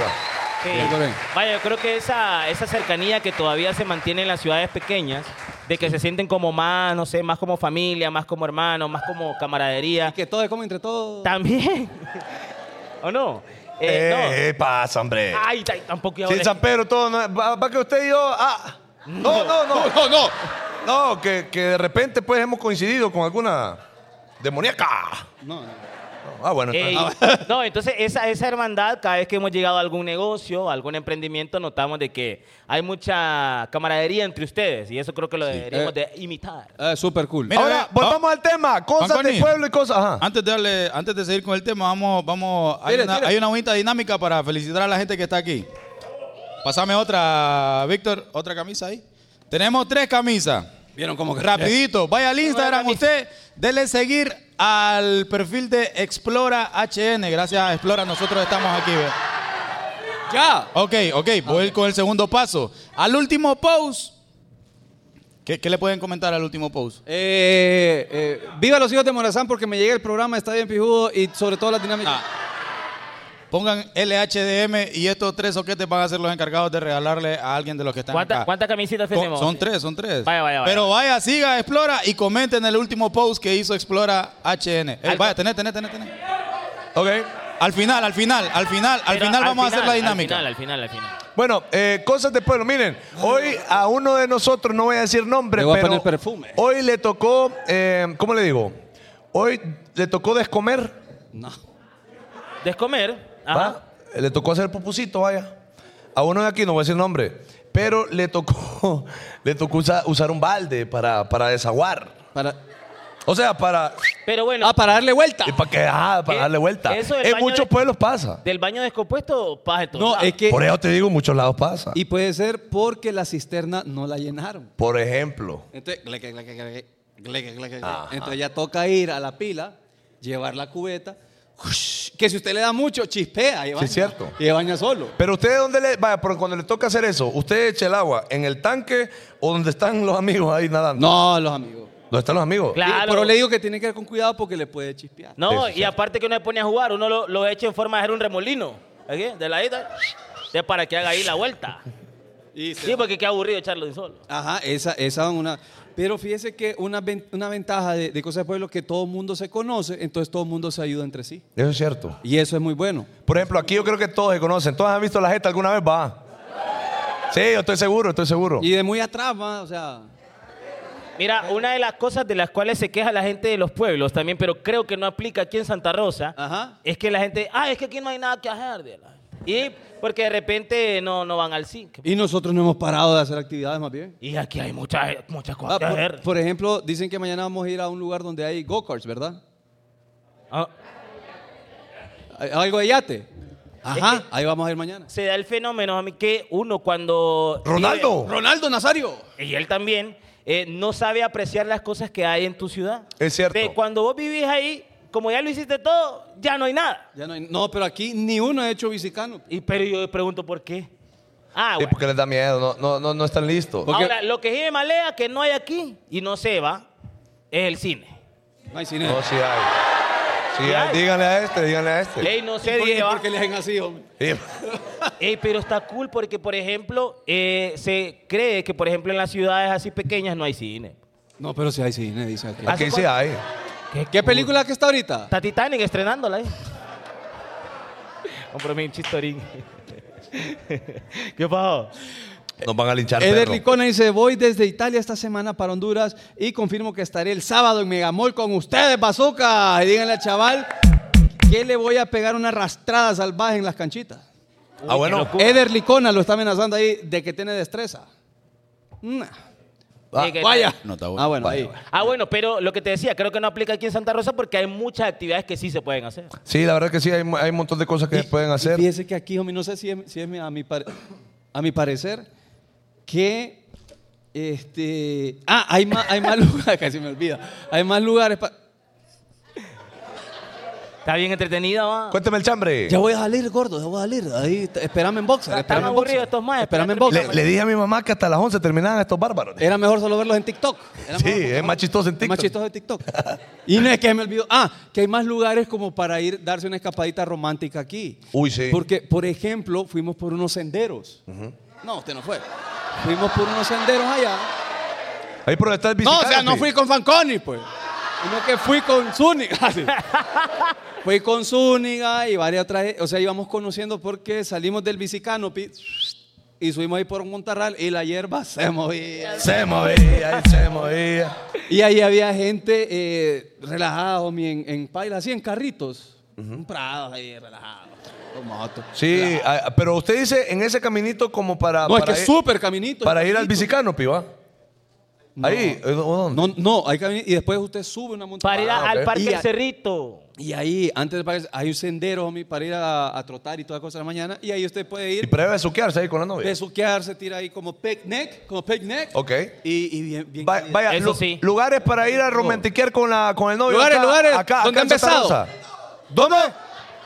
Speaker 1: Sí.
Speaker 2: Bien, Corén.
Speaker 1: Vaya, yo creo que esa, esa cercanía que todavía se mantiene en las ciudades pequeñas, de que se sienten como más, no sé, más como familia, más como hermanos, más como camaradería.
Speaker 2: Que todo es como entre todos.
Speaker 1: También. *laughs* ¿O no? Eh, no.
Speaker 3: Eh, pasa, hombre.
Speaker 1: Ay, ay, tampoco
Speaker 3: Sí,
Speaker 1: ahora-
Speaker 3: en San Pedro todo. no es- va, va que usted y yo. ah. No, no, no.
Speaker 2: *laughs* No, no.
Speaker 3: No, que, que de repente pues hemos coincidido con alguna demoníaca.
Speaker 2: No, no.
Speaker 3: Ah, bueno.
Speaker 1: Ey,
Speaker 3: entonces-
Speaker 1: no, entonces esa, esa hermandad, cada vez que hemos llegado a algún negocio, a algún emprendimiento, notamos de que hay mucha camaradería entre ustedes y eso creo que lo deberíamos
Speaker 2: Eh.
Speaker 1: de imitar.
Speaker 2: Eh, super cool.
Speaker 4: Mira,
Speaker 3: Ahora,
Speaker 4: ve,
Speaker 3: volvamos al tema. Cosas
Speaker 4: Fanconi.
Speaker 3: del pueblo y cosas. Ajá.
Speaker 2: Ah.
Speaker 4: Antes de, darle, antes de seguir con el tema, vamos, vamos. Hay,
Speaker 2: Tire,
Speaker 4: una,
Speaker 2: tire.
Speaker 4: hay una bonita dinámica para felicitar a la gente que está aquí. Pasame otra, Víctor, otra camisa ahí. Tenemos tres camisas.
Speaker 2: Vieron como que
Speaker 4: Rapidito, vaya al Instagram usted, dele seguir al perfil de Explora HN. Gracias a Explora, nosotros estamos aquí. ve.
Speaker 2: Ya.
Speaker 4: Ok, ok, voy con el segundo paso. Al último post. ¿Qué, qué le pueden comentar al último post?
Speaker 2: Eh, eh, viva los hijos de Morazán porque me llega el programa, está bien pijudo y sobre todo la dinámica.
Speaker 3: Ah.
Speaker 4: Pongan LHDM y estos tres soquetes van a ser los encargados de regalarle a alguien de los que están
Speaker 1: ¿Cuánta-
Speaker 4: acá.
Speaker 1: ¿Cuántas camisitas
Speaker 4: Con-
Speaker 1: tenemos?
Speaker 4: son tres, son tres.
Speaker 1: Vaya, vaya, vaya.
Speaker 4: Pero vaya, siga, explora y comenten el último post que hizo Explora HN. Eh,
Speaker 1: Algo-
Speaker 4: vaya, tené, tené, tené, tené.
Speaker 3: Ok.
Speaker 4: Al final, al final, al final, al
Speaker 1: Pero
Speaker 4: final vamos a hacer la
Speaker 1: al
Speaker 4: dinámica.
Speaker 1: final, al final, al final.
Speaker 3: Bueno, eh, cosas del pueblo. Miren, hoy a uno de nosotros, no voy a decir nombre,
Speaker 2: Le voy a
Speaker 3: pero
Speaker 2: poner perfume.
Speaker 3: hoy le tocó, eh, ¿cómo le digo? Hoy le tocó descomer,
Speaker 2: No.
Speaker 1: Descomer.
Speaker 3: ¿va?
Speaker 1: Ajá.
Speaker 3: Le tocó hacer pupusito, vaya. A uno de aquí, no voy a decir nombre, pero le tocó, *laughs* le tocó usa- usar un balde para, para desaguar.
Speaker 2: Para,
Speaker 3: O sea, para,
Speaker 1: Pero bueno,
Speaker 2: ah, para darle vuelta.
Speaker 3: y para, que, ah, para
Speaker 1: Eh,
Speaker 3: darle vuelta.
Speaker 1: eso del
Speaker 3: En
Speaker 1: baño
Speaker 3: muchos
Speaker 1: de-
Speaker 3: pueblos pasa.
Speaker 1: del baño descompuesto, pasa en todos
Speaker 2: No,
Speaker 1: lados.
Speaker 2: es que.
Speaker 3: Por eso te digo, en muchos lados pasa.
Speaker 2: Y puede ser porque la cisterna no la llenaron.
Speaker 3: Por ejemplo.
Speaker 2: Entonces, gle, gle, gle, gle, gle, gle, gle, gle, gle. Entonces ya toca ir a la pila, llevar la cubeta. ¡ush! Que si usted le da mucho, chispea. y
Speaker 3: Sí,
Speaker 2: baña.
Speaker 3: cierto.
Speaker 2: Y baña solo.
Speaker 3: Pero usted dónde le vaya, pero cuando le toca hacer eso, usted echa el agua en el tanque o donde están los amigos ahí nadando.
Speaker 2: No, los amigos.
Speaker 3: ¿Dónde están los amigos?
Speaker 1: Claro.
Speaker 2: Y- Pero le digo que tiene que ir con cuidado porque le puede chispear.
Speaker 1: No,
Speaker 3: Eso es
Speaker 1: y aparte que uno se pone a jugar, uno lo, lo echa en forma de hacer un remolino. ¿Aquí? De la ida, de para que haga ahí la vuelta. Sí, porque qué aburrido echarlo de un solo.
Speaker 2: Ajá, esa es una. Pero fíjese que una, ven- una ventaja de, de Cosas de Pueblo es que todo el mundo se conoce, entonces todo el mundo se ayuda entre sí.
Speaker 3: Eso es cierto.
Speaker 2: Y eso es muy bueno.
Speaker 3: Por ejemplo, aquí yo creo que todos se conocen. ¿Todos han visto la jeta alguna vez? Va. Sí, yo estoy seguro, estoy seguro.
Speaker 2: Y de muy atrás, va, o sea.
Speaker 1: Mira, una de las cosas de las cuales se queja la gente de los pueblos también, pero creo que no aplica aquí en Santa Rosa, es que la gente, ah, es que aquí no hay nada que hacer. de la-". Y porque de repente no, no van al cine.
Speaker 2: Y nosotros no hemos parado de hacer actividades más bien.
Speaker 1: Y aquí hay muchas, muchas cosas
Speaker 2: Ah,
Speaker 1: que
Speaker 3: pues,
Speaker 1: hacer.
Speaker 2: por, por ejemplo, dicen que mañana vamos a ir a un lugar donde hay go-karts, ¿verdad?
Speaker 1: Ah.
Speaker 2: Algo de yate. Ajá, ahí vamos a ir mañana.
Speaker 1: Se da el fenómeno a mí que uno cuando...
Speaker 3: ¡Ronaldo!
Speaker 2: ¡Ronaldo Nazario!
Speaker 1: Y él también eh, no sabe apreciar las cosas que hay en tu ciudad.
Speaker 3: Es cierto.
Speaker 1: De cuando vos vivís ahí, como ya lo hiciste todo, ya no hay nada.
Speaker 2: Ya no, hay- no, pero aquí ni uno ha hecho bicicano.
Speaker 1: Y, pero yo pregunto por qué. Ah,
Speaker 3: Sí,
Speaker 1: bueno.
Speaker 3: porque les da miedo, no, no, no, no están listos.
Speaker 1: Ahora, lo que sí me malea que no hay aquí y no se va es el cine.
Speaker 2: No hay
Speaker 3: No, Oh, sí hay. Sí
Speaker 1: Sí
Speaker 3: hay.
Speaker 1: hay.
Speaker 3: Díganle a este, díganle a este.
Speaker 1: Ley no se
Speaker 2: ¿Por qué,
Speaker 1: lleva.
Speaker 2: por qué le hacen así, hombre?
Speaker 3: Sí.
Speaker 1: Ey, pero está cool porque, por ejemplo, eh, se cree que, por ejemplo, en las ciudades así pequeñas no hay cine.
Speaker 2: No, pero sí hay cine, dice
Speaker 3: Ah,
Speaker 2: aquí.
Speaker 1: Aquí sí hay. eh,
Speaker 2: ¿Qué, película que está ahorita?
Speaker 1: Está Titanic estrenándola. eh. Hombre, mi chistorín. ¿Qué pasó?
Speaker 3: Nos van a linchar.
Speaker 2: Eder
Speaker 3: perro.
Speaker 2: Licona dice, voy desde Italia esta semana para Honduras y confirmo que estaré el sábado en Megamall con ustedes, bazooka. Y díganle al chaval que le voy a pegar una arrastrada salvaje en las canchitas.
Speaker 3: Ah, bueno.
Speaker 2: Eder Licona lo está amenazando ahí de que tiene destreza. Nah.
Speaker 1: Ah,
Speaker 2: Ah, vaya.
Speaker 4: No, está
Speaker 2: Ah, bueno, ahí.
Speaker 1: Ah, bueno, pero lo que te decía, creo que no aplica aquí en Santa Rosa porque hay muchas actividades que sí se pueden hacer.
Speaker 3: Sí, la verdad que sí, hay, mu- hay un montón de cosas que se pueden
Speaker 2: Y
Speaker 3: hacer.
Speaker 2: Fíjese que aquí, homie, no sé si es, si es mi- a, mi pare- a mi parecer, que este. Ah, hay más, hay más *laughs* lugares, casi me olvida. Hay más lugares para.
Speaker 1: Está bien entretenida, va.
Speaker 3: Cuéntame el chambre.
Speaker 2: Ya voy a salir, gordo, ya voy a salir. Ahí, t- espérame en boxer.
Speaker 1: Ah, Están
Speaker 2: Espérame en
Speaker 1: aburridos
Speaker 2: boxer.
Speaker 1: estos más.
Speaker 2: Espérame en boxer.
Speaker 3: Le, le dije a mi mamá que hasta las 11 terminaban estos bárbaros.
Speaker 2: Era mejor solo verlos en TikTok. Era
Speaker 3: Sí,
Speaker 2: mejor-
Speaker 3: es más chistoso en
Speaker 2: es más
Speaker 3: TikTok.
Speaker 2: chistoso de TikTok. Y no es que me olvidó. Ah, que hay más lugares como para ir, darse una escapadita romántica aquí.
Speaker 3: Uy, sí.
Speaker 2: Porque, por ejemplo, fuimos por unos senderos. No, usted no fue. Fuimos por unos senderos allá.
Speaker 3: Ahí por estar
Speaker 2: No, o sea, no fui con Fanconi, pues. Sino que fui con Zúñiga. *laughs* así. fui con Zúñiga y varias otras. O sea, íbamos conociendo porque salimos del bicicano pi- y subimos ahí por un montarral y la hierba se movía.
Speaker 3: Se movía, y se movía.
Speaker 2: Y ahí había gente eh, relajada, homie, en, en pailas, así en carritos. Un Prado ahí relajado. con moto.
Speaker 3: Sí, ah, pero usted dice en ese caminito como para.
Speaker 2: No, es
Speaker 3: Ah, para
Speaker 2: que
Speaker 3: ir-
Speaker 2: es súper caminito.
Speaker 3: Para
Speaker 2: es
Speaker 3: ir al
Speaker 2: caminito.
Speaker 3: bicicano, piba. Ahí, eh, ¿o dónde?
Speaker 2: No, no, hay camino y después usted sube una montaña.
Speaker 1: Para ir a-
Speaker 3: Ah, ok.
Speaker 1: al Parque
Speaker 2: Y
Speaker 1: El
Speaker 2: a-
Speaker 1: Cerrito.
Speaker 2: Y ahí, antes del parque, hay un sendero, homie, para ir a, a trotar y toda cosa de la mañana. Y ahí usted puede
Speaker 3: Y
Speaker 2: ir,
Speaker 3: prueba de suquearse ahí con la novia.
Speaker 2: besuquearse, tira ahí como picnic, como picnic.
Speaker 3: Ok.
Speaker 2: Y, y bien, bien.
Speaker 3: Va-
Speaker 2: caliente.
Speaker 3: vaya,
Speaker 1: Eso
Speaker 3: lu-
Speaker 1: sí.
Speaker 3: lugares para ir a romantiquear con, la, con el novio.
Speaker 2: Lugares,
Speaker 3: acá,
Speaker 2: lugares,
Speaker 3: Acá,
Speaker 2: ¿dónde
Speaker 3: acá en
Speaker 2: han
Speaker 3: Santa
Speaker 2: besado?
Speaker 3: Rosa. ¿Dónde?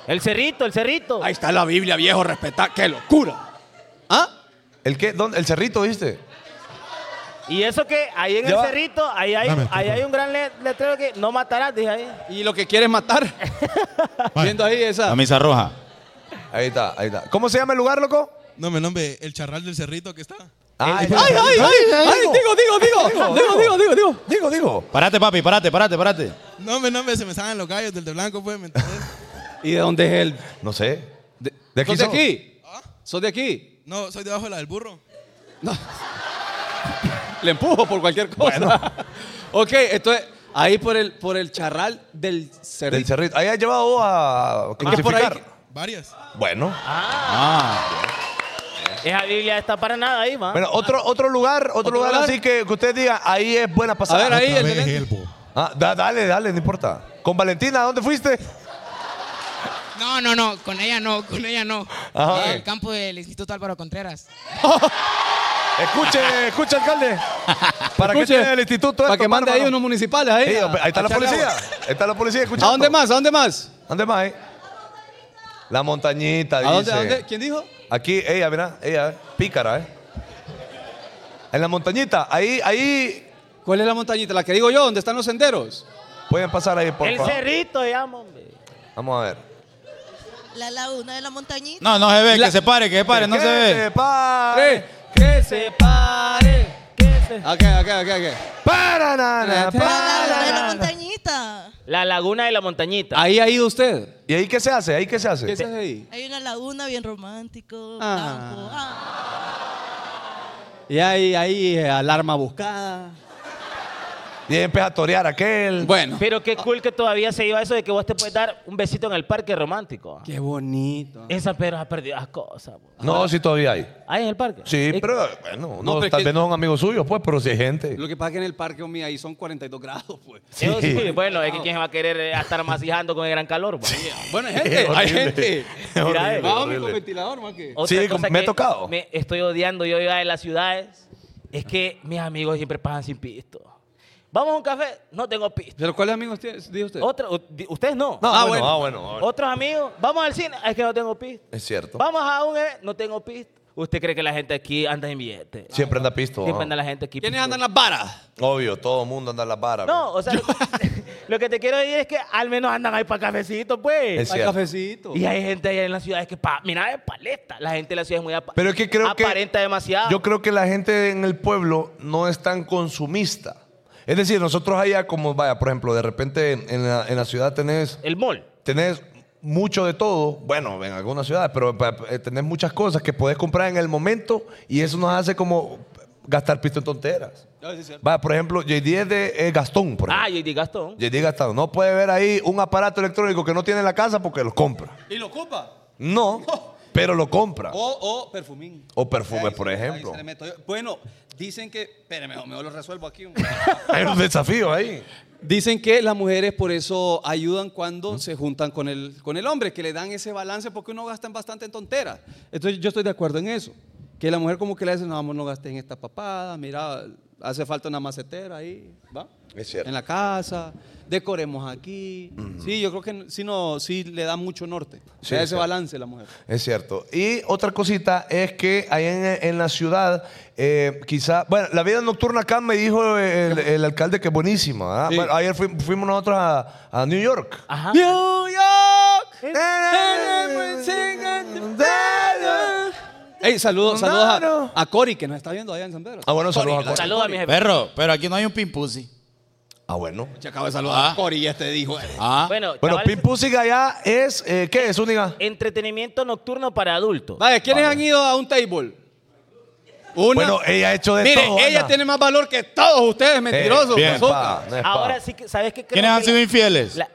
Speaker 1: El Cerrito, el Cerrito.
Speaker 2: Ahí está la Biblia, viejo, respetar. ¡Qué locura! ¿Ah?
Speaker 3: ¿El qué? ¿Dónde? ¿El cerrito, viste?
Speaker 1: Y eso que ahí en
Speaker 3: Ya
Speaker 1: el
Speaker 3: va.
Speaker 1: Cerrito, ahí hay,
Speaker 9: Dame,
Speaker 1: ahí
Speaker 9: por
Speaker 1: hay un gran le- letrero que no matarás, dije ahí.
Speaker 2: Y lo que quiere es matar. Viendo ahí esa.
Speaker 4: Camisa roja.
Speaker 3: Ahí está, ahí está. ¿Cómo se llama el lugar, loco?
Speaker 9: No, mi nombre, el charral del cerrito que está.
Speaker 3: Ah,
Speaker 2: ¡Ay,
Speaker 3: el-
Speaker 2: ay, ay! ay, digo, digo, digo, digo, digo, digo, digo.
Speaker 3: Digo, digo.
Speaker 4: Parate, papi, parate, parate, parate.
Speaker 9: No, mi nombre, se me salen los gallos del de blanco, pues, ¿me entendés?
Speaker 2: ¿Y de dónde es él?
Speaker 3: No sé. ¿De,
Speaker 2: ¿Sos de
Speaker 3: son?
Speaker 2: aquí? ¿Sos de aquí?
Speaker 9: No, soy debajo de la del burro.
Speaker 2: No. Le empujo por cualquier cosa. *laughs* ok, entonces, ahí por el, por el charral del cerrito.
Speaker 3: Del cerrito. Ahí has llevado vos a
Speaker 2: Es que por ahí Ah.
Speaker 3: crucificar.
Speaker 9: Varias.
Speaker 3: Bueno.
Speaker 1: Esa Biblia está para nada ahí, va.
Speaker 3: Bueno, otro, otro lugar, otro,
Speaker 2: ¿Otro
Speaker 3: lugar,
Speaker 2: lugar?
Speaker 3: así que, que usted diga, ahí es buena
Speaker 2: A
Speaker 3: pasada.
Speaker 2: ver, ahí.
Speaker 9: Otra
Speaker 2: el
Speaker 9: vez
Speaker 2: delante.
Speaker 9: Elbo.
Speaker 3: Ah, da- dale, dale, no importa. Con Valentina, ¿a dónde fuiste?
Speaker 6: No, no, no, con ella no, con ella no.
Speaker 3: Ajá.
Speaker 6: Eh, el campo del Instituto Álvaro Contreras.
Speaker 3: Escuche, escuche,
Speaker 2: *laughs*
Speaker 3: alcalde. Para que
Speaker 2: Escuche,
Speaker 3: tiene el instituto.
Speaker 2: Para
Speaker 3: esto,
Speaker 2: que mande ahí
Speaker 3: bárbaro.
Speaker 2: unos municipales ahí.
Speaker 3: Sí,
Speaker 2: a-
Speaker 3: ahí está
Speaker 2: a
Speaker 3: la
Speaker 2: echarle
Speaker 3: policía.
Speaker 2: agua.
Speaker 3: Ahí está la policía
Speaker 2: ¿A
Speaker 3: escuchando.
Speaker 2: dónde más? ¿A dónde más?
Speaker 3: ¿Dónde más? eh? La montañita,
Speaker 2: ¿A dónde?
Speaker 3: dice.
Speaker 2: ¿A dónde? ¿Quién dijo?
Speaker 3: Aquí, ella, mira, ella, eh, pícara, ¿eh? En la montañita, ahí, ahí
Speaker 2: ¿Cuál es la montañita? La que digo yo, donde están los senderos.
Speaker 3: pueden pasar ahí, por
Speaker 1: el
Speaker 3: favor.
Speaker 1: Cerrito, llamo, hombre.
Speaker 3: Vamos a ver.
Speaker 10: La laguna de la montañita.
Speaker 4: No, no se ve,
Speaker 2: La-
Speaker 4: que se pare, que se pare, no
Speaker 3: Que
Speaker 4: se ve.
Speaker 3: pare.
Speaker 2: Eh, que se pare. Ok, ok, ok, ok.
Speaker 3: Para, Ah,
Speaker 11: la montañita.
Speaker 1: La laguna de la montañita.
Speaker 2: Ahí ha ido usted.
Speaker 3: ¿Y ahí qué se hace? ¿Ahí qué se hace?
Speaker 1: ¿Qué se
Speaker 3: hace ahí?
Speaker 11: Hay una laguna bien romántico. campo. Ah.
Speaker 2: Y ahí, ahí, eh, alarma buscada.
Speaker 3: Y ahí empieza a torear aquel.
Speaker 2: Bueno.
Speaker 1: Pero qué cool que todavía se iba eso de que vos te puedes dar un besito en el parque romántico.
Speaker 2: Qué bonito.
Speaker 1: Esa pero ha perdido las cosas. bo.
Speaker 3: No, sí todavía hay.
Speaker 1: Ahí en el parque.
Speaker 3: Sí,
Speaker 1: Es-
Speaker 3: pero bueno,
Speaker 2: eh, No,
Speaker 3: no,
Speaker 2: pero es
Speaker 3: tal
Speaker 2: que-
Speaker 3: vez no son amigos suyos, pues, pero sí hay gente.
Speaker 2: Lo que pasa es que en el parque, homie, ahí son 42 grados,
Speaker 3: *laughs*
Speaker 2: pues.
Speaker 1: Sí. bueno, es que quién se va a querer eh, estar masijando con el gran calor. bo.
Speaker 2: Bueno, hay gente, hay
Speaker 3: Horrible. *laughs*
Speaker 2: gente.
Speaker 3: Horrible,
Speaker 1: Mira, eh.
Speaker 2: Vamos con
Speaker 3: horrible.
Speaker 2: ventilador, más que.
Speaker 1: Otra
Speaker 3: Sí,
Speaker 1: cosa
Speaker 3: me ha
Speaker 1: que
Speaker 3: tocado.
Speaker 1: me estoy odiando yo iba de las ciudades. Es que mis amigos siempre pasan sin pisto. Vamos a un café, no tengo pisto.
Speaker 2: ¿Pero cuáles amigos tiene? Dijo usted.
Speaker 1: Otro- di- ustedes no.
Speaker 3: No,
Speaker 2: Ah,
Speaker 3: ah, bueno,
Speaker 2: bueno.
Speaker 3: ah, bueno, ah, bueno.
Speaker 1: Otros amigos, vamos al cine, es que no tengo pisto.
Speaker 3: Es cierto.
Speaker 1: Vamos a un evento, no tengo pisto. ¿Usted cree que la gente aquí anda en billete?
Speaker 3: Siempre anda pisto.
Speaker 1: Siempre
Speaker 3: ¿no?
Speaker 1: anda la gente aquí.
Speaker 2: ¿Quiénes
Speaker 1: pisto.
Speaker 2: andan las varas?
Speaker 3: Obvio, todo el mundo anda en las varas.
Speaker 1: No, o sea, *laughs* lo, lo que te quiero decir es que al menos andan ahí para cafecito, pues.
Speaker 3: Es
Speaker 2: Hay
Speaker 3: cierto.
Speaker 2: cafecito.
Speaker 1: Y hay gente allá en las ciudades que, pa, mira, es paleta. La gente de la ciudad es muy apa-
Speaker 3: Pero es que creo que-
Speaker 1: aparenta demasiado.
Speaker 3: Yo creo que la gente en el pueblo no es tan consumista. Es decir, nosotros allá, como vaya, por ejemplo, de repente en la, en la ciudad tenés,
Speaker 1: El mall.
Speaker 3: tenés mucho de todo, bueno, en algunas ciudades, pero pa- eh, tenés muchas cosas que podés comprar en el momento y eso nos hace como gastar pisto en tonteras.
Speaker 2: No, sí, es cierto.
Speaker 3: Vaya, por ejemplo, JD es de eh, Gastón, por
Speaker 1: Ah,
Speaker 3: ejemplo.
Speaker 1: JD Gastón.
Speaker 3: JD Gastón. No puede ver ahí un aparato electrónico que no tiene en la casa porque lo compra.
Speaker 2: ¿Y lo ocupa?
Speaker 3: No, pero lo compra.
Speaker 2: O, o perfumín.
Speaker 3: O perfume,
Speaker 2: Ahí se-
Speaker 3: por
Speaker 2: ahí se
Speaker 3: ejemplo.
Speaker 2: le meto yo. Bueno, dicen que. Espérame, homie, yo lo resuelvo aquí. homie.
Speaker 3: Hay un desafío ahí.
Speaker 2: Dicen que las mujeres por eso ayudan cuando se juntan con el, con el hombre, que le dan ese balance porque uno gasta bastante en tonteras. Entonces yo estoy de acuerdo en eso. Que la mujer como que le dice, no, vamos, no gastes en esta papada, mira, hace falta una macetera ahí, ¿va?
Speaker 3: Es cierto.
Speaker 2: En la casa, decoremos aquí. Sí, yo creo que sí, no, sí le da mucho norte.
Speaker 3: Sí,
Speaker 2: le da
Speaker 3: es
Speaker 2: ese
Speaker 3: cierto.
Speaker 2: balance la mujer.
Speaker 3: Es cierto. Y otra cosita es que ahí en, en la ciudad, eh, quizá, bueno, la vida nocturna acá me dijo el, el alcalde que es buenísima. ¿verdad?
Speaker 2: Sí.
Speaker 3: Bueno, ayer fui- fuimos nosotros a, a New York. Eh,
Speaker 1: Ajá.
Speaker 2: New York.
Speaker 3: eh,
Speaker 2: Ey, saludos, saludos a, a Cory que nos está viendo allá en San Pedro.
Speaker 3: Ah, bueno, saludos a Cori.
Speaker 1: Saluda a mi jefe.
Speaker 4: Perro, pero aquí no hay un pin pussy.
Speaker 3: Ah, bueno.
Speaker 2: Te acabo de saludar
Speaker 4: Ah.
Speaker 2: a Cory y este dijo. eh.
Speaker 4: Ah.
Speaker 1: Bueno,
Speaker 3: Bueno,
Speaker 1: chavales,
Speaker 3: Pin Pussy allá es, eh, ¿qué es, Única?
Speaker 1: entretenimiento nocturno para adultos.
Speaker 2: Vaya, ¿quiénes han ido a un table? Una.
Speaker 3: Bueno, ella ha hecho de
Speaker 2: Mire,
Speaker 3: todo.
Speaker 2: ella
Speaker 3: Ana. Eh,
Speaker 2: tiene más valor que todos ustedes, mentirosos.
Speaker 3: bien,
Speaker 2: bazooka.
Speaker 3: pa, no es pa.
Speaker 1: Ahora sí que, ¿sabes qué? Creo
Speaker 4: ¿Quiénes
Speaker 1: que
Speaker 4: han sido
Speaker 1: la-
Speaker 4: infieles?
Speaker 1: La,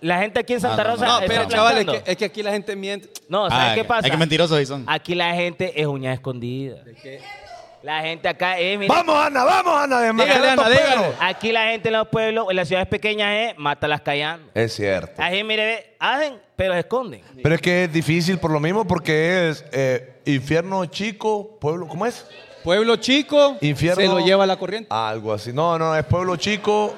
Speaker 1: la gente aquí en Santa
Speaker 4: no, no,
Speaker 1: Rosa.
Speaker 2: no,
Speaker 4: Ah,
Speaker 2: pero
Speaker 1: está
Speaker 2: chavales,
Speaker 1: planchando.
Speaker 2: que- eh, es que aquí la gente miente.
Speaker 1: No, ¿sabes
Speaker 4: Ah,
Speaker 1: qué pasa?
Speaker 4: Hay que mentirosos ahí son.
Speaker 1: Aquí la gente es uña escondida. La gente acá es, mira,
Speaker 3: Vamos, Ana, vamos, Ana, de
Speaker 2: Dígale, Ana, dígale.
Speaker 1: aquí la gente en los pueblos, en las ciudades pequeñas eh, es mátalas callando.
Speaker 3: Es cierto.
Speaker 1: Ahí, mire, ve, hacen, pero se esconden.
Speaker 3: Pero es que es difícil por lo mismo porque es eh, infierno chico, pueblo, ¿cómo es?
Speaker 2: Pueblo chico,
Speaker 3: Infierno.
Speaker 2: se lo lleva la corriente.
Speaker 3: Algo así. No, no, es pueblo chico,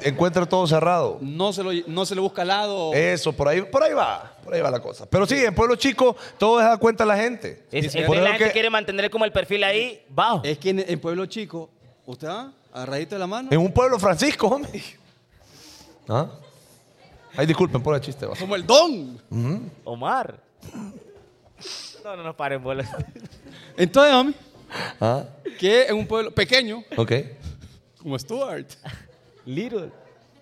Speaker 3: encuentra todo cerrado.
Speaker 2: No, se lo, no se le busca lado.
Speaker 3: Eso, por ahí, por ahí va, por ahí va la cosa. Pero sí, en pueblo chico todo es a cuenta la gente.
Speaker 1: Es- es-
Speaker 3: Por eso
Speaker 1: la gente
Speaker 3: que
Speaker 1: quiere mantener como el perfil ahí bajo.
Speaker 2: Es que en, en Pueblo Chico, usted va agarradito de la mano.
Speaker 3: En un pueblo Francisco, hombre. ¿Ah? Ay, disculpen por el chiste. va.
Speaker 2: Como el don.
Speaker 1: Omar. *laughs* No, no nos paren, bolas.
Speaker 2: Entonces, mami,
Speaker 3: ¿Ah?
Speaker 2: que en un pueblo pequeño,
Speaker 3: Ok.
Speaker 2: como Stuart. *laughs*
Speaker 1: Little.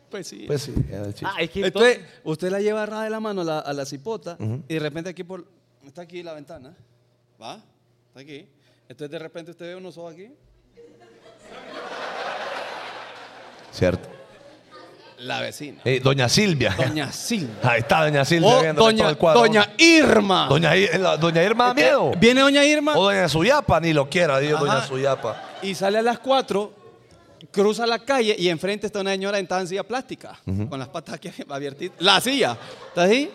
Speaker 2: Pues sí.
Speaker 3: Pues sí, era el chiste.
Speaker 1: Ah, es que
Speaker 2: Entonces, usted la lleva agarrada de la mano a la, a la cipota y de repente aquí por... Está aquí la ventana. ¿Va? Está aquí. Entonces, de repente usted ve unos ojos aquí.
Speaker 3: Cierto.
Speaker 2: La vecina.
Speaker 3: Eh, Doña Silvia.
Speaker 2: Doña Silvia.
Speaker 3: Ahí está Doña Silvia
Speaker 1: Oh,
Speaker 2: O
Speaker 3: viendo Ah, todo
Speaker 2: doña,
Speaker 3: el cuadro.
Speaker 2: doña Irma.
Speaker 3: Doña, I- la- doña Irma da miedo.
Speaker 2: Viene doña Irma
Speaker 3: O Doña Suyapa, ni lo quiera, Dios, Doña
Speaker 2: Ajá.
Speaker 3: Suyapa.
Speaker 2: y sale a las 4, cruza la calle y enfrente está una señora en en silla plástica, con las patas aquí *laughs* abiertitas. La silla. ¿Está así?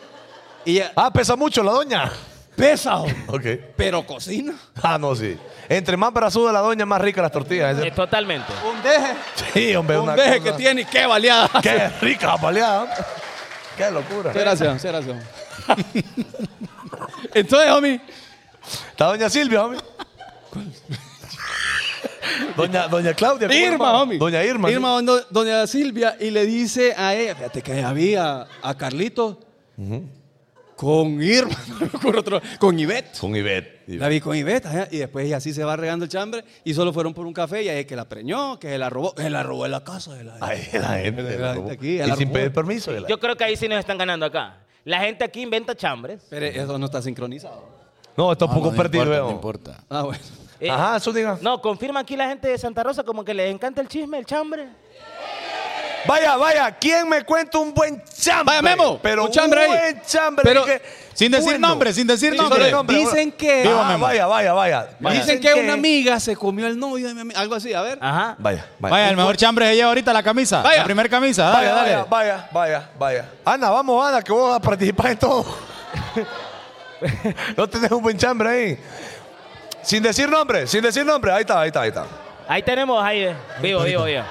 Speaker 2: Y ella,
Speaker 3: Ah, pesa mucho la doña.
Speaker 2: pesa, jo,
Speaker 3: *laughs* Ok.
Speaker 2: pero cocina.
Speaker 3: Ah, no, sí. Entre más brazuda la doña, más rica las tortillas.
Speaker 1: Eh, totalmente.
Speaker 2: Un deje.
Speaker 3: Sí, hombre,
Speaker 2: un
Speaker 3: una
Speaker 2: deje
Speaker 3: cosa.
Speaker 2: que tiene y qué baleada.
Speaker 3: Qué rica baleada. Qué locura.
Speaker 2: Gracias, gracias. *laughs* Entonces, homie,
Speaker 3: Está Doña Silvia, homie. Doña, doña Claudia. ¿cómo se
Speaker 2: Irma,
Speaker 3: llama?
Speaker 2: homie.
Speaker 3: Doña Irma. sí.
Speaker 2: Irma, do- doña Silvia, y le dice a ella, fíjate que había a Carlitos. Con Irma, *laughs* con, otro, con Ivette.
Speaker 3: Con Ivette.
Speaker 2: La vi con Ivette, ajá, y después ella así se va regando el chambre y solo fueron por un café y ahí es que la preñó, que se la robó, se la robó en la casa de la
Speaker 3: Ay, la gente.
Speaker 2: de
Speaker 3: la
Speaker 2: la-
Speaker 3: robó.
Speaker 2: aquí, a
Speaker 3: y
Speaker 2: la
Speaker 3: sin
Speaker 2: robó.
Speaker 3: pedir permiso. de la-
Speaker 1: Yo creo que ahí sí nos están ganando acá. La gente aquí inventa chambres.
Speaker 2: Pero eso no está sincronizado.
Speaker 3: No, esto es
Speaker 1: No,
Speaker 3: poco
Speaker 1: Ah, no
Speaker 3: perdido.
Speaker 1: importa,
Speaker 3: veo.
Speaker 1: no
Speaker 4: importa.
Speaker 2: Ah, bueno.
Speaker 1: Eh,
Speaker 3: Ajá, eso diga.
Speaker 1: No, confirma aquí la gente de Santa Rosa como que les encanta el chisme, el chambre.
Speaker 3: Vaya, vaya, ¿quién me cuenta un buen chambre? Vaya,
Speaker 2: Memo,
Speaker 3: pero
Speaker 2: un chambre ahí.
Speaker 3: buen chambre.
Speaker 2: Pero-
Speaker 3: que-
Speaker 4: Sin decir
Speaker 3: bueno.
Speaker 4: nombre, sin decir
Speaker 3: Sin
Speaker 4: nombre.
Speaker 3: nombre,
Speaker 2: Dicen
Speaker 3: bueno.
Speaker 2: que-
Speaker 3: Ah,
Speaker 2: Viva Memo.
Speaker 3: vaya, vaya, vaya. Ah.
Speaker 2: Dicen que, una amiga se comió el novio de mi amiga, algo así, a ver.
Speaker 1: Ajá.
Speaker 3: Vaya, vaya.
Speaker 4: Vaya, el mejor chambre se lleva ahorita la camisa.
Speaker 2: Vaya.
Speaker 4: La primera camisa. Dale,
Speaker 3: Vaya,
Speaker 4: dale.
Speaker 3: vaya, vaya, vaya, vaya. Ana, vamos, Ana, que vos participás en
Speaker 2: *laughs*
Speaker 3: todo. no tenés un buen chambre ahí. Sin decir nombre, sin decir nombre. Ahí está, ahí está, ahí está.
Speaker 1: Ahí tenemos, ahí, eh, vivo, vivo, vivo.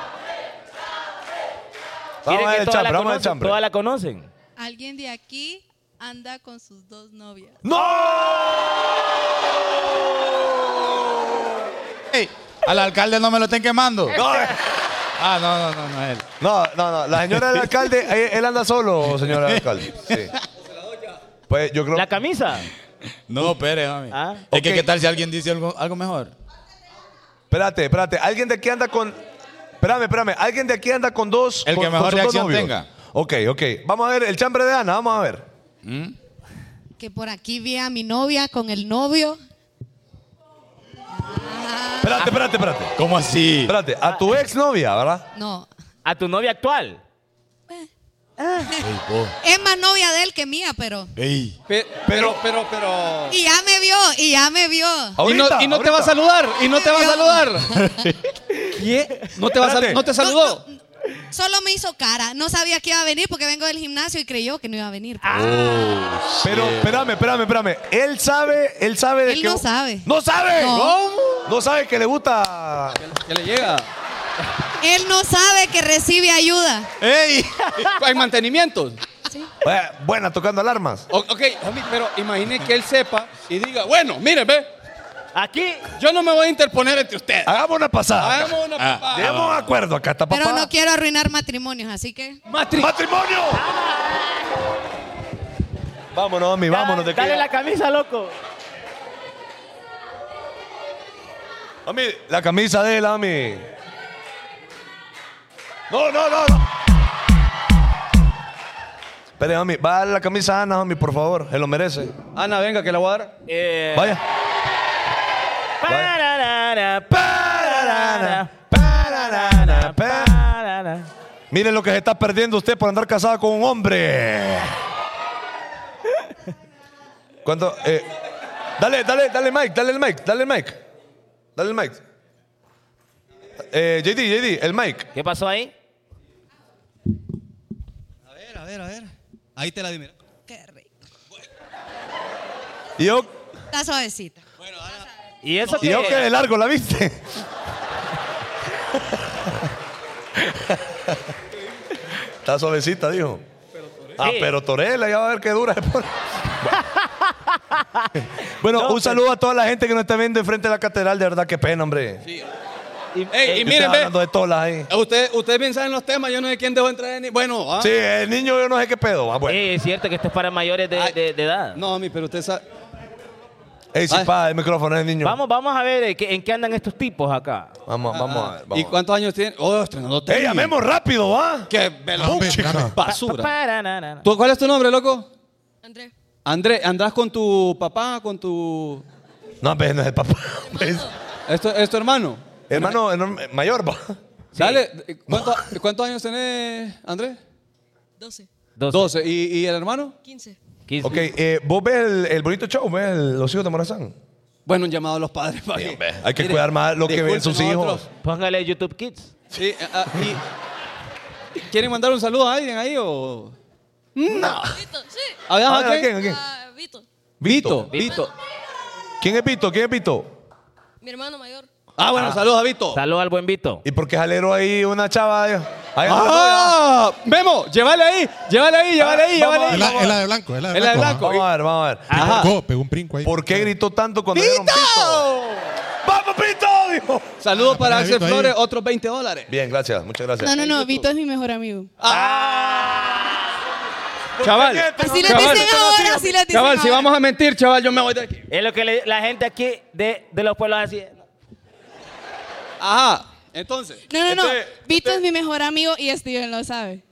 Speaker 3: Vamos
Speaker 1: Miren
Speaker 3: a
Speaker 1: que
Speaker 3: ver el
Speaker 1: todas
Speaker 3: chambre,
Speaker 1: la
Speaker 3: vamos a ver el
Speaker 1: conocen,
Speaker 3: chambre.
Speaker 1: Todas la conocen.
Speaker 12: Alguien de aquí anda con sus dos novias.
Speaker 1: *laughs*
Speaker 4: Ey, al alcalde no me lo estén quemando.
Speaker 3: No, eh.
Speaker 4: Ah, no, no, no, no es él.
Speaker 3: No, no, no. La señora
Speaker 4: *laughs*
Speaker 3: del alcalde, eh, él anda solo, señora del alcalde. Sí. Pues yo creo.
Speaker 1: ¿La camisa?
Speaker 2: Uh.
Speaker 4: No, Pérez, mami.
Speaker 1: Ah.
Speaker 4: Es que
Speaker 3: Ok.
Speaker 4: qué tal si alguien dice algo, algo mejor.
Speaker 3: Espérate, espérate. ¿Alguien de aquí anda con. Espérame, espérame. ¿Alguien de aquí anda con dos.
Speaker 4: El que
Speaker 3: con- con sus
Speaker 4: mejor
Speaker 3: dos
Speaker 4: reacción
Speaker 3: novios?
Speaker 4: tenga.
Speaker 3: Ok, ok. Vamos a ver el chambre de Ana, vamos a ver.
Speaker 10: Que por aquí vi a mi novia con el novio.
Speaker 3: Espérate, espérate, espérate.
Speaker 4: ¿Cómo así?
Speaker 3: Espérate, a tu
Speaker 2: Ah.
Speaker 3: exnovia, ¿verdad?
Speaker 10: No.
Speaker 1: ¿A tu novia actual?
Speaker 10: Es más novia de él que mía, pero.
Speaker 2: Pe- Pero, pero, pero.
Speaker 10: Y ya me vio, y ya me vio.
Speaker 2: Y no, y no te va a saludar, y no te va a saludar.
Speaker 3: *laughs*
Speaker 2: ¿Qué? No te, va a sal-
Speaker 3: Espérate.
Speaker 2: no te saludó.
Speaker 10: Solo me hizo cara. No sabía que iba a venir porque vengo del gimnasio y creyó que no iba a venir.
Speaker 3: Pero, espérame, espérame, espérame. Él sabe, él sabe de
Speaker 10: Él
Speaker 3: que.
Speaker 10: no sabe.
Speaker 3: ¡No sabe!
Speaker 10: No.
Speaker 3: No sabe que le gusta.
Speaker 2: Que le llega.
Speaker 10: Él no sabe que recibe ayuda.
Speaker 3: ¡Ey!
Speaker 2: Hay mantenimientos.
Speaker 3: Bueno, Buena, tocando alarmas.
Speaker 2: O- ok, homie, pero imagine que él sepa y diga, bueno, miren, ve,
Speaker 1: Aquí,
Speaker 2: yo no me voy a interponer entre ustedes.
Speaker 3: Hagamos una pasada.
Speaker 2: Hagamos una
Speaker 3: Ah,
Speaker 2: papá.
Speaker 3: Llegamos a un acuerdo acá, está papá.
Speaker 10: Pero no quiero arruinar matrimonios, así que.
Speaker 2: Matri-
Speaker 3: ¡Matrimonio! Vámonos, mi, vámonos de aquí.
Speaker 1: dale la camisa, loco.
Speaker 3: Ami, la camisa de él, Ami. No, no, no, no. Espere, Ami, va a darle la camisa a Ana, Ami, por favor. Él lo merece.
Speaker 2: Ana, venga, que la voy a dar.
Speaker 1: Eh,
Speaker 3: Vaya.
Speaker 1: pararara, pararara,
Speaker 3: Pararara, pa-
Speaker 1: pararara.
Speaker 3: Miren lo que se está perdiendo usted por andar casada con un hombre. ¿Cuánto? Eh, dale, dale, dale, Mike, dale el Mike, dale el Mike. Dale el Mike. Eh, JD, JD, el Mike.
Speaker 1: ¿Qué pasó ahí?
Speaker 9: A ver, a ver, a ver. Ahí te la di, mira.
Speaker 12: Qué rico.
Speaker 3: Y yo,
Speaker 10: Está suavecita.
Speaker 1: Y eso
Speaker 3: y yo que de
Speaker 1: que...
Speaker 3: largo, ¿la viste? Está suavecita, dijo. Ah,
Speaker 1: Sí.
Speaker 3: pero Torela, ya va a ver qué dura. *laughs* se pone. bueno, un saludo a toda la gente que nos está viendo enfrente de la catedral, de verdad, qué pena, hombre.
Speaker 1: y-
Speaker 2: Ey, y
Speaker 1: eh,
Speaker 3: Yo
Speaker 2: miren,
Speaker 3: estaba
Speaker 2: ve,
Speaker 3: hablando de tolas ahí.
Speaker 2: ustedes usted bien saben los temas, yo no sé quién dejó entrar en... Bueno, ah.
Speaker 3: Sí, el niño yo no sé qué pedo. Ah, bueno.
Speaker 1: eh, es cierto que esto es para mayores de,
Speaker 2: Ay.
Speaker 1: de- de edad.
Speaker 2: No, mami, pero usted sabe...
Speaker 3: Ey, sí,
Speaker 2: Ay.
Speaker 3: pa, el micrófono es el niño.
Speaker 1: Vamos, vamos a ver eh, qué- en qué andan estos tipos acá.
Speaker 3: vamos, vamos a ver. Vamos.
Speaker 2: ¿Y cuántos años tiene? Oh, estrenando
Speaker 3: Ey,
Speaker 2: tenis.
Speaker 3: llamemos rápido, ¿va?
Speaker 2: ¡Qué velo- Basura.
Speaker 1: Pararara.
Speaker 2: ¿Tú, ¿Cuál es tu nombre, loco?
Speaker 12: Andrés.
Speaker 2: Andrés, ¿andrás con tu papá, con tu...
Speaker 3: No, hombre, no es el papá. *laughs* hombre.
Speaker 2: ¿Es tu, es tu hermano?
Speaker 3: Hermano, enorme- mayor, va.
Speaker 2: Dale, eh, ¿cuánto- ¿cuántos años tenés, Andrés?
Speaker 12: 12,
Speaker 1: 12,
Speaker 2: 12. ¿Y, y el hermano?
Speaker 12: 15.
Speaker 1: 15.
Speaker 3: Ok, eh, vos ves el, el bonito show, ves el- los hijos de Morazán.
Speaker 2: Bueno, un llamado a los padres. para que-
Speaker 3: Hay que
Speaker 2: Mire,
Speaker 3: cuidar más lo que ven sus
Speaker 2: disculpen
Speaker 3: hijos.
Speaker 2: nosotros.
Speaker 1: Póngale YouTube Kids.
Speaker 2: Sí, ah, y- ¿Quieren mandar un saludo a alguien ahí o...? No.
Speaker 12: Vito, sí.
Speaker 2: A ver,
Speaker 3: A
Speaker 2: ¿a
Speaker 3: ver, ¿a
Speaker 2: quién?
Speaker 3: quién? ¿a quién?
Speaker 12: Ah, Vito,
Speaker 3: Vito.
Speaker 2: Vito, Vito.
Speaker 3: ¿Quién es Vito? ¿Quién es Vito?
Speaker 12: mi hermano mayor.
Speaker 2: Ah, bueno, saludos a
Speaker 3: Oh.
Speaker 2: Vito.
Speaker 1: Saludos al buen Vito.
Speaker 3: ¿Y por qué jalero ahí una chava? Ahí, ahí anda la novia.
Speaker 2: ¡Ah! Memo, llévale ahí, llévale ahí, llévale ahí,
Speaker 3: vamos
Speaker 2: llévale
Speaker 3: a ver,
Speaker 2: ahí.
Speaker 3: vamos a
Speaker 9: Es
Speaker 3: ver.
Speaker 9: la de blanco, es la de
Speaker 2: Es la de
Speaker 9: blanco.
Speaker 3: Vamos a ver, vamos a ver.
Speaker 2: Ajá.
Speaker 9: Picó, pegó un brinco ahí.
Speaker 3: ¿Por qué gritó tanto cuando vieron Vito?
Speaker 2: ¡Vito!
Speaker 3: ¡Vamos, Vito! Dijo.
Speaker 2: Saludos
Speaker 9: Ah, ponle
Speaker 2: para
Speaker 9: a
Speaker 2: Axel
Speaker 9: Vito ahí.
Speaker 2: Flores, otros 20 dólares.
Speaker 3: Bien, gracias, muchas gracias.
Speaker 12: no, Vito es mi mejor amigo.
Speaker 2: ¡Ah! Chaval,
Speaker 3: este
Speaker 12: Pues
Speaker 1: Así les
Speaker 2: chaval,
Speaker 1: dicen ahora, así les dicen
Speaker 2: chaval, si
Speaker 1: ahora.
Speaker 2: vamos a mentir, chaval, yo me voy de aquí.
Speaker 1: Es lo que le- la gente aquí de, de los pueblos así.
Speaker 2: Ajá, entonces.
Speaker 12: No, no, no.
Speaker 2: Este,
Speaker 12: Vito es mi mejor amigo y Steven lo sabe.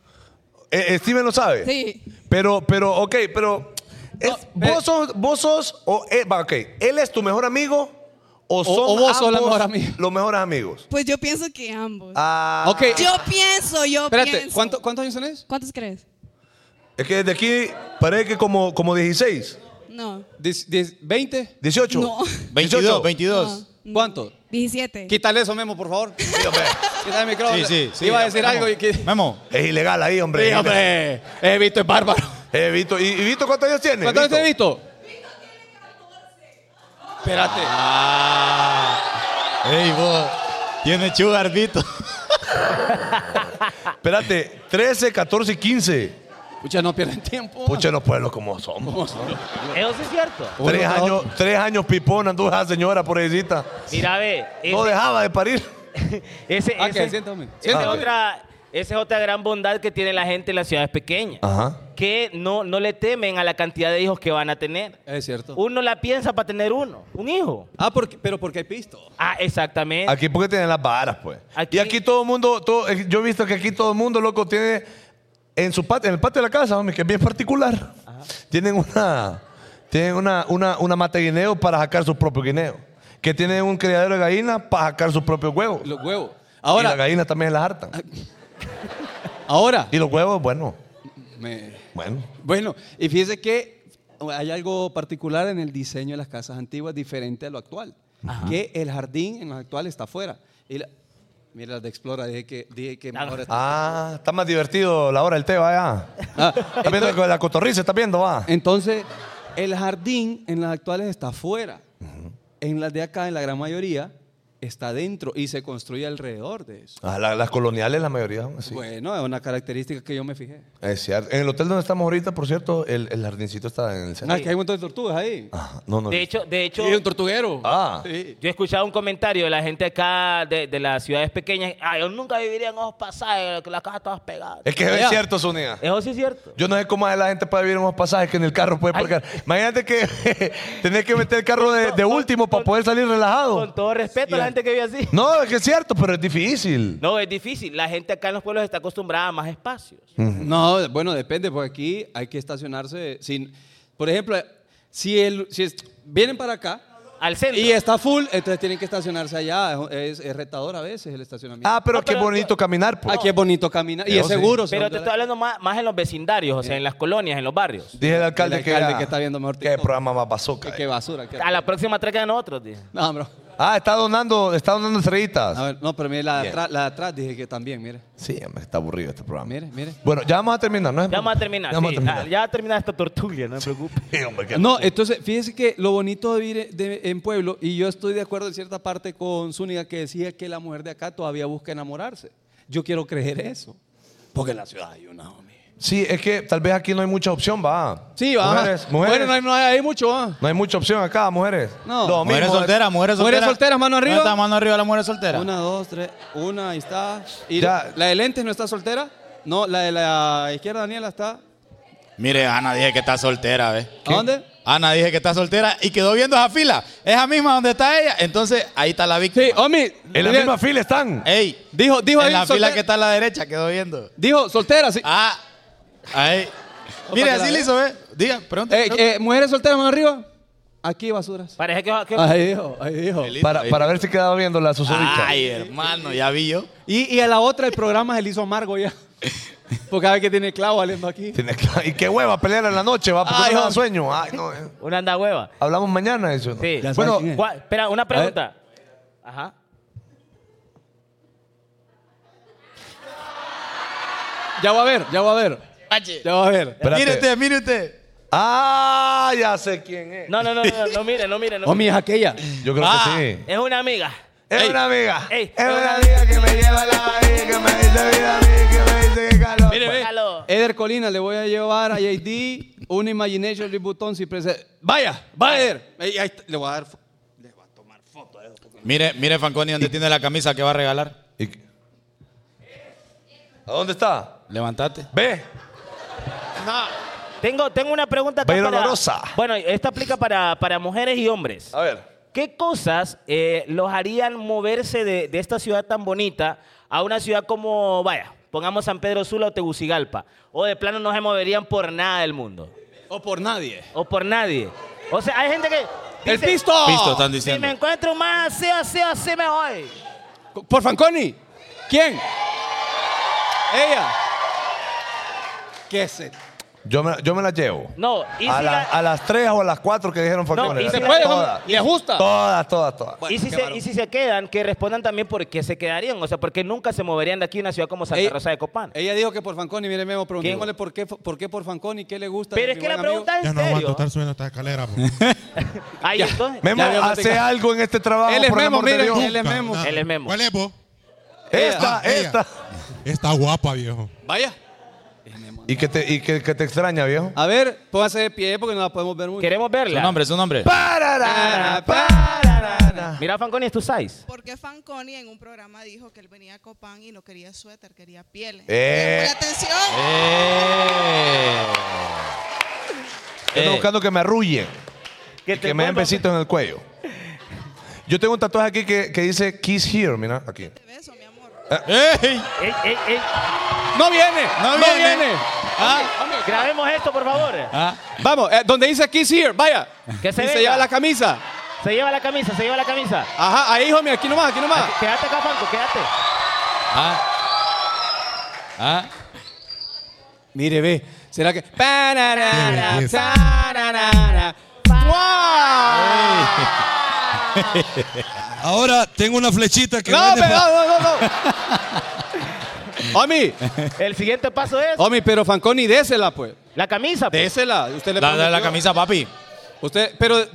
Speaker 3: Eh, eh, Steven lo sabe.
Speaker 12: Sí.
Speaker 3: Pero, pero, ok, pero. es-
Speaker 2: eh,
Speaker 3: vos sos, vos sos, o, eh, va, ok, él es tu mejor amigo o, son
Speaker 2: o vos sos la
Speaker 3: ambos
Speaker 2: mejor amiga.
Speaker 3: los mejores amigos.
Speaker 12: Pues yo pienso que ambos.
Speaker 3: Ah,
Speaker 12: Yo pienso, yo
Speaker 3: Espérate,
Speaker 12: pienso.
Speaker 3: ¿cuánto- ¿cuántos años tenés?
Speaker 12: ¿Cuántos crees?
Speaker 3: Es que desde aquí parece que como, como 16,
Speaker 12: No.
Speaker 2: 20,
Speaker 3: 18,
Speaker 12: No.
Speaker 2: 22,
Speaker 4: 22.
Speaker 2: ¿Cuánto?
Speaker 10: Mm.
Speaker 12: 17.
Speaker 2: Quítale eso, Memo, por favor. Quítale el micrófono.
Speaker 4: Sí, sí, sí.
Speaker 2: Ah. Iba a decir
Speaker 4: Memo.
Speaker 2: algo y que.
Speaker 4: Memo.
Speaker 3: Es ilegal ahí, hombre.
Speaker 2: Sí, hombre. Eh, Vito es bárbaro.
Speaker 3: Eh, Vito, ¿y, y Vito cuántos años tiene?
Speaker 2: ¿Cuántos años tiene Vito? Ah. Espérate. Ah.
Speaker 4: Ey, vos. Tiene sugar, Vito.
Speaker 3: Espérate, 13, 14 y 15.
Speaker 2: Pucha, no pierden tiempo.
Speaker 3: Pucha, los pueblos como somos.
Speaker 1: Eso sí es cierto.
Speaker 3: Tres años, tres años pipona anduvo esa señora pobrecita.
Speaker 1: Mira, ve.
Speaker 3: Oh. No
Speaker 1: ese-
Speaker 3: dejaba de parir.
Speaker 1: Ese,
Speaker 3: Ah,
Speaker 1: ese-
Speaker 3: que siéntame.
Speaker 1: esa
Speaker 3: Siéntame.
Speaker 1: es otra, esa es otra gran bondad que tiene la gente en las ciudades pequeñas.
Speaker 3: Ajá.
Speaker 1: Que no, no le temen a la cantidad de hijos que van a tener.
Speaker 2: Es cierto.
Speaker 1: Uno la piensa para tener uno, un hijo.
Speaker 2: Ah, porque, pero porque hay pisto.
Speaker 1: Ah, exactamente.
Speaker 3: Aquí porque tienen las varas, pues. Y Eh, aquí todo el mundo, todo- eh, yo he visto que aquí todo el mundo, loco, tiene en su patio, en el patio de la casa, homie, que es bien particular. Tienen una, tienen una, una, una mata de guineo para sacar sus propios guineos. Que tienen un criadero de gallinas para sacar sus propios huevos.
Speaker 2: Los huevos.
Speaker 3: Ahora. Y las gallinas también las hartan.
Speaker 2: Ahora.
Speaker 3: Y los huevos, bueno,
Speaker 2: Me-
Speaker 3: bueno.
Speaker 2: Bueno, y fíjese que hay algo particular en el diseño de las casas antiguas diferente a lo actual. Que el jardín en lo actual está afuera. Y la- mira, las de Explora, dije que, dije que mejor está-
Speaker 3: Ah, está más divertido la hora del té, vaya. ¿Estás viendo que la cotorriza? ¿Estás viendo, va?
Speaker 2: Ah, Entonces, el jardín en las actuales está afuera. En las de acá, en la gran mayoría, está dentro y se construye alrededor de eso.
Speaker 3: Ah, la- las coloniales, la mayoría son así.
Speaker 2: Bueno, es una característica que yo me fijé.
Speaker 3: Es cierto. En el hotel donde estamos ahorita, por cierto, el, el jardincito está en el centro.
Speaker 2: Ah, es que hay un montón de tortugas ahí.
Speaker 3: No, no.
Speaker 1: De hecho, de hecho.
Speaker 2: Y un tortuguero.
Speaker 3: Ah.
Speaker 1: Yo he escuchado un comentario de la gente acá de, de las ciudades pequeñas. Ah, yo nunca viviría en ojos pasajes, que las casas todas pegadas.
Speaker 3: Es que eso es cierto, Zúñiga.
Speaker 1: Eso sí es cierto.
Speaker 3: Yo no sé cómo hace la gente para vivir en unos pasajes que en el carro puede parcar. Imagínate que *laughs* tenés que meter el carro de, de último para poder salir relajado.
Speaker 1: Con todo respeto a la gente que vive así.
Speaker 3: No, es que es cierto, pero es difícil.
Speaker 1: No, es difícil. La gente acá en los pueblos está acostumbrada a más espacios.
Speaker 3: Mm.
Speaker 2: No, bueno, depende, porque aquí hay que estacionarse sin... Por ejemplo, si, el, si es- vienen para acá
Speaker 1: al centro.
Speaker 2: y está full, entonces tienen que estacionarse allá. Es, es retador a veces el estacionamiento.
Speaker 3: Ah, pero qué bonito caminar, pues.
Speaker 2: Aquí es bonito caminar y es seguro. se
Speaker 1: Pero
Speaker 2: van
Speaker 1: te
Speaker 2: de
Speaker 1: estoy
Speaker 2: la-
Speaker 1: hablando más, más en los vecindarios, o sea, en las colonias, en los barrios.
Speaker 3: Dije el alcalde,
Speaker 2: El alcalde
Speaker 3: que,
Speaker 2: que está viendo mejor
Speaker 3: Que programa más bazooka. eh.
Speaker 2: Qué basura. qué-
Speaker 1: A la próxima traca de nosotros, tío.
Speaker 2: No, bro.
Speaker 3: Ah, está donando, está donando estrellitas.
Speaker 2: A ver, no, pero mire, la, de
Speaker 3: Bien.
Speaker 2: atrás- la de atrás dije que también, mire.
Speaker 3: Sí, hombre, está aburrido este programa.
Speaker 2: Mire, mire.
Speaker 3: Bueno, ya vamos a terminar, ¿no?
Speaker 1: Ya vamos a terminar.
Speaker 3: Ya vamos a
Speaker 1: sí.
Speaker 3: terminar.
Speaker 1: Ah, Ya termina esta tortuga, no me
Speaker 3: *laughs*
Speaker 1: preocupes.
Speaker 2: No, entonces, fíjese que lo bonito de vivir de- en pueblo, y yo estoy de acuerdo en cierta parte con Zúñiga que decía que la mujer de acá todavía busca enamorarse. Yo quiero creer eso. Porque en la ciudad hay una, homie.
Speaker 3: Sí, es que tal vez aquí no hay mucha opción, va.
Speaker 2: Sí, va.
Speaker 3: Mujeres, mujeres.
Speaker 2: Bueno, no hay, no hay- hay mucho, ¿ah?
Speaker 3: No hay mucha opción acá, mujeres.
Speaker 2: No.
Speaker 3: Lo
Speaker 4: Mujeres
Speaker 3: mismo.
Speaker 4: solteras, mujeres solteras.
Speaker 2: mano
Speaker 4: ¿Dónde
Speaker 2: arriba.
Speaker 4: está mano arriba la mujer soltera?
Speaker 2: Una, dos, tres. Una, ahí está. Y
Speaker 4: Ya.
Speaker 2: ¿La de lentes no está soltera? No, la de la izquierda, Daniela, está.
Speaker 4: Mire, Ana dije que está soltera, ¿ves?
Speaker 2: ¿A dónde?
Speaker 4: Ana dije que está soltera y quedó viendo esa fila. Esa misma donde está ella. Entonces, ahí está la víctima.
Speaker 2: Sí, homie.
Speaker 3: En la misma fila están.
Speaker 2: Eh,
Speaker 4: Ey.
Speaker 2: Dijo, dijo
Speaker 4: En
Speaker 2: ahí,
Speaker 4: la
Speaker 2: soltera.
Speaker 4: fila que está a la derecha quedó viendo.
Speaker 2: Dijo, soltera, sí.
Speaker 4: Ah. Ahí.
Speaker 2: Opa,
Speaker 4: Mire,
Speaker 2: que
Speaker 4: así
Speaker 2: la
Speaker 4: le
Speaker 2: ve.
Speaker 4: hizo, ¿eh? Diga, pregúntale.
Speaker 2: Eh, eh, mujeres solteras, mano arriba. Aquí, basuras.
Speaker 1: Parece que. que-
Speaker 2: Ahí dijo, ahí dijo.
Speaker 3: Para, para ver si quedaba viendo la susodicha.
Speaker 4: Ay, hermano, ya vi yo.
Speaker 2: Y, y a la otra el programa se le hizo amargo
Speaker 4: *laughs*
Speaker 2: ya. Porque a ver que tiene clavo aliendo aquí.
Speaker 3: Tiene que- Y qué hueva pelear en la noche, va, porque
Speaker 2: Ay,
Speaker 3: no me da
Speaker 2: hombre.
Speaker 3: sueño. Ay, no. eh.
Speaker 1: Una anda hueva.
Speaker 3: Hablamos mañana de eso. ¿no?
Speaker 1: Sí.
Speaker 3: Bueno,
Speaker 1: ¿Cuál- espera, una pregunta. Ajá.
Speaker 2: Ya va a ver, ya va a ver. Ya va a ver.
Speaker 3: espérate.
Speaker 4: Mire usted, mire usted.
Speaker 3: Ah, ya sé quién es.
Speaker 1: No, no, no, no, no, no mire, no
Speaker 3: Oh,
Speaker 1: mire. No,
Speaker 2: O mi es aquella.
Speaker 3: Yo creo
Speaker 1: Ah,
Speaker 3: que sí.
Speaker 1: Es una amiga.
Speaker 3: Es
Speaker 4: Ey.
Speaker 3: una amiga.
Speaker 1: Ey.
Speaker 3: Es
Speaker 2: Ah.
Speaker 3: una amiga que me lleva la barriga, que me dice vida a mí, que me dice que calor.
Speaker 2: Mire, ve.
Speaker 1: Déjalo.
Speaker 2: Eder Colina, le voy a llevar a JD un Imagination Rebutón si presenta. Vaya, va a Eder. Ey, ahí está. Le voy a dar. fo-
Speaker 4: Mire, mire, Fanconi, ¿dónde tiene la camisa que va a regalar?
Speaker 3: ¿Y- ¿A dónde está?
Speaker 4: Levantate.
Speaker 3: Ve.
Speaker 1: Tengo, tengo una pregunta acá
Speaker 3: Vayan a la
Speaker 1: para-
Speaker 3: rosa.
Speaker 1: Bueno, esta aplica para, para mujeres y hombres.
Speaker 3: A ver.
Speaker 1: ¿Qué cosas eh, los harían moverse de, de esta ciudad tan bonita a una ciudad como, vaya, pongamos San Pedro Sula o Tegucigalpa? O de plano no se moverían por nada del mundo.
Speaker 2: O por nadie.
Speaker 1: O por nadie. O sea, hay gente que.
Speaker 2: ¡El pisto! Pisto, están
Speaker 1: Si
Speaker 2: diciendo.
Speaker 1: me encuentro más así, así, así me voy.
Speaker 2: Por Fanconi. ¿Quién? Ella. ¿Qué es?
Speaker 3: Yo me, yo me la llevo.
Speaker 1: No, y
Speaker 3: a,
Speaker 1: si
Speaker 3: la-
Speaker 1: la-
Speaker 3: a las 3 o a las 4 que dijeron Falcón.
Speaker 1: y
Speaker 3: Las
Speaker 1: si
Speaker 3: tres,
Speaker 1: puede,
Speaker 3: todas.
Speaker 1: y le gusta.
Speaker 3: Todas, todas, todas.
Speaker 1: y, si se, y si se quedan, que respondan también por qué se quedarían. O sea, porque nunca se moverían de aquí a una ciudad como Santa
Speaker 2: Ey,
Speaker 1: Rosa de Copán.
Speaker 2: Ella dijo que por Fanconi, mire Memo, preguntémosle por qué, por qué por Fanconi, qué le gusta.
Speaker 1: Pero
Speaker 2: de
Speaker 1: es
Speaker 2: mi
Speaker 1: que la
Speaker 2: buen amigo.
Speaker 1: pregunta es
Speaker 9: Ya
Speaker 1: en
Speaker 9: no aguanto
Speaker 1: serio.
Speaker 9: estar subiendo esta escalera, bro.
Speaker 1: Ahí, entonces.
Speaker 3: Memo,
Speaker 2: Ya habíamos
Speaker 3: hace
Speaker 2: platicado.
Speaker 3: algo en este trabajo.
Speaker 2: Él es
Speaker 3: por el
Speaker 2: Memo,
Speaker 3: amor de
Speaker 2: miren,
Speaker 3: Dios.
Speaker 2: él es Memo.
Speaker 9: Nunca,
Speaker 1: Él es Memo.
Speaker 9: ¿Cuál es vos?
Speaker 3: Esta,
Speaker 9: Ah, ella.
Speaker 3: esta.
Speaker 9: Está guapa, viejo.
Speaker 2: Vaya.
Speaker 3: Y que te, y que, que te extraña, viejo.
Speaker 2: A ver, póngase de pie porque no la podemos ver mucho.
Speaker 1: Queremos verla.
Speaker 4: Su nombre, su nombre.
Speaker 2: Pararara,
Speaker 1: Ah, Mira, Fanconi, es tu size.
Speaker 12: ¿Por qué Fanconi en un programa dijo que él venía a Copán y no quería suéter, quería piel?
Speaker 3: Eh.
Speaker 12: Llamó la atención.
Speaker 3: Yo estoy buscando que me arrullen.
Speaker 1: Que,
Speaker 3: que me den besitos en el cuello. Yo tengo un tatuaje aquí que, que dice Kiss Here, mira, aquí.
Speaker 1: Ey, ey, ey.
Speaker 2: No viene, no,
Speaker 8: No
Speaker 2: viene.
Speaker 8: viene.
Speaker 2: Ah,
Speaker 1: Grabemos esto, por favor.
Speaker 2: Vamos, eh, donde dice Kiss Here, vaya.
Speaker 1: Que se
Speaker 2: y se
Speaker 1: venga.
Speaker 2: lleva la camisa.
Speaker 1: Se lleva la camisa, se lleva la camisa.
Speaker 2: Ajá, ahí, hijo mío, aquí nomás, aquí nomás.
Speaker 1: Quédate acá, Fanco, quédate.
Speaker 4: Ah. Ah.
Speaker 2: Mire, ve, será que.
Speaker 9: Qué
Speaker 2: Pararara,
Speaker 9: belleza.
Speaker 2: tararara. ¡Wow!
Speaker 9: Ahora tengo una flechita que
Speaker 2: No,
Speaker 9: viene
Speaker 2: pero
Speaker 9: pa-
Speaker 2: no, no, no. no. *laughs* Omi,
Speaker 1: El siguiente paso
Speaker 4: Oh.
Speaker 1: es
Speaker 2: Omi, pero Fanconi, désela, pues.
Speaker 1: la camisa. pues.
Speaker 2: Désela. Usted le
Speaker 4: La, la, la
Speaker 2: prometió.
Speaker 4: camisa, papi.
Speaker 2: Usted, pero.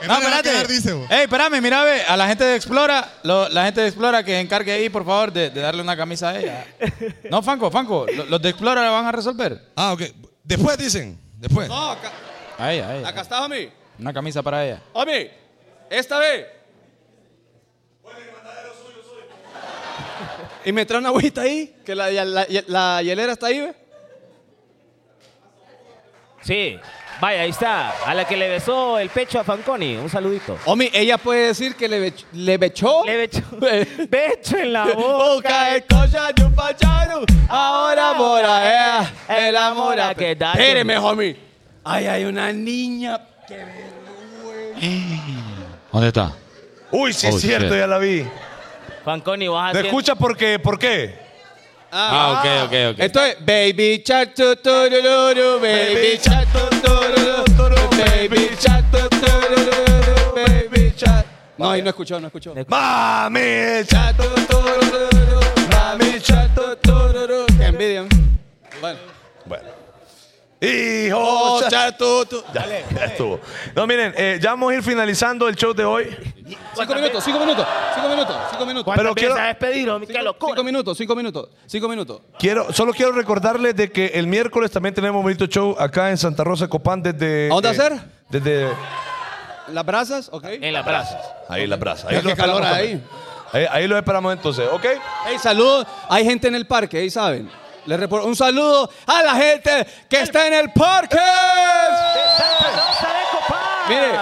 Speaker 9: ¿Qué
Speaker 4: No,
Speaker 9: me le va a
Speaker 4: espérate.
Speaker 9: quedar, dice, vos?
Speaker 4: Ey, espérame, mira, ve, a la gente de Explora, lo- la gente de Explora que se encargue ahí, por favor, de, de darle una camisa a ella. No, Fanco, Fanco, lo- los de Explora la van a resolver.
Speaker 9: Ah, ok. Después dicen. Después.
Speaker 2: No, acá,
Speaker 4: A ella, a ella.
Speaker 2: acá está, Omi.
Speaker 4: Una camisa para ella.
Speaker 2: Omi, esta vez. Y me trae una agüita ahí, que la, la- la- la hielera está ahí, ¿ve?
Speaker 1: Sí. Vaya, ahí está. A la que le besó el pecho a Fanconi. Un saludito.
Speaker 2: Omi, ella puede decir que le, bech- le bechó.
Speaker 1: Le becho. becho en la boca.
Speaker 2: Oh. Boca es cosa de un pachano, ahora mora es el amor a que da. Espéreme, homie. Ay, hay una niña.
Speaker 4: ¿Dónde está?
Speaker 3: Uy, sí
Speaker 4: Oh,
Speaker 3: es cierto,
Speaker 4: shit.
Speaker 3: ya la vi.
Speaker 1: Fanconi, vas
Speaker 3: ¿Me
Speaker 1: a
Speaker 3: escucha por qué? ¿Por qué?
Speaker 4: Ah, ok, ok, ok.
Speaker 2: Entonces, baby chat, tu, turururu, baby chat, tu, turururu, turururu, baby chat, tu, turururu, baby chat. No, ahí no escuchó, no escuchó.
Speaker 3: Mami,
Speaker 2: Chat, tu, turururu, mami, chat, tu, turururu. Qué envidia. ¿eh? Bueno.
Speaker 3: Bueno. Hijo, ya, *laughs* ya estuvo. No, miren, eh, ya vamos a ir finalizando el show de hoy.
Speaker 2: Cinco minutos, cinco minutos, cinco minutos, cinco minutos.
Speaker 1: Pero
Speaker 3: Pero
Speaker 1: quiero...
Speaker 3: quiero-
Speaker 1: a despedir, homie? ¡Qué
Speaker 2: Cinco,
Speaker 1: locura!
Speaker 2: cinco minutos, cinco minutos, cinco minutos.
Speaker 3: Quiero, solo quiero recordarles de que el miércoles también tenemos un bonito show acá en Santa Rosa de Copán desde.
Speaker 2: ¿A dónde
Speaker 3: eh,
Speaker 2: hacer?
Speaker 3: Desde.
Speaker 2: Las brasas, ok.
Speaker 1: En las brasas.
Speaker 3: Ahí la plaza.
Speaker 2: Ya
Speaker 3: Ahí
Speaker 2: que
Speaker 3: esperamos
Speaker 2: calor
Speaker 3: también. Ahí, ahí lo esperamos entonces, ¿ok?
Speaker 2: Hey, saludos. Hay gente en el parque, ahí saben. Les repor- un saludo a la gente que está en el parque.
Speaker 1: ¡Santa Rosa de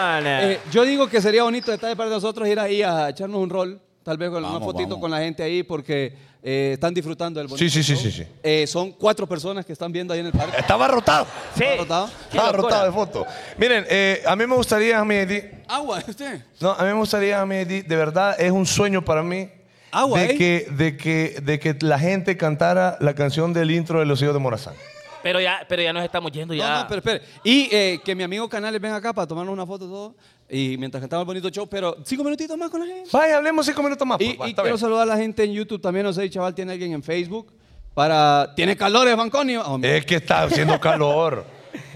Speaker 1: Copán!
Speaker 2: Mire, eh, yo digo que sería bonito estar de parte de nosotros ir ahí a echarnos un rol, tal vez con una
Speaker 4: Vamos,
Speaker 2: fotito
Speaker 4: vamos.
Speaker 2: con la gente ahí porque eh, están disfrutando del bonito.
Speaker 3: Sí, sí, sí,
Speaker 2: show.
Speaker 3: sí, sí.
Speaker 2: Eh, son cuatro personas que están viendo ahí en
Speaker 3: *laughs*
Speaker 2: el parque.
Speaker 3: Estaba rotado.
Speaker 1: Sí.
Speaker 2: ¿Está rotado?
Speaker 1: Qué
Speaker 3: Estaba
Speaker 1: locura.
Speaker 3: rotado de foto. Miren, eh, a mí me gustaría, a mí, di-
Speaker 2: Agua, usted.
Speaker 3: No, a mí me gustaría, a mí, di- de verdad, es un sueño para mí.
Speaker 2: Agua,
Speaker 3: de,
Speaker 2: ¿eh?
Speaker 3: que, de, que, de que la gente cantara la canción del intro de Los Hijos de Morazán.
Speaker 1: Pero ya, pero ya nos estamos yendo ya.
Speaker 2: No, no, pero espere. Y eh, que mi amigo Canales venga acá para tomarnos una foto todo. Y mientras cantamos el bonito show, pero cinco minutitos más con la gente.
Speaker 3: Vaya, hablemos cinco minutos *laughs* más. papá,
Speaker 2: Y, y
Speaker 3: Ah, pues, está
Speaker 2: quiero
Speaker 3: bien.
Speaker 2: saludar a la gente en YouTube también. No sé, chaval, ¿tiene alguien en Facebook? Para... ¿Tiene calores, Banconi? Hombre.
Speaker 3: Es que está haciendo calor.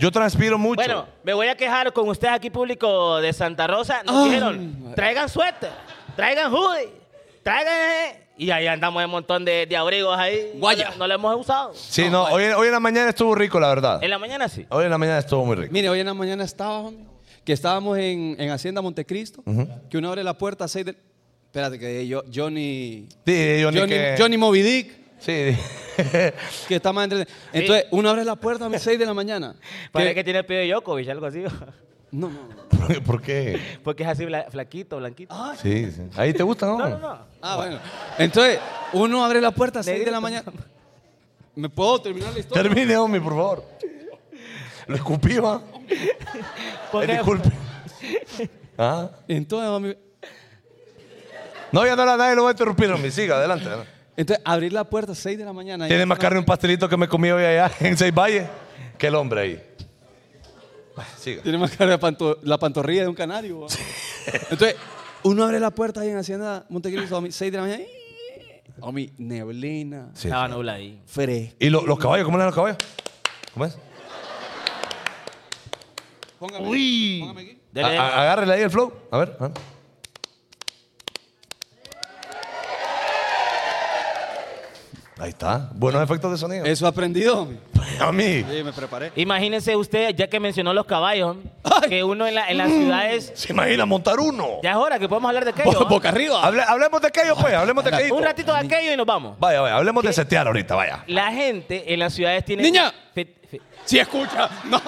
Speaker 3: Yo transpiro mucho.
Speaker 1: Bueno, me voy a quejar con ustedes aquí, público de Santa Rosa. Nos
Speaker 2: Ay.
Speaker 1: dijeron, traigan suéter, traigan hoodie, traigan... eh". Y ahí andamos en un montón de, de abrigos ahí.
Speaker 2: Guaya.
Speaker 1: No, lo hemos usado.
Speaker 3: sí, no, hoy, hoy en la mañana estuvo rico, la verdad.
Speaker 1: En la mañana sí.
Speaker 3: Hoy en la mañana estuvo muy rico.
Speaker 2: Mire, hoy en la mañana estaba, hombre, que estábamos en, en Hacienda Montecristo, que uno abre la puerta a seis de... Espérate, que yo, Johnny.
Speaker 3: Sí, Johnny que-
Speaker 2: Johnny Moby Dick.
Speaker 3: Sí.
Speaker 2: que está más entretenido. Entonces, uno abre la puerta a las 6 de
Speaker 3: *laughs*
Speaker 2: la mañana.
Speaker 1: Parece que tiene el pie de Djokovic, algo así. *laughs*
Speaker 2: No, no.
Speaker 3: *laughs* ¿Por qué?
Speaker 1: Porque es así, bla- flaquito, blanquito.
Speaker 3: Sí, sí. Ahí te gusta, ¿no?
Speaker 1: No, no, no.
Speaker 2: Ah, bueno. Entonces, uno abre la puerta a las 6 de la mañana. ¿Me puedo terminar la historia?
Speaker 3: Termine, homie, por favor. Lo escupí, va. Eh, disculpe. Ah.
Speaker 2: Entonces, homie,
Speaker 3: No, ya no la nadie lo va a interrumpir, homie. Siga, adelante.
Speaker 2: Entonces, abrir la puerta a las 6 de la mañana.
Speaker 3: Tiene más
Speaker 2: No.
Speaker 3: carne un pastelito que me comí hoy allá *laughs* en Seis Valles que el hombre ahí. Ah, Siga.
Speaker 2: Tiene más cara de panto- la pantorrilla de un canario. ¿va? Entonces, uno abre la puerta ahí en Hacienda Montequilos, a 6 de la mañana. y- Homie, neblina.
Speaker 3: Sí, Estaba sí.
Speaker 1: ahí.
Speaker 2: Fresco.
Speaker 3: Ah. ¿Y lo- los caballos? ¿Cómo le dan los caballos? ¿Cómo es?
Speaker 2: Póngame,
Speaker 3: Uy.
Speaker 2: póngame aquí.
Speaker 3: A- a- Agárrele ahí el flow. A ver. a ver. Ahí está. Buenos efectos de sonido.
Speaker 2: Eso aprendido, homie.
Speaker 3: *laughs* A mí.
Speaker 2: Sí, me preparé.
Speaker 1: Imagínense usted, ya que mencionó los caballos, que uno en, la- en las
Speaker 3: Mm.
Speaker 1: ciudades...
Speaker 3: Se imagina montar uno.
Speaker 1: Ya es hora que podemos hablar de aquello. ¿ah?
Speaker 3: Hable- hablemos de aquello, pues. Hablemos de aquello.
Speaker 1: Un ratito de aquello y nos vamos.
Speaker 3: Vaya, vaya. Hablemos de setear ahorita, vaya.
Speaker 1: La gente en las ciudades tiene...
Speaker 2: Niña.
Speaker 1: Fe- fe-
Speaker 2: Si escucha. No,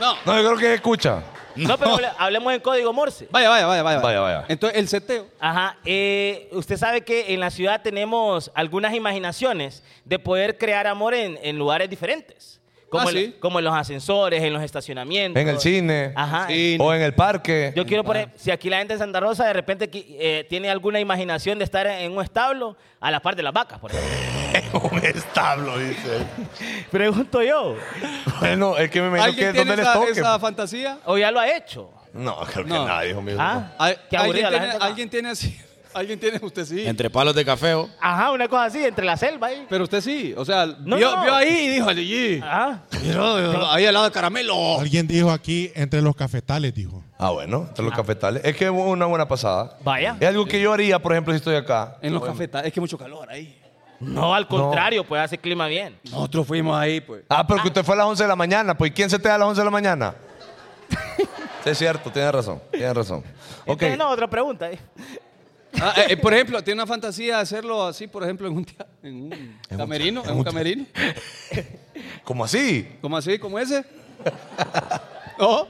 Speaker 2: no.
Speaker 3: No, yo creo que escucha.
Speaker 1: No, pero hable- hablemos en código Morse.
Speaker 2: Vaya, vaya, vaya, vaya.
Speaker 3: Vaya, vaya.
Speaker 2: Entonces, el seteo.
Speaker 1: Ajá. eh, usted sabe que en la ciudad tenemos algunas imaginaciones de poder crear amor en, en lugares diferentes. Como,
Speaker 2: Ah,
Speaker 1: en,
Speaker 2: sí.
Speaker 1: como en los ascensores, en los estacionamientos.
Speaker 3: En el cine.
Speaker 1: Ajá.
Speaker 3: O en el parque.
Speaker 1: Ah.
Speaker 3: *laughs*
Speaker 1: Yo quiero poner, si aquí la gente en Santa Rosa de repente qui- eh, tiene alguna imaginación de estar en un establo a la par de las vacas, por ejemplo.
Speaker 3: un establo, dice.
Speaker 1: *laughs* Pregunto yo.
Speaker 3: Bueno, es que me imagino que
Speaker 2: ¿Alguien
Speaker 3: es
Speaker 2: tiene
Speaker 3: donde les
Speaker 2: esa,
Speaker 3: toque.
Speaker 2: esa fantasía?
Speaker 1: ¿O ya lo ha hecho?
Speaker 3: No, creo que
Speaker 2: No.
Speaker 3: nadie, hijo mío.
Speaker 1: Ah,
Speaker 2: Ay-
Speaker 1: qué
Speaker 2: ¿Alguien,
Speaker 1: aburrida la
Speaker 2: tiene,
Speaker 1: gente. acá.
Speaker 2: alguien tiene así? *laughs* ¿Alguien tiene? Usted sí.
Speaker 4: Entre palos de cafeo.
Speaker 1: Ajá, una cosa así, entre la selva ahí.
Speaker 2: Pero usted sí. O sea,
Speaker 1: No,
Speaker 2: vio,
Speaker 1: no.
Speaker 2: vio ahí y dijo, allí.
Speaker 1: Ajá.
Speaker 2: Ahí al lado de caramelo.
Speaker 13: Alguien dijo aquí entre los cafetales, dijo.
Speaker 3: Ah, bueno, entre los cafetales. Es que es una buena pasada.
Speaker 1: Vaya.
Speaker 3: Es algo que yo haría, por ejemplo, si estoy acá.
Speaker 2: En los
Speaker 3: Bueno.
Speaker 2: cafetales. Es que mucho calor ahí.
Speaker 1: No, al contrario, pues hace clima bien.
Speaker 2: Nosotros fuimos ahí, pues.
Speaker 3: Ah, pero que usted fue a las 11 de la mañana. Pues ¿quién se te da a las 11 de
Speaker 1: *laughs*
Speaker 3: la mañana? sí, es cierto, tiene razón, tiene razón. Ok.
Speaker 1: Entonces, no, otra pregunta. eh.
Speaker 2: Ah, eh, eh, por ejemplo, tiene una fantasía de hacerlo así, por ejemplo, en un, tea- en un camerino, en un, camerino.
Speaker 3: ¿Cómo así?
Speaker 2: ¿Cómo así?
Speaker 3: *laughs*
Speaker 2: ¿Como ese? ¿No?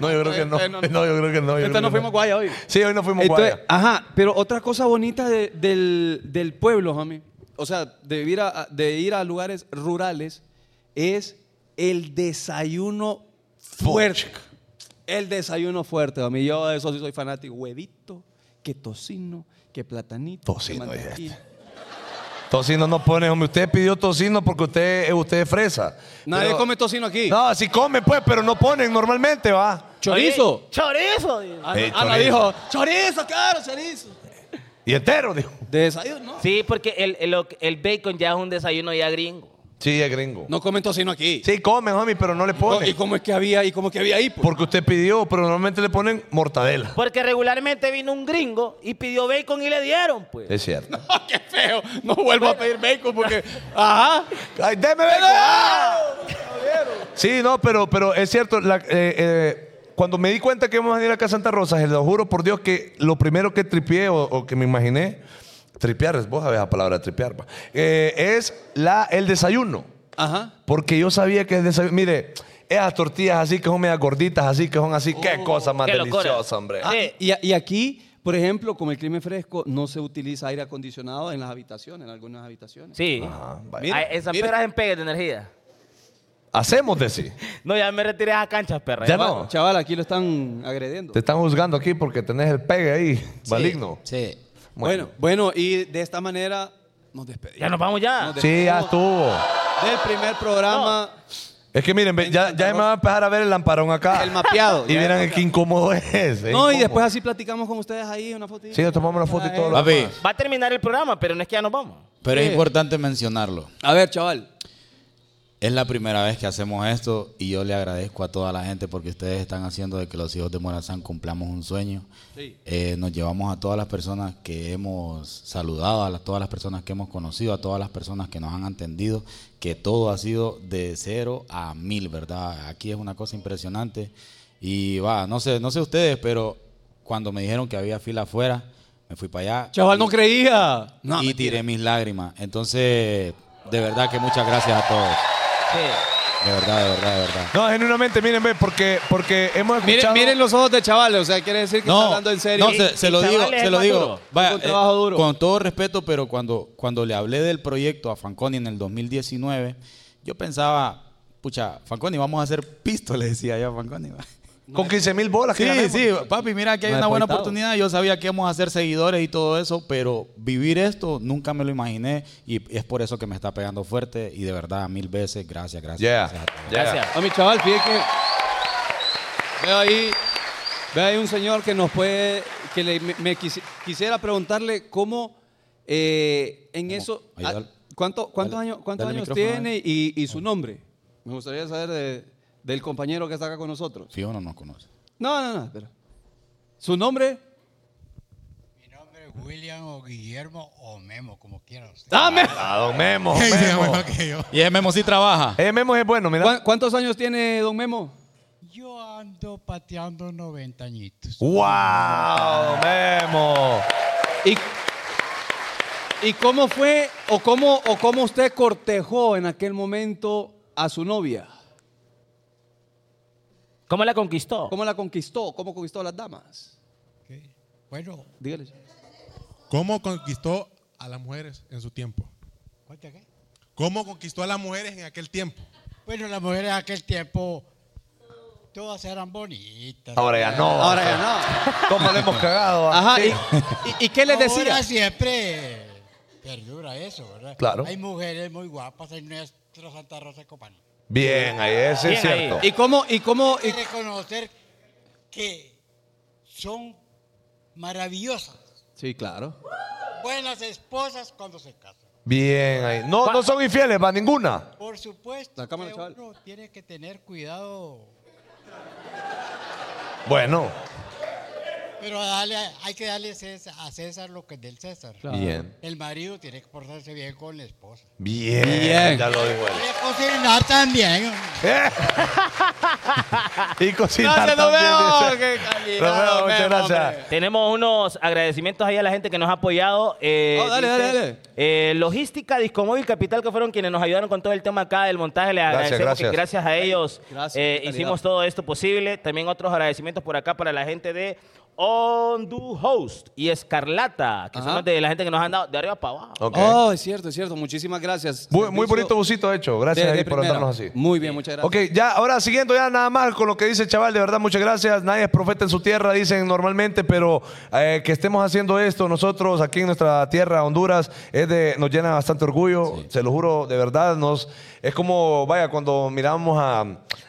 Speaker 3: No, yo creo que no.
Speaker 2: Eh,
Speaker 3: No,
Speaker 2: no,
Speaker 3: yo
Speaker 2: no.
Speaker 3: creo que no. yo
Speaker 2: Entonces
Speaker 3: creo
Speaker 2: no
Speaker 3: que
Speaker 2: fuimos guaya hoy.
Speaker 3: Sí, hoy no fuimos
Speaker 2: Entonces,
Speaker 3: guaya.
Speaker 2: ajá, pero otra cosa bonita de- del, del pueblo, homie, o sea, de, vivir a- a- de ir a lugares rurales, es el desayuno fuerte. El desayuno fuerte, homie. Yo de eso sí soy fanático. Huevito, que tocino, que platanito. que
Speaker 3: Tocino,
Speaker 2: mantequilla.
Speaker 3: Tocino no pone, hombre. Usted pidió tocino porque usted, eh, usted es fresa.
Speaker 2: Nadie
Speaker 3: Pero-
Speaker 2: come tocino aquí.
Speaker 3: No, sí come, pues, pero no ponen normalmente, va.
Speaker 2: Chorizo.
Speaker 1: Oye, chorizo. digo.
Speaker 2: Ana,
Speaker 3: Eh,
Speaker 2: Ana
Speaker 3: chorizo.
Speaker 2: dijo, chorizo, claro, chorizo.
Speaker 3: Y entero, dijo.
Speaker 2: De desayuno, ¿no?
Speaker 1: Sí, porque el, el, el bacon ya es un desayuno ya gringo.
Speaker 3: Sí, es gringo.
Speaker 2: No comen tocino aquí.
Speaker 3: Sí, comen, homie, pero no le
Speaker 2: ¿Y
Speaker 3: ponen.
Speaker 2: cómo es que había, y cómo es que había ahí? pues?
Speaker 3: Porque usted pidió, pero normalmente le ponen mortadela.
Speaker 1: Porque regularmente vino un gringo y pidió bacon y le dieron, pues.
Speaker 3: Es cierto.
Speaker 2: *laughs* ¡Qué feo! No vuelvo a pedir bacon porque... ¡Ajá!
Speaker 3: ¡Ay, deme bacon! Sí, no, pero, pero es cierto. la- eh, eh, cuando me di cuenta que íbamos a venir acá a Santa Rosa, se lo juro por Dios que lo primero que tripié o, o que me imaginé, tripear, es- vos sabés la palabra tripear, pa, eh, es la, el desayuno.
Speaker 2: Ajá.
Speaker 3: Porque yo sabía que el desayuno. Mire, esas tortillas así que son medio gorditas, así que son así.
Speaker 2: Oh.
Speaker 3: ¡Qué cosa más
Speaker 1: qué locura.
Speaker 3: deliciosa, hombre!
Speaker 1: Ah, Sí.
Speaker 2: Y, y aquí, por ejemplo, como el clima es fresco, no se utiliza aire acondicionado en las habitaciones, en algunas habitaciones.
Speaker 1: Sí.
Speaker 3: Ajá, vaya.
Speaker 2: Mira,
Speaker 1: Ay, esas
Speaker 2: mira.
Speaker 1: perras en pegue de energía.
Speaker 3: Hacemos de sí.
Speaker 1: No, ya me retiré a canchas, perra.
Speaker 3: Ya
Speaker 1: Igual.
Speaker 3: no.
Speaker 2: Chaval, aquí lo están agrediendo.
Speaker 3: Te están juzgando aquí porque tenés el pegue ahí, maligno.
Speaker 4: Sí.
Speaker 2: Bueno, bueno, y de esta manera nos despedimos.
Speaker 1: Ya nos vamos ya.
Speaker 2: Nos despedimos
Speaker 3: Sí, ya estuvo.
Speaker 2: Del primer programa,
Speaker 3: Es que miren, ve, ya, ya me va a empezar a ver el lamparón acá.
Speaker 2: el mapeado.
Speaker 3: Y
Speaker 2: Ya
Speaker 3: miren
Speaker 2: el
Speaker 3: el qué incómodo es. es
Speaker 2: No, y
Speaker 3: incómodo.
Speaker 2: después así platicamos con ustedes ahí, una fotito.
Speaker 3: Sí, nos tomamos una foto y todo lo
Speaker 4: Papi.
Speaker 3: demás.
Speaker 1: Va a terminar el programa, pero no es que ya nos vamos.
Speaker 4: Pero
Speaker 2: Sí.
Speaker 4: es importante mencionarlo.
Speaker 2: A ver, chaval.
Speaker 4: Es la primera vez que hacemos esto y yo le agradezco a toda la gente porque ustedes están haciendo de que los hijos de Morazán cumplamos un sueño.
Speaker 2: Sí.
Speaker 4: Eh, nos llevamos a todas las personas que hemos saludado, a las- todas las personas que hemos conocido, a todas las personas que nos han entendido, que todo ha sido de cero a mil, ¿verdad? Aquí es una cosa impresionante. Y va, no sé, no sé ustedes, pero cuando me dijeron que había fila afuera, Me fui para allá.
Speaker 2: Chaval, no creía. No,
Speaker 4: y tiré mis lágrimas. Entonces, de verdad que muchas gracias a todos. De verdad, de verdad, de verdad.
Speaker 3: No, genuinamente, miren, ve, porque, porque hemos
Speaker 2: Miren,
Speaker 3: escuchado...
Speaker 2: miren los ojos de chavales, o sea, quiere decir que
Speaker 4: No,
Speaker 2: está hablando en serio.
Speaker 4: no, se, se lo digo, se lo digo. Vaya,
Speaker 2: un
Speaker 4: eh,
Speaker 2: trabajo duro.
Speaker 4: Con todo respeto, pero cuando, cuando le hablé del proyecto a Fanconi en el 2019, yo pensaba, pucha, Fanconi, vamos a hacer pisto, *laughs* le decía yo a Fanconi.
Speaker 2: Ah,
Speaker 3: Con 15 mil bolas.
Speaker 4: Sí,
Speaker 3: que ganemos.
Speaker 4: sí, papi, mira que hay
Speaker 3: Me
Speaker 4: una buena
Speaker 3: despoitado.
Speaker 4: oportunidad. Yo sabía que íbamos a ser seguidores y todo eso, pero vivir esto nunca me lo imaginé y es por eso que me está pegando fuerte y de verdad, mil veces, gracias, gracias.
Speaker 3: Yeah,
Speaker 4: gracias a todos.
Speaker 3: yeah.
Speaker 2: A mi chaval, fíjate que veo ahí, veo ahí un señor que nos puede, que le- me, me quisi- quisiera preguntarle cómo eh, en eso,
Speaker 4: Ahí,
Speaker 2: ah,
Speaker 4: dale.
Speaker 2: ¿cuánto- ¿cuántos años, cuántos
Speaker 4: dale el
Speaker 2: años
Speaker 4: micrófono,
Speaker 2: tiene y, y su nombre? Me gustaría saber de- del compañero que está acá con nosotros.
Speaker 4: Si uno no conoce.
Speaker 2: No, no, no, espera. ¿Su nombre?
Speaker 5: William o Guillermo o Memo, como quieran ustedes.
Speaker 2: ¡Dame!
Speaker 3: Ah, don Memo. Memo.
Speaker 4: Y el Memo sí trabaja.
Speaker 3: El Memo es bueno, mira.
Speaker 2: ¿Cuán- ¿Cuántos años tiene don Memo?
Speaker 5: Yo ando pateando 90 añitos.
Speaker 3: ¡Wow! Memo.
Speaker 2: ¿Y, y cómo fue o cómo, o cómo usted cortejó en aquel momento a su novia?
Speaker 1: ¿Cómo la conquistó?
Speaker 2: ¿Cómo la conquistó? ¿Cómo conquistó a las damas?
Speaker 5: Bueno,
Speaker 2: Dígale.
Speaker 13: ¿Cómo conquistó a las mujeres en su tiempo?
Speaker 5: ¿cuánta qué?
Speaker 13: ¿Cómo conquistó a las mujeres en aquel tiempo?
Speaker 5: Bueno, las mujeres de aquel tiempo todas eran bonitas.
Speaker 3: Ahora ya no.
Speaker 2: Ahora ya no. Ah.
Speaker 3: ¿Cómo le
Speaker 2: *laughs*
Speaker 3: hemos cagado? ah?
Speaker 2: Ajá,
Speaker 3: Sí.
Speaker 2: ¿Y, y qué les decía?
Speaker 5: Ahora siempre perdura eso, ¿verdad?
Speaker 3: Claro.
Speaker 5: Hay mujeres muy guapas en nuestro Santa Rosa de Copán.
Speaker 3: Bien, ahí ese es
Speaker 2: Bien ahí.
Speaker 3: cierto.
Speaker 2: ¿Y cómo, y cómo,
Speaker 5: Hay
Speaker 2: y-
Speaker 5: que reconocer que son maravillosas,
Speaker 2: Sí, claro.
Speaker 5: buenas esposas cuando se casan.
Speaker 3: Bien ahí. No, no son infieles, va ninguna.
Speaker 5: Por supuesto,
Speaker 2: La cámara,
Speaker 5: que
Speaker 2: chaval.
Speaker 5: uno tiene que tener cuidado,
Speaker 3: Bueno.
Speaker 5: pero dale, hay que darle César- a César lo que es del César.
Speaker 3: Claro. Bien.
Speaker 5: El marido tiene que portarse bien con la esposa.
Speaker 3: Bien.
Speaker 2: Bien.
Speaker 3: Ya lo dijo él.
Speaker 2: *laughs*
Speaker 5: Tiene que cocinar también.
Speaker 3: Eh. y cocinar.
Speaker 2: Gracias, nos
Speaker 3: también,
Speaker 2: vemos.
Speaker 3: dice.
Speaker 2: Qué calidad,
Speaker 3: Nos vemos,
Speaker 2: nos
Speaker 3: muchas
Speaker 2: vemos,
Speaker 3: gracias.
Speaker 2: hombre.
Speaker 1: Tenemos unos agradecimientos ahí a la gente que nos ha apoyado. Eh,
Speaker 2: Oh, dale, dale, dale.
Speaker 1: eh, Logística, Discomóvil, Capital, que fueron quienes nos ayudaron con todo el tema acá del montaje. Les
Speaker 3: Gracias,
Speaker 1: agradecemos que
Speaker 3: gracias.
Speaker 1: gracias a ellos
Speaker 2: Gracias,
Speaker 1: eh,
Speaker 2: calidad.
Speaker 1: hicimos todo esto posible. También otros agradecimientos por acá para la gente de On Do Host y Escarlata, que
Speaker 2: Ajá.
Speaker 1: son los de la gente que nos han dado de arriba para abajo.
Speaker 3: Ok.
Speaker 2: Oh, es cierto, es cierto. Muchísimas gracias.
Speaker 3: Muy, muy
Speaker 2: Servicio
Speaker 3: bonito busito hecho. Gracias
Speaker 2: de-
Speaker 3: ahí
Speaker 2: de
Speaker 3: por
Speaker 2: primera.
Speaker 3: andarnos así.
Speaker 2: Muy bien, muchas gracias. Eh,
Speaker 3: Ok, ya, ahora siguiendo ya nada más con lo que dice el chaval, de verdad, muchas gracias. Nadie es profeta en su tierra, dicen normalmente, pero eh, que estemos haciendo esto nosotros aquí en nuestra tierra, Honduras, es de, nos llena bastante orgullo, se lo juro, de verdad, nos, es como, vaya, cuando miramos a,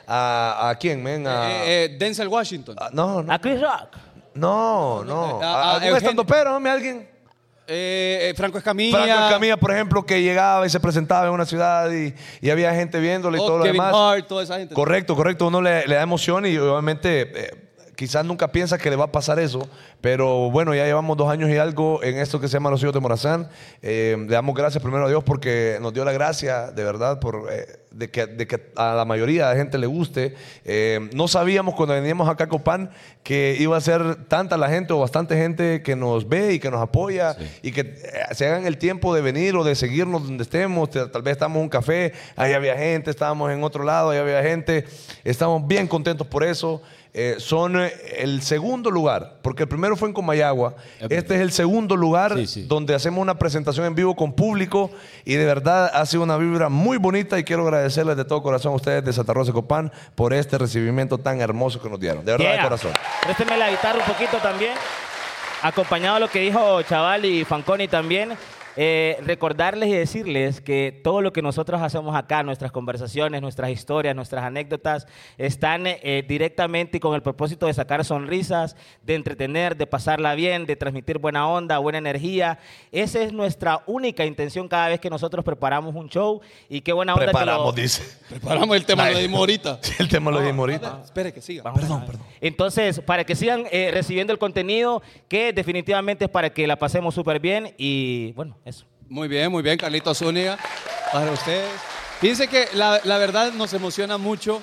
Speaker 3: a, a quién, men, a-
Speaker 2: Eh, eh, Denzel Washington.
Speaker 3: a- no,
Speaker 2: Oh.
Speaker 3: no,
Speaker 1: A Chris Rock.
Speaker 3: no, no,
Speaker 2: a-
Speaker 3: a-
Speaker 2: a
Speaker 3: algún
Speaker 2: Eugenio.
Speaker 3: estandopero, hombre, alguien.
Speaker 2: Eh, eh, Franco Escamilla.
Speaker 3: Franco Escamilla, por ejemplo, que llegaba y se presentaba en una ciudad y, y había gente viéndole y
Speaker 2: oh,
Speaker 3: todo lo
Speaker 2: Kevin
Speaker 3: demás.
Speaker 2: Hart, toda esa gente.
Speaker 3: Correcto, correcto. Uno le, le da emoción y obviamente eh, quizás nunca piensa que le va a pasar eso. Pero bueno, ya llevamos dos años y algo en esto que se llama Los Hijos de Morazán. Eh, le damos gracias primero a Dios porque nos dio la gracia, de verdad, por, eh, de, que, de que a la mayoría de la gente le guste. Eh, no sabíamos cuando veníamos acá a Copán que iba a ser tanta la gente o bastante gente que nos ve y que nos apoya y que eh, se hagan el tiempo de venir o de seguirnos donde estemos. Te- Tal vez estamos en un café, ahí había gente, estábamos en otro lado, ahí había gente. Estamos bien contentos por eso. Eh, son eh, el segundo lugar, porque el primero fue en Comayagua. Este es el segundo lugar
Speaker 4: Sí, sí.
Speaker 3: donde hacemos una presentación en vivo con público y de verdad ha sido una vibra muy bonita y quiero agradecerles de todo corazón a ustedes de Santa Rosa de Copán por este recibimiento tan hermoso que nos dieron. De verdad, de
Speaker 1: Yeah.
Speaker 3: corazón.
Speaker 1: Présteme la guitarra un poquito también. Acompañado de lo que dijo Chaval y Fanconi también. eh, recordarles y decirles que todo lo que nosotros hacemos acá, nuestras conversaciones, nuestras historias, nuestras anécdotas, están eh, directamente y con el propósito de sacar sonrisas, de entretener, de pasarla bien, de transmitir buena onda, buena energía. Esa es nuestra única intención cada vez que nosotros preparamos un show y qué buena onda. que lo-
Speaker 3: Preparamos, dice.
Speaker 2: Preparamos el tema,
Speaker 3: Ay.
Speaker 2: lo dimos ahorita.
Speaker 3: *laughs* Sí, el tema lo dimos
Speaker 4: Ah,
Speaker 3: ahorita.
Speaker 2: Ah, Espere que siga.
Speaker 3: Perdón, perdón.
Speaker 1: Entonces, para que sigan eh, recibiendo el contenido, que definitivamente es para que la pasemos súper bien y bueno, eso.
Speaker 2: Muy bien, muy bien, Carlitos Zúñiga, para ustedes. Fíjense que la, la verdad nos emociona mucho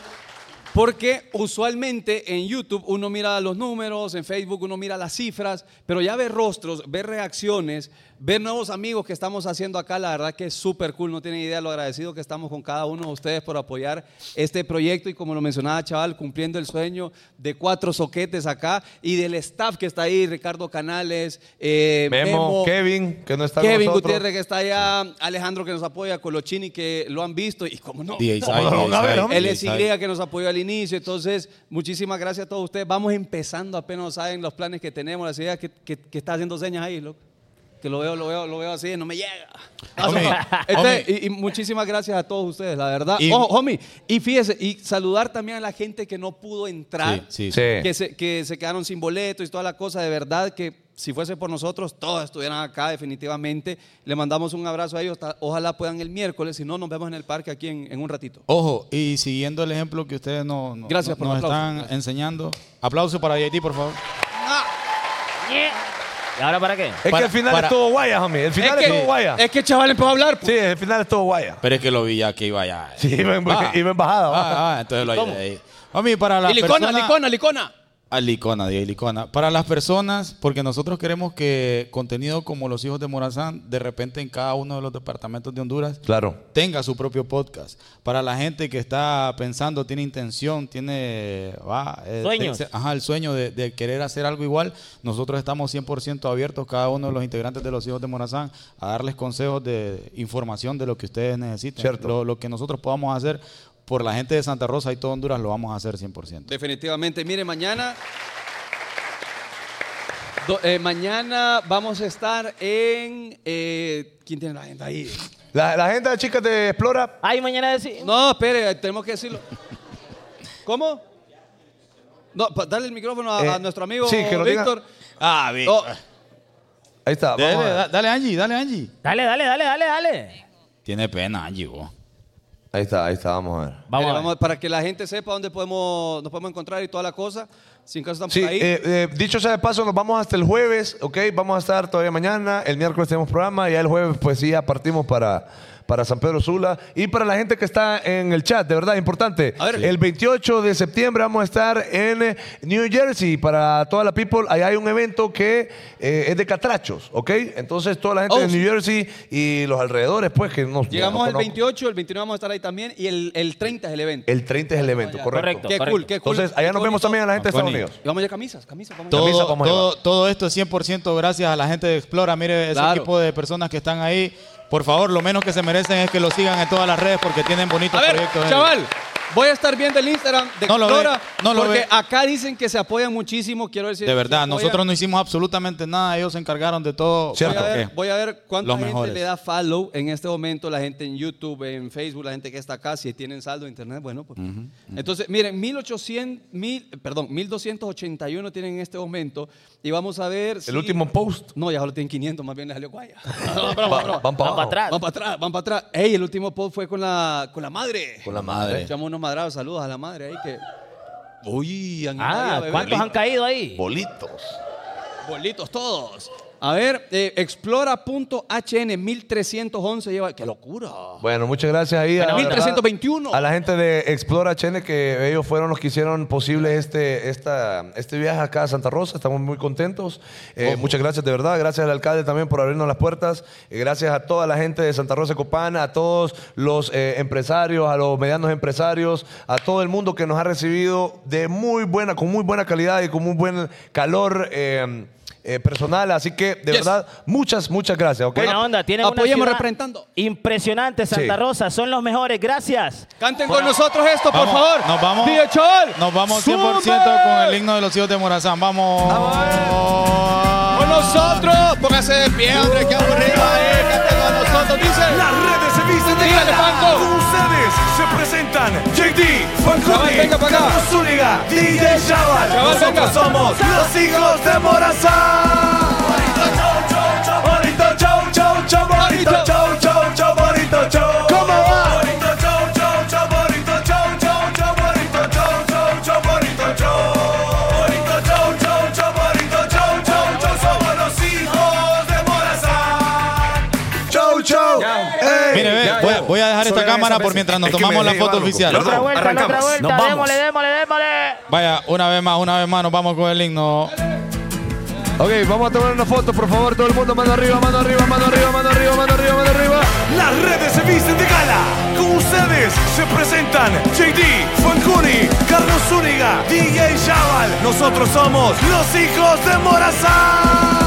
Speaker 2: Porque usualmente en YouTube uno mira los números, en Facebook uno mira las cifras, pero ya ver rostros, ver reacciones, ver nuevos amigos que estamos haciendo acá, la verdad que es súper cool. No tienen idea lo agradecido que estamos con cada uno de ustedes por apoyar este proyecto y como lo mencionaba Chaval, cumpliendo el sueño de cuatro soquetes acá y del staff que está ahí, Ricardo Canales, eh,
Speaker 3: Memo,
Speaker 2: Memo,
Speaker 3: Kevin, que no está con
Speaker 2: Kevin
Speaker 3: nosotros.
Speaker 2: Gutiérrez que está allá, Alejandro que nos apoya, Colochini que lo han visto y como no,
Speaker 4: DJ Sai,
Speaker 2: ¿Cómo no?
Speaker 4: DJ Sai,
Speaker 2: el
Speaker 4: DJ Sai.
Speaker 2: SY que nos apoyó al inicio. Entonces, muchísimas gracias a todos ustedes. Vamos empezando, apenas saben los planes que tenemos, las ideas que, que- que está haciendo señas ahí, loco. Que lo veo, lo veo, lo veo así, no me llega. Ah, Este, y, y muchísimas gracias a todos ustedes, la verdad.
Speaker 4: Y-
Speaker 2: Ojo, homie, y fíjese, y saludar también a la gente que no pudo entrar,
Speaker 4: Sí, sí. Sí.
Speaker 2: Que, se, que se quedaron sin boletos y toda la cosa, de verdad que si fuese por nosotros, todos estuvieran acá definitivamente. Le mandamos un abrazo a ellos, ta- ojalá puedan el miércoles, si no, nos vemos en el parque aquí en, en un ratito.
Speaker 4: Ojo, y siguiendo el ejemplo que ustedes no- no-
Speaker 2: Gracias por
Speaker 4: nos
Speaker 2: el aplauso.
Speaker 4: están enseñando, aplauso para JT, por favor.
Speaker 1: ¿Y ahora para qué?
Speaker 3: Es que el final estuvo guaya, homie. El final
Speaker 1: Es que-
Speaker 3: estuvo guaya.
Speaker 2: Es que el chaval empezó a hablar. pues.
Speaker 3: Sí, el final estuvo guaya.
Speaker 4: Pero es que lo vi ya que iba ya.
Speaker 3: Sí, iba en- iba en bajada,
Speaker 4: Ah, ah, entonces lo
Speaker 2: ¿Cómo?
Speaker 4: ayudé ahí. Homie, para la
Speaker 2: Y licona,
Speaker 4: persona-
Speaker 2: licona, licona.
Speaker 4: Ah, Licona, DJ Licona. Para las personas, porque nosotros queremos que contenido como Los Hijos de Morazán, de repente en cada uno de los departamentos de Honduras,
Speaker 3: Claro.
Speaker 4: tenga su propio podcast. Para la gente que está pensando, tiene intención, tiene va, eh,
Speaker 1: Sueños.
Speaker 4: te- ajá, el sueño de, de querer hacer algo igual, nosotros estamos 100% abiertos, cada uno de los integrantes de Los Hijos de Morazán, a darles consejos de información de lo que ustedes necesiten.
Speaker 3: Cierto.
Speaker 4: Lo, lo que nosotros podamos hacer por la gente de Santa Rosa y todo Honduras, lo vamos a hacer 100%.
Speaker 2: Definitivamente. Mire, mañana. do- eh, mañana vamos a estar en. eh, ¿Quién tiene la agenda ahí?
Speaker 3: La, la agenda de chicas de Explora.
Speaker 1: Ay, mañana decir.
Speaker 2: No, espere, eh, tenemos que decirlo. ¿Cómo? No, pa- dale el micrófono a,
Speaker 3: Eh,
Speaker 2: a nuestro amigo
Speaker 3: sí, que lo diga.
Speaker 2: Víctor.
Speaker 4: Ah,
Speaker 2: Víctor.
Speaker 3: Ahí está.
Speaker 4: Dale,
Speaker 3: vamos a ver.
Speaker 4: da- dale, Angie, dale, Angie.
Speaker 1: Dale, dale, dale, dale, dale.
Speaker 4: Tiene pena, Angie, vos.
Speaker 3: Ahí está, ahí está, vamos a ver.
Speaker 4: Ah,
Speaker 1: Vamos
Speaker 2: Mire,
Speaker 1: a ver.
Speaker 2: vamos- para que la gente sepa dónde podemos, nos podemos encontrar y toda la cosa. Sin caso están
Speaker 3: Sí,
Speaker 2: por ahí.
Speaker 3: eh, eh, dicho sea de paso, nos vamos hasta el jueves, ¿ok? Vamos a estar todavía mañana, el miércoles tenemos programa, ya el jueves pues sí, ya partimos para, para San Pedro Sula. Y para la gente que está en el chat, de verdad, importante, el 28 de septiembre vamos a estar en eh, New Jersey para toda la people, ahí hay un evento que eh, es de catrachos, ¿ok? Entonces toda la gente
Speaker 2: Oh,
Speaker 3: de
Speaker 2: sí.
Speaker 3: New Jersey y los alrededores pues que nos...
Speaker 2: Llegamos
Speaker 3: no
Speaker 2: el
Speaker 3: conozco.
Speaker 2: 28, el 29 vamos a estar ahí también y el, el 30 es el evento.
Speaker 3: El 30 es el evento,
Speaker 2: Ya.
Speaker 3: correcto.
Speaker 2: Qué cool, qué cool.
Speaker 3: Entonces allá nos vemos también a la gente de Estados
Speaker 4: Bonito.
Speaker 3: Unidos.
Speaker 2: Y vamos a llevar camisas, camisas. Vamos a llevar.
Speaker 4: Todo,
Speaker 3: cómo
Speaker 4: todo, todo esto es 100% gracias a la gente de Explora. Mire, ese
Speaker 2: Claro.
Speaker 4: equipo de personas que están ahí. Por favor, lo menos que se merecen es que lo sigan en todas las redes porque tienen bonitos
Speaker 2: A ver,
Speaker 4: proyectos.
Speaker 2: chaval, voy a estar viendo el Instagram de
Speaker 4: No lo ve,
Speaker 2: Explora
Speaker 4: no lo
Speaker 2: porque
Speaker 4: ve.
Speaker 2: acá dicen que se apoyan muchísimo. Quiero decir,
Speaker 4: De verdad,
Speaker 2: se apoyan.
Speaker 4: nosotros no hicimos absolutamente nada. Ellos se encargaron de todo.
Speaker 2: Voy a,
Speaker 4: ¿Por
Speaker 2: ver,
Speaker 4: qué?
Speaker 2: voy a ver cuánta
Speaker 4: Los
Speaker 2: gente
Speaker 4: mejores.
Speaker 2: le da follow en este momento, la gente en YouTube, en Facebook, la gente que está acá, si tienen saldo de internet, bueno, pues. Entonces, miren, 1800, mil, perdón, 1281 tienen en este momento y vamos a ver
Speaker 3: El último
Speaker 2: *laughs*
Speaker 3: post.
Speaker 2: No, ya solo tienen 500, más bien les
Speaker 3: *laughs*
Speaker 2: salió guaya.
Speaker 3: Va- van para abajo.
Speaker 2: Van para atrás, van para atrás. Ey, el último post fue con la, con la madre.
Speaker 3: Con la madre.
Speaker 2: Echamos unos madrados, saludos a la madre ahí que. Uy, han invadido,
Speaker 1: Ah,
Speaker 2: bebé.
Speaker 1: ¿cuántos han caído ahí?
Speaker 3: Bolitos.
Speaker 2: Bolitos todos. A ver, eh, explora.hn 1311 lleva. ¡Qué locura!
Speaker 3: Bueno, muchas gracias ahí. a-
Speaker 2: 1321.
Speaker 3: A la gente de Explora Chene, que ellos fueron los que hicieron posible este, esta, este viaje acá a Santa Rosa. Estamos muy contentos. Eh, muchas gracias, de verdad. Gracias al alcalde también por abrirnos las puertas. Eh, gracias a toda la gente de Santa Rosa de Copán, a todos los eh, empresarios, a los medianos empresarios, a todo el mundo que nos ha recibido de muy buena, con muy buena calidad y con muy buen calor. eh, eh, personal, así que de verdad, muchas, muchas gracias. ¿ok?
Speaker 1: Buena onda, tienen
Speaker 2: Apoyemos
Speaker 1: una ciudad
Speaker 2: representando.
Speaker 1: Impresionante, Santa
Speaker 3: Sí.
Speaker 1: Rosa, son los mejores, gracias.
Speaker 2: Canten con nosotros esto, por
Speaker 4: Vamos,
Speaker 2: favor.
Speaker 4: Nos vamos,
Speaker 2: Tío Chol,
Speaker 4: nos vamos 100%
Speaker 2: ¡Sube!
Speaker 4: con el himno de los hijos de Morazán. Vamos.
Speaker 2: Ah, Con nosotros. Póngase de pie, hombre, que aburrido ahí. Canten con nosotros, dice.
Speaker 14: Las redes se visten de
Speaker 2: Dígale,
Speaker 14: gala.
Speaker 2: Franco.
Speaker 14: Con ustedes se presentan JD, Juan
Speaker 2: Chaval, venga pa' acá.
Speaker 14: Carlos Zúñiga, DJ Chaval.
Speaker 2: Chaval, venga.
Speaker 14: Nosotros somos los hijos de Morazán. Bonito chau, chau, chau, bonito chau, chau, chau, bonito chau. ¿Cómo va? Bonito chau, chau, chau, bonito chau, chau, chau, bonito chau, chau, chau, bonito chau. Bonito chau, chau, chau, bonito chau, chau, chau, somos los hijos de Morazán. Chau, chau.
Speaker 4: Mire, ve, voy, a- voy a dejar apagar esta cámara por mientras nos tomamos la foto oficial.
Speaker 1: Otra vuelta, la otra vuelta.
Speaker 4: Nos vamos.
Speaker 1: Démosle, démosle, démosle.
Speaker 4: Vaya, una vez más, una vez más, nos vamos con el himno.
Speaker 3: Ok, vamos a tomar una foto, por favor, todo el mundo, mano arriba, mano arriba, mano arriba, mano arriba, mano arriba, mano arriba.
Speaker 14: Las redes se visten de gala. Con ustedes se presentan JD, Fancuni, Carlos Zúñiga, DJ Chaval. Nosotros somos los hijos de Morazán.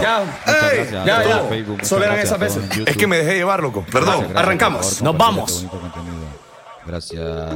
Speaker 3: Ya, ya.
Speaker 4: Solo eran esas veces.
Speaker 3: Es que me dejé llevar, loco. Perdón,
Speaker 4: Gracias, gracias,
Speaker 3: arrancamos.
Speaker 4: por favor,
Speaker 3: Nos
Speaker 4: compartir
Speaker 3: vamos.
Speaker 4: este bonito contenido. Gracias.